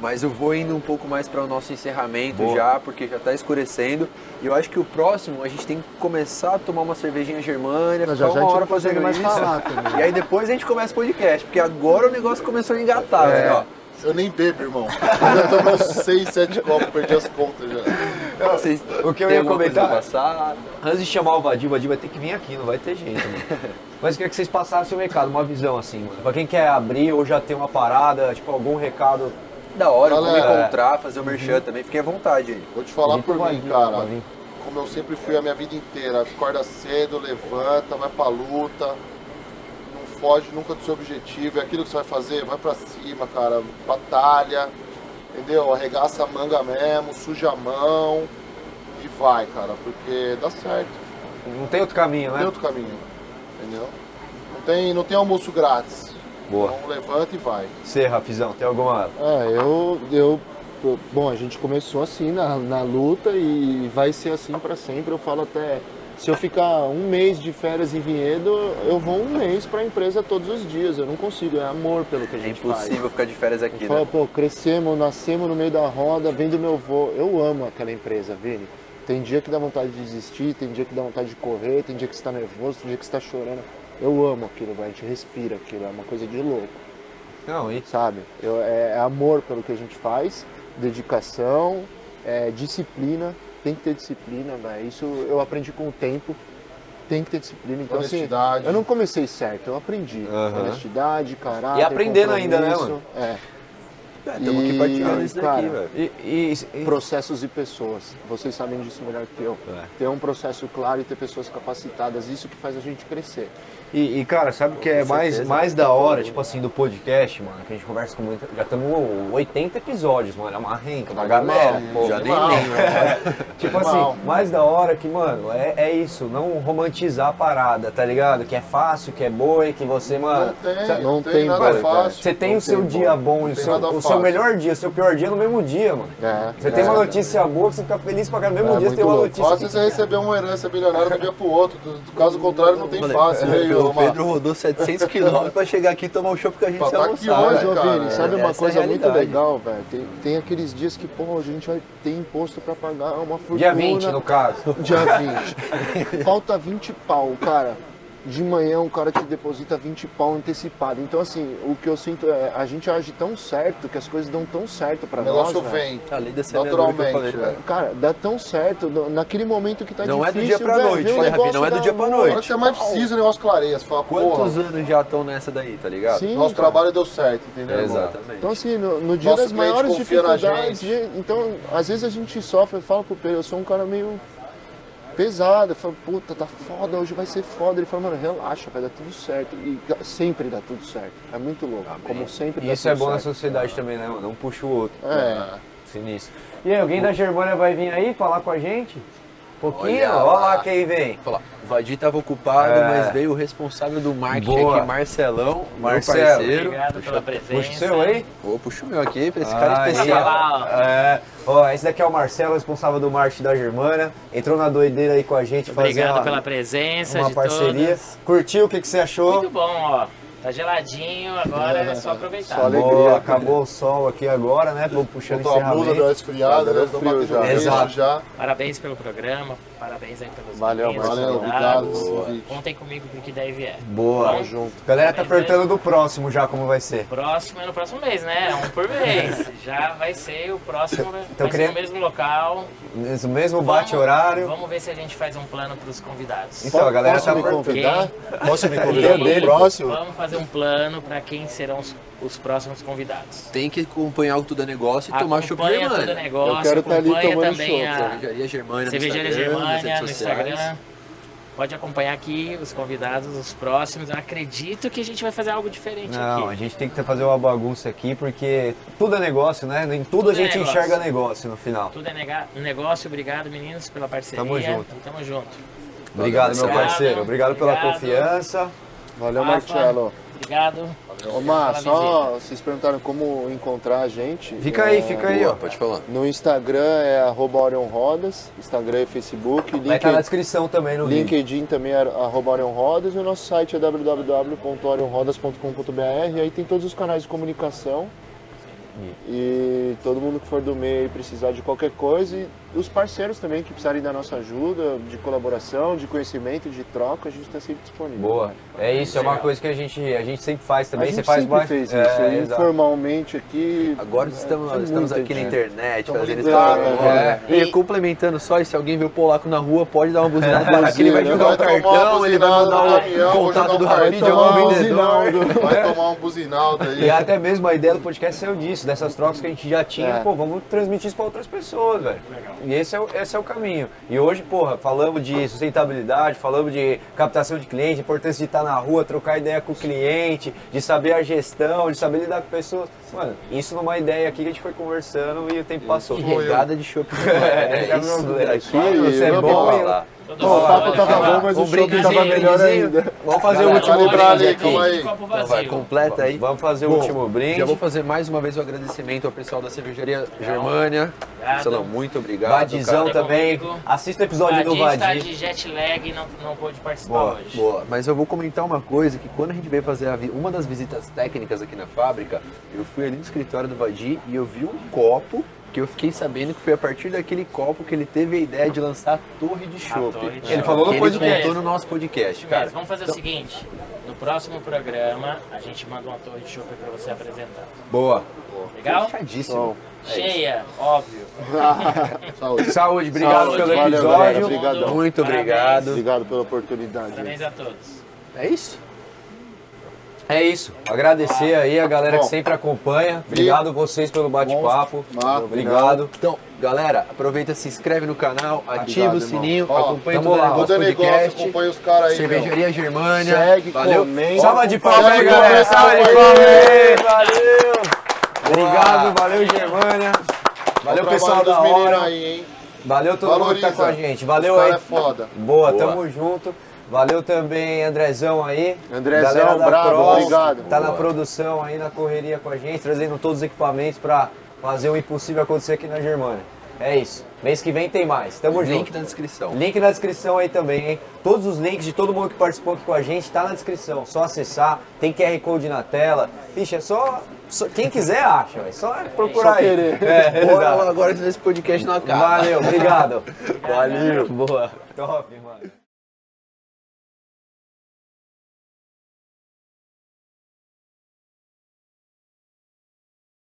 [SPEAKER 1] Mas eu vou indo um pouco mais para o nosso encerramento já, porque já tá escurecendo. E eu acho que o próximo a gente tem que começar a tomar uma cervejinha germânia,
[SPEAKER 5] Mas
[SPEAKER 1] ficar
[SPEAKER 5] já já a
[SPEAKER 1] uma
[SPEAKER 5] gente
[SPEAKER 1] hora
[SPEAKER 5] não consegue
[SPEAKER 1] fazendo
[SPEAKER 5] mais
[SPEAKER 1] isso.
[SPEAKER 5] falar também.
[SPEAKER 1] E aí depois a gente começa o podcast, porque agora o negócio começou a engatar,
[SPEAKER 5] É.
[SPEAKER 1] né? ó.
[SPEAKER 3] Eu nem bebo, irmão. Eu já tomei 6, 7 copos, perdi as contas já.
[SPEAKER 1] Vocês
[SPEAKER 2] O que eu
[SPEAKER 1] têm
[SPEAKER 2] ia
[SPEAKER 1] alguma coisa
[SPEAKER 2] comentar-
[SPEAKER 1] pra passar?
[SPEAKER 2] Antes de chamar o Vadir, o Vadir vai ter que vir aqui, não vai ter jeito, mano. Mas eu queria que vocês passassem um recado, uma visão assim, mano. Pra quem quer abrir ou já tem uma parada, tipo, algum recado.
[SPEAKER 1] Da hora, vamos
[SPEAKER 3] Galera.
[SPEAKER 1] encontrar, fazer o
[SPEAKER 5] Uhum.
[SPEAKER 1] merchan também. Fiquem à vontade, gente.
[SPEAKER 3] Vou te falar por
[SPEAKER 2] Vadir,
[SPEAKER 3] mim, cara.
[SPEAKER 2] Vadir.
[SPEAKER 3] Como eu sempre fui a minha vida inteira. Acorda cedo, levanta, vai pra luta. Não foge nunca do seu objetivo. É aquilo que você vai fazer, vai pra cima, cara. Batalha, entendeu? Arregaça a manga mesmo, suja a mão. E vai, cara, porque dá certo.
[SPEAKER 2] Não tem outro caminho,
[SPEAKER 3] Não
[SPEAKER 2] né?
[SPEAKER 3] tem outro caminho. Entendeu? Não tem, não tem almoço grátis.
[SPEAKER 2] Boa.
[SPEAKER 3] Então levanta e vai.
[SPEAKER 2] Você, Rafizão, tem alguma.
[SPEAKER 5] É, eu, eu. eu- Bom, a gente começou assim na, na luta e vai ser assim pra sempre. Eu falo até. Se eu ficar um mês de férias em Vinhedo, eu vou um mês pra empresa todos os dias. Eu não consigo, é amor pelo que a
[SPEAKER 1] É
[SPEAKER 5] gente faz.
[SPEAKER 1] impossível ficar de férias aqui, né?
[SPEAKER 5] Eu falo, pô, crescemos, nascemos no meio da roda, vendo meu vô. Eu amo aquela empresa, Vini. Tem dia que dá vontade de desistir, tem dia que dá vontade de correr, tem dia que você tá nervoso, tem dia que você tá chorando. Eu amo aquilo, velho. A gente respira aquilo, é uma coisa de louco
[SPEAKER 2] Não, e
[SPEAKER 5] sabe? Eu- é, é amor pelo que a gente faz, dedicação, é, disciplina. Tem que ter disciplina, velho. Isso eu aprendi com o tempo. Tem que ter disciplina. Então, assim,
[SPEAKER 3] Honestidade.
[SPEAKER 5] eu não comecei certo, eu aprendi.
[SPEAKER 2] Aham.
[SPEAKER 5] Honestidade, caráter.
[SPEAKER 2] E aprendendo ainda, né,
[SPEAKER 5] compromisso. É,
[SPEAKER 1] É, Estamos aqui
[SPEAKER 5] E,
[SPEAKER 1] partilhando isso daqui,
[SPEAKER 5] cara,
[SPEAKER 1] velho.
[SPEAKER 2] E, e, e-
[SPEAKER 5] processos e pessoas. Vocês sabem disso melhor que eu.
[SPEAKER 2] É.
[SPEAKER 5] Ter um processo claro e ter pessoas capacitadas, isso que faz a gente crescer.
[SPEAKER 2] E, e, cara, sabe o que é
[SPEAKER 1] Com
[SPEAKER 2] mais,
[SPEAKER 1] certeza.
[SPEAKER 2] mais da hora, tipo assim, do podcast, mano? Que a gente conversa com muita. Já estamos 80 episódios, mano. É uma renca, uma galera.
[SPEAKER 3] né?
[SPEAKER 2] pô.
[SPEAKER 1] Já nem
[SPEAKER 3] Mal.
[SPEAKER 1] lembro.
[SPEAKER 2] Tipo assim, mais da hora que, mano, é, é isso, não romantizar a parada, tá ligado? Que é fácil, que é boi, que você, mano. sabe?
[SPEAKER 5] não tem
[SPEAKER 3] nada
[SPEAKER 5] barulho,
[SPEAKER 3] fácil.
[SPEAKER 2] Você tem o seu dia bom, o,
[SPEAKER 3] tem
[SPEAKER 2] seu,
[SPEAKER 3] nada
[SPEAKER 2] o seu
[SPEAKER 3] fácil.
[SPEAKER 2] melhor dia, o seu pior dia no mesmo dia, mano.
[SPEAKER 5] É,
[SPEAKER 2] Você tem uma notícia boa que você fica feliz pra caramba. No mesmo
[SPEAKER 5] É
[SPEAKER 2] Um dia você tem
[SPEAKER 5] muito
[SPEAKER 2] uma
[SPEAKER 5] louco.
[SPEAKER 2] notícia.
[SPEAKER 3] Fácil é você receber uma herança bilionária de um dia pro outro. Do, do caso contrário, não tem
[SPEAKER 1] Falei,
[SPEAKER 3] fácil. né,
[SPEAKER 1] o
[SPEAKER 3] Ilma?
[SPEAKER 1] Pedro rodou 700 quilômetros pra chegar aqui e tomar um chopp que a gente
[SPEAKER 3] Pra
[SPEAKER 1] se
[SPEAKER 3] tá aqui
[SPEAKER 1] almoçar.
[SPEAKER 3] hoje,
[SPEAKER 5] Mas,
[SPEAKER 1] velho.
[SPEAKER 5] ô
[SPEAKER 3] cara,
[SPEAKER 5] Vini, sabe
[SPEAKER 1] é,
[SPEAKER 5] uma
[SPEAKER 1] essa
[SPEAKER 5] coisa
[SPEAKER 1] é a
[SPEAKER 5] muito
[SPEAKER 1] realidade.
[SPEAKER 5] legal, velho? Tem, tem aqueles dias que, porra, a gente vai ter imposto pra pagar uma fortuna.
[SPEAKER 2] Dia 20, no caso.
[SPEAKER 5] Dia 20. Falta 20 pau, cara. de manhã um cara que deposita 20 pau antecipado. Então, assim, o que eu sinto é a gente age tão certo que as coisas dão tão certo pra
[SPEAKER 3] O
[SPEAKER 5] nós.
[SPEAKER 3] negócio vem.
[SPEAKER 5] velho.
[SPEAKER 1] A lei da semeadura que eu falei,
[SPEAKER 3] Naturalmente, é.
[SPEAKER 1] velho.
[SPEAKER 3] velho.
[SPEAKER 5] Cara, dá tão certo no- naquele momento que tá
[SPEAKER 1] Não é do
[SPEAKER 5] difícil.
[SPEAKER 1] dia pra
[SPEAKER 5] velho,
[SPEAKER 1] noite,
[SPEAKER 5] vê o
[SPEAKER 1] né, Rabi?
[SPEAKER 5] negócio
[SPEAKER 1] Não é do
[SPEAKER 5] da
[SPEAKER 1] dia pra
[SPEAKER 5] lua.
[SPEAKER 3] A
[SPEAKER 1] noite.
[SPEAKER 3] hora que você mais precisa, o negócio clareia. Você fala, porra,
[SPEAKER 1] Quantos anos já estão nessa daí, tá ligado?
[SPEAKER 5] Sim,
[SPEAKER 3] nosso
[SPEAKER 5] cara.
[SPEAKER 3] trabalho deu certo, entendeu? irmão?
[SPEAKER 1] Exatamente.
[SPEAKER 5] Então, assim, no, no dia
[SPEAKER 3] Nosso
[SPEAKER 5] das
[SPEAKER 3] cliente
[SPEAKER 5] maiores
[SPEAKER 3] confia na
[SPEAKER 5] dificuldades,
[SPEAKER 3] gente.
[SPEAKER 5] de- então, às vezes a gente sofre, eu falo pro Pedro, eu sou um cara meio pesado, eu falo, puta, tá foda, hoje vai ser foda. Ele fala, mano, relaxa, vai dar tudo certo. E ga- sempre dá tudo certo. É muito louco. Como sempre
[SPEAKER 2] E
[SPEAKER 5] dá
[SPEAKER 2] isso
[SPEAKER 5] tudo
[SPEAKER 2] é bom na
[SPEAKER 5] certo.
[SPEAKER 2] sociedade também, né, mano? Um puxa o outro.
[SPEAKER 5] É.
[SPEAKER 2] Sinistro. E aí, alguém da Germânia vai vir aí falar com a gente? Um Pouquinho?
[SPEAKER 1] Olha
[SPEAKER 2] Olha lá
[SPEAKER 1] lá.
[SPEAKER 2] quem vem.
[SPEAKER 1] Falar, o Vadir tava ocupado,
[SPEAKER 2] É.
[SPEAKER 1] mas veio o responsável do marketing
[SPEAKER 2] Boa.
[SPEAKER 1] aqui, Marcelão, meu
[SPEAKER 2] Marcelo,
[SPEAKER 1] parceiro.
[SPEAKER 7] Obrigado pela presença.
[SPEAKER 2] Puxa o seu aí.
[SPEAKER 1] Pô, puxa o meu aqui, pra esse cara é
[SPEAKER 2] Aí,
[SPEAKER 1] especial.
[SPEAKER 7] ó.
[SPEAKER 2] É. Ó, esse daqui é o Marcelo, responsável do marketing da Germana. Entrou na doideira aí com a gente,
[SPEAKER 7] Obrigado
[SPEAKER 2] fazendo
[SPEAKER 7] pela
[SPEAKER 2] uma,
[SPEAKER 7] presença
[SPEAKER 2] uma
[SPEAKER 7] de
[SPEAKER 2] parceria.
[SPEAKER 7] todos.
[SPEAKER 2] Curtiu? O que, que você achou?
[SPEAKER 7] Muito bom, ó. Tá geladinho, agora é só aproveitar.
[SPEAKER 5] Só
[SPEAKER 2] Boa,
[SPEAKER 5] alegria, cara.
[SPEAKER 2] acabou o sol aqui agora, né? Vou puxando
[SPEAKER 3] Botou Então, a blusa,
[SPEAKER 2] encerramento.
[SPEAKER 3] deu uma esfriada,
[SPEAKER 5] Tá
[SPEAKER 3] né?
[SPEAKER 5] dando
[SPEAKER 3] Deu um
[SPEAKER 5] frio
[SPEAKER 3] batidão
[SPEAKER 5] já.
[SPEAKER 3] de queixo
[SPEAKER 2] Exato.
[SPEAKER 3] já.
[SPEAKER 7] Parabéns pelo programa, parabéns aí pelos
[SPEAKER 5] Valeu,
[SPEAKER 7] meninos,
[SPEAKER 3] Valeu,
[SPEAKER 7] convidados.
[SPEAKER 3] obrigado pelo convite.
[SPEAKER 7] Contem comigo pro que é. daí vier.
[SPEAKER 2] Boa. Galera tá perguntando do próximo já como vai ser.
[SPEAKER 7] Próximo é no próximo mês, né? Um por mês. Já vai ser o próximo, vai
[SPEAKER 2] Então,
[SPEAKER 7] ser
[SPEAKER 2] queria-
[SPEAKER 7] no mesmo local.
[SPEAKER 2] Nesse mesmo
[SPEAKER 7] Vamos-
[SPEAKER 2] bate-horário.
[SPEAKER 7] Vamos ver se a gente faz um plano pros convidados.
[SPEAKER 2] Então, a galera
[SPEAKER 5] Posso
[SPEAKER 2] tá
[SPEAKER 5] me
[SPEAKER 2] perguntando.
[SPEAKER 5] convidar?
[SPEAKER 2] Posso me
[SPEAKER 7] convidar pro
[SPEAKER 2] próximo?
[SPEAKER 7] Vamos fazer um plano pra quem serão os, os próximos convidados.
[SPEAKER 1] Tem que acompanhar o Tudo é Negócio e tomar chopp
[SPEAKER 7] acompanha todo o
[SPEAKER 1] Germânia.
[SPEAKER 7] negócio,
[SPEAKER 5] Eu quero tá ali
[SPEAKER 7] acompanha
[SPEAKER 5] tomando
[SPEAKER 7] também
[SPEAKER 5] chopp,
[SPEAKER 7] a
[SPEAKER 1] Cervejaria Germânia no
[SPEAKER 7] Cervejaria
[SPEAKER 1] Instagram, nas
[SPEAKER 7] Germânia no
[SPEAKER 1] redes sociais.
[SPEAKER 7] Instagram. Pode acompanhar aqui os convidados, os próximos. Eu acredito que a gente vai fazer algo diferente
[SPEAKER 2] Não, a
[SPEAKER 7] aqui.
[SPEAKER 2] gente tem que fazer uma bagunça aqui, porque tudo é negócio, né? Em tudo,
[SPEAKER 7] Tudo
[SPEAKER 2] a
[SPEAKER 7] é
[SPEAKER 2] gente
[SPEAKER 7] negócio.
[SPEAKER 2] enxerga negócio no final.
[SPEAKER 7] Tudo é nega- negócio. Obrigado, meninos, pela parceria.
[SPEAKER 2] Tamo junto.
[SPEAKER 7] E Tamo junto.
[SPEAKER 2] Obrigado, meu
[SPEAKER 1] Obrigado.
[SPEAKER 2] parceiro. Obrigado, pela
[SPEAKER 7] Obrigado.
[SPEAKER 2] confiança. Ah,
[SPEAKER 5] Valeu,
[SPEAKER 7] Rafa.
[SPEAKER 5] Marcelo.
[SPEAKER 7] Obrigado.
[SPEAKER 5] Ô, Mar,
[SPEAKER 7] Fala,
[SPEAKER 5] só vocês perguntaram como encontrar a gente.
[SPEAKER 2] Fica aí,
[SPEAKER 5] É,
[SPEAKER 2] fica aí, ó.
[SPEAKER 1] Boa, pode falar.
[SPEAKER 5] No Instagram é arroba Orion Rodas, Instagram e
[SPEAKER 2] Vai
[SPEAKER 5] Facebook.
[SPEAKER 2] tá estar na
[SPEAKER 5] LinkedIn,
[SPEAKER 2] descrição também no vídeo.
[SPEAKER 5] LinkedIn também é arroba Orion Rodas e o nosso site é www.orionrodas.com.br. Aí tem todos os canais de comunicação. E todo mundo que for do meio aí precisar de qualquer coisa e os parceiros também que precisarem da nossa ajuda, de colaboração, de conhecimento, de troca, a gente está sempre disponível.
[SPEAKER 2] Boa. É isso, é uma coisa que a gente, a gente sempre faz
[SPEAKER 5] A
[SPEAKER 2] também.
[SPEAKER 5] gente
[SPEAKER 2] Você faz
[SPEAKER 5] sempre
[SPEAKER 2] mais.
[SPEAKER 5] fez isso,
[SPEAKER 2] É, exato.
[SPEAKER 5] informalmente aqui.
[SPEAKER 1] Agora estamos,
[SPEAKER 3] é
[SPEAKER 5] Tem
[SPEAKER 1] estamos
[SPEAKER 5] muita
[SPEAKER 1] aqui na
[SPEAKER 5] gente.
[SPEAKER 1] internet,
[SPEAKER 3] Estamos
[SPEAKER 1] fazendo
[SPEAKER 3] ligados,
[SPEAKER 1] Instagram.
[SPEAKER 2] né?
[SPEAKER 1] É. E, complementando só, e se alguém ver o polaco na rua, pode dar uma buzinada pra que ele né? vai
[SPEAKER 3] Ele
[SPEAKER 1] jogar o
[SPEAKER 3] vai tomar um uma
[SPEAKER 1] cartão, ele vai
[SPEAKER 3] buzinada
[SPEAKER 1] mandar
[SPEAKER 3] no
[SPEAKER 1] o
[SPEAKER 3] caminhão, vou
[SPEAKER 1] contato
[SPEAKER 3] jogar
[SPEAKER 1] do
[SPEAKER 3] um cartão,
[SPEAKER 1] Rafi, jogar um
[SPEAKER 5] um
[SPEAKER 1] vendedor.
[SPEAKER 5] buzinaldo.
[SPEAKER 3] Vai tomar um buzinaldo aí.
[SPEAKER 2] E é até mesmo a ideia do podcast saiu disso, dessas trocas que a gente já tinha,
[SPEAKER 5] É.
[SPEAKER 2] pô, vamos transmitir isso para outras pessoas, velho. E esse é, o, esse é o caminho. E hoje, porra, falamos de sustentabilidade, falamos de captação de cliente, importância de estar na rua, trocar ideia com o cliente, de saber a gestão, de saber lidar com pessoas. Mano, isso numa ideia aqui que a gente foi conversando e o tempo passou.
[SPEAKER 1] Regada de chopp.
[SPEAKER 2] É,
[SPEAKER 1] É
[SPEAKER 2] é
[SPEAKER 1] isso
[SPEAKER 2] isso
[SPEAKER 1] daqui.
[SPEAKER 2] daqui, você é
[SPEAKER 5] vamos
[SPEAKER 2] bom e
[SPEAKER 1] falar.
[SPEAKER 7] Todos
[SPEAKER 5] Bom, o
[SPEAKER 7] os
[SPEAKER 5] papo
[SPEAKER 7] olhos,
[SPEAKER 5] tava
[SPEAKER 7] vai lá.
[SPEAKER 5] bom, mas o
[SPEAKER 1] Um
[SPEAKER 5] show
[SPEAKER 1] brinquezinho,
[SPEAKER 5] tava melhor
[SPEAKER 1] brinquezinho.
[SPEAKER 5] ainda.
[SPEAKER 2] Vamos fazer o
[SPEAKER 1] Galera,
[SPEAKER 2] último
[SPEAKER 3] vai lembrar
[SPEAKER 2] brinde
[SPEAKER 3] ali,
[SPEAKER 2] aqui.
[SPEAKER 3] calma aí.
[SPEAKER 7] De copo
[SPEAKER 1] Então vai,
[SPEAKER 7] vazio.
[SPEAKER 1] completa aí.
[SPEAKER 2] Vamos fazer o
[SPEAKER 1] Bom,
[SPEAKER 2] último brinde.
[SPEAKER 1] Já vou fazer mais uma vez o agradecimento ao pessoal da cervejaria Germânia. Marcelão, muito obrigado.
[SPEAKER 2] Vadizão
[SPEAKER 1] cara.
[SPEAKER 7] Tá
[SPEAKER 2] também.
[SPEAKER 7] comigo.
[SPEAKER 2] Assista o episódio
[SPEAKER 7] Vadir
[SPEAKER 2] do
[SPEAKER 7] está
[SPEAKER 2] Vadir.
[SPEAKER 7] tá de jet lag e não, não pôde participar
[SPEAKER 2] Boa,
[SPEAKER 7] hoje.
[SPEAKER 1] Boa, mas eu vou comentar uma coisa que quando a gente veio fazer a vi- uma das visitas técnicas aqui na fábrica, eu fui ali no escritório do Vadi e eu vi um copo que eu fiquei sabendo que foi a partir daquele copo que ele teve a ideia de lançar a torre de chopp.
[SPEAKER 7] torre
[SPEAKER 1] Ele
[SPEAKER 7] de chopp.
[SPEAKER 1] falou no
[SPEAKER 2] Isso
[SPEAKER 1] podcast.
[SPEAKER 7] mesmo.
[SPEAKER 1] no nosso podcast,
[SPEAKER 7] Isso
[SPEAKER 1] cara.
[SPEAKER 7] mesmo. Vamos fazer
[SPEAKER 5] então-
[SPEAKER 7] o seguinte: no próximo programa a gente manda uma torre de chope para você apresentar.
[SPEAKER 2] Boa.
[SPEAKER 5] É
[SPEAKER 7] Legal?
[SPEAKER 1] Fechadíssimo.
[SPEAKER 7] Cheia, óbvio.
[SPEAKER 3] Saúde.
[SPEAKER 2] Saúde, obrigado
[SPEAKER 7] Saúde,
[SPEAKER 2] pelo
[SPEAKER 5] valeu,
[SPEAKER 2] episódio.
[SPEAKER 5] galera, obrigadão.
[SPEAKER 1] Muito
[SPEAKER 7] Parabéns.
[SPEAKER 1] obrigado.
[SPEAKER 5] Obrigado pela oportunidade.
[SPEAKER 7] Parabéns a todos.
[SPEAKER 1] É isso?
[SPEAKER 2] É isso. Agradecer aí a galera que
[SPEAKER 3] Bom.
[SPEAKER 2] sempre acompanha. Obrigado vocês pelo bate-papo.
[SPEAKER 3] Monstro.
[SPEAKER 2] Obrigado.
[SPEAKER 1] Então, galera, aproveita, se inscreve no canal, ativa o
[SPEAKER 5] Obrigado, irmão.
[SPEAKER 1] sininho,
[SPEAKER 3] Ó,
[SPEAKER 1] acompanha
[SPEAKER 2] tamo lá,
[SPEAKER 1] o
[SPEAKER 3] Muda
[SPEAKER 1] Tudo Negócio
[SPEAKER 3] negócio,
[SPEAKER 1] Podcast.
[SPEAKER 3] acompanha os caras aí. meu.
[SPEAKER 1] Cervejaria Germânia.
[SPEAKER 5] Segue,
[SPEAKER 1] Valeu.
[SPEAKER 5] comenta.
[SPEAKER 2] Salva de palmas aí,
[SPEAKER 3] Valeu,
[SPEAKER 2] galera.
[SPEAKER 3] galera.
[SPEAKER 2] Salva de palmas aí. Valeu. Obrigado, valeu, Germânia. Valeu,
[SPEAKER 3] Bom
[SPEAKER 2] pessoal
[SPEAKER 3] trabalho
[SPEAKER 2] da
[SPEAKER 3] dos meninos
[SPEAKER 2] hora.
[SPEAKER 3] Aí, hein?
[SPEAKER 2] Valeu todo mundo que tá com a gente. Valeu
[SPEAKER 3] Os
[SPEAKER 2] aí.
[SPEAKER 3] cara é foda.
[SPEAKER 1] Boa.
[SPEAKER 2] Boa, tamo junto. Valeu também, Andrezão aí.
[SPEAKER 5] Andrezão,
[SPEAKER 2] Galera da
[SPEAKER 5] brabo,
[SPEAKER 2] Cross,
[SPEAKER 5] obrigado.
[SPEAKER 2] Tá na
[SPEAKER 1] Boa.
[SPEAKER 2] produção aí, na correria com a gente, trazendo todos os equipamentos pra fazer o impossível acontecer aqui na Germânia. É isso. Mês que vem tem mais. Tamo
[SPEAKER 1] Link
[SPEAKER 2] junto.
[SPEAKER 1] na descrição.
[SPEAKER 2] Link na descrição aí também, hein? Todos os links de todo mundo que participou aqui com a gente tá na descrição. Só acessar, tem QR Code na tela. Vixe, é só. só- quem quiser acha, é só procurar
[SPEAKER 5] Só
[SPEAKER 2] aí.
[SPEAKER 5] querer.
[SPEAKER 2] É,
[SPEAKER 1] Bora
[SPEAKER 2] exato.
[SPEAKER 1] lá agora, senão esse podcast não acaba.
[SPEAKER 2] Valeu, obrigado.
[SPEAKER 1] Valeu.
[SPEAKER 2] Boa. Top, mano.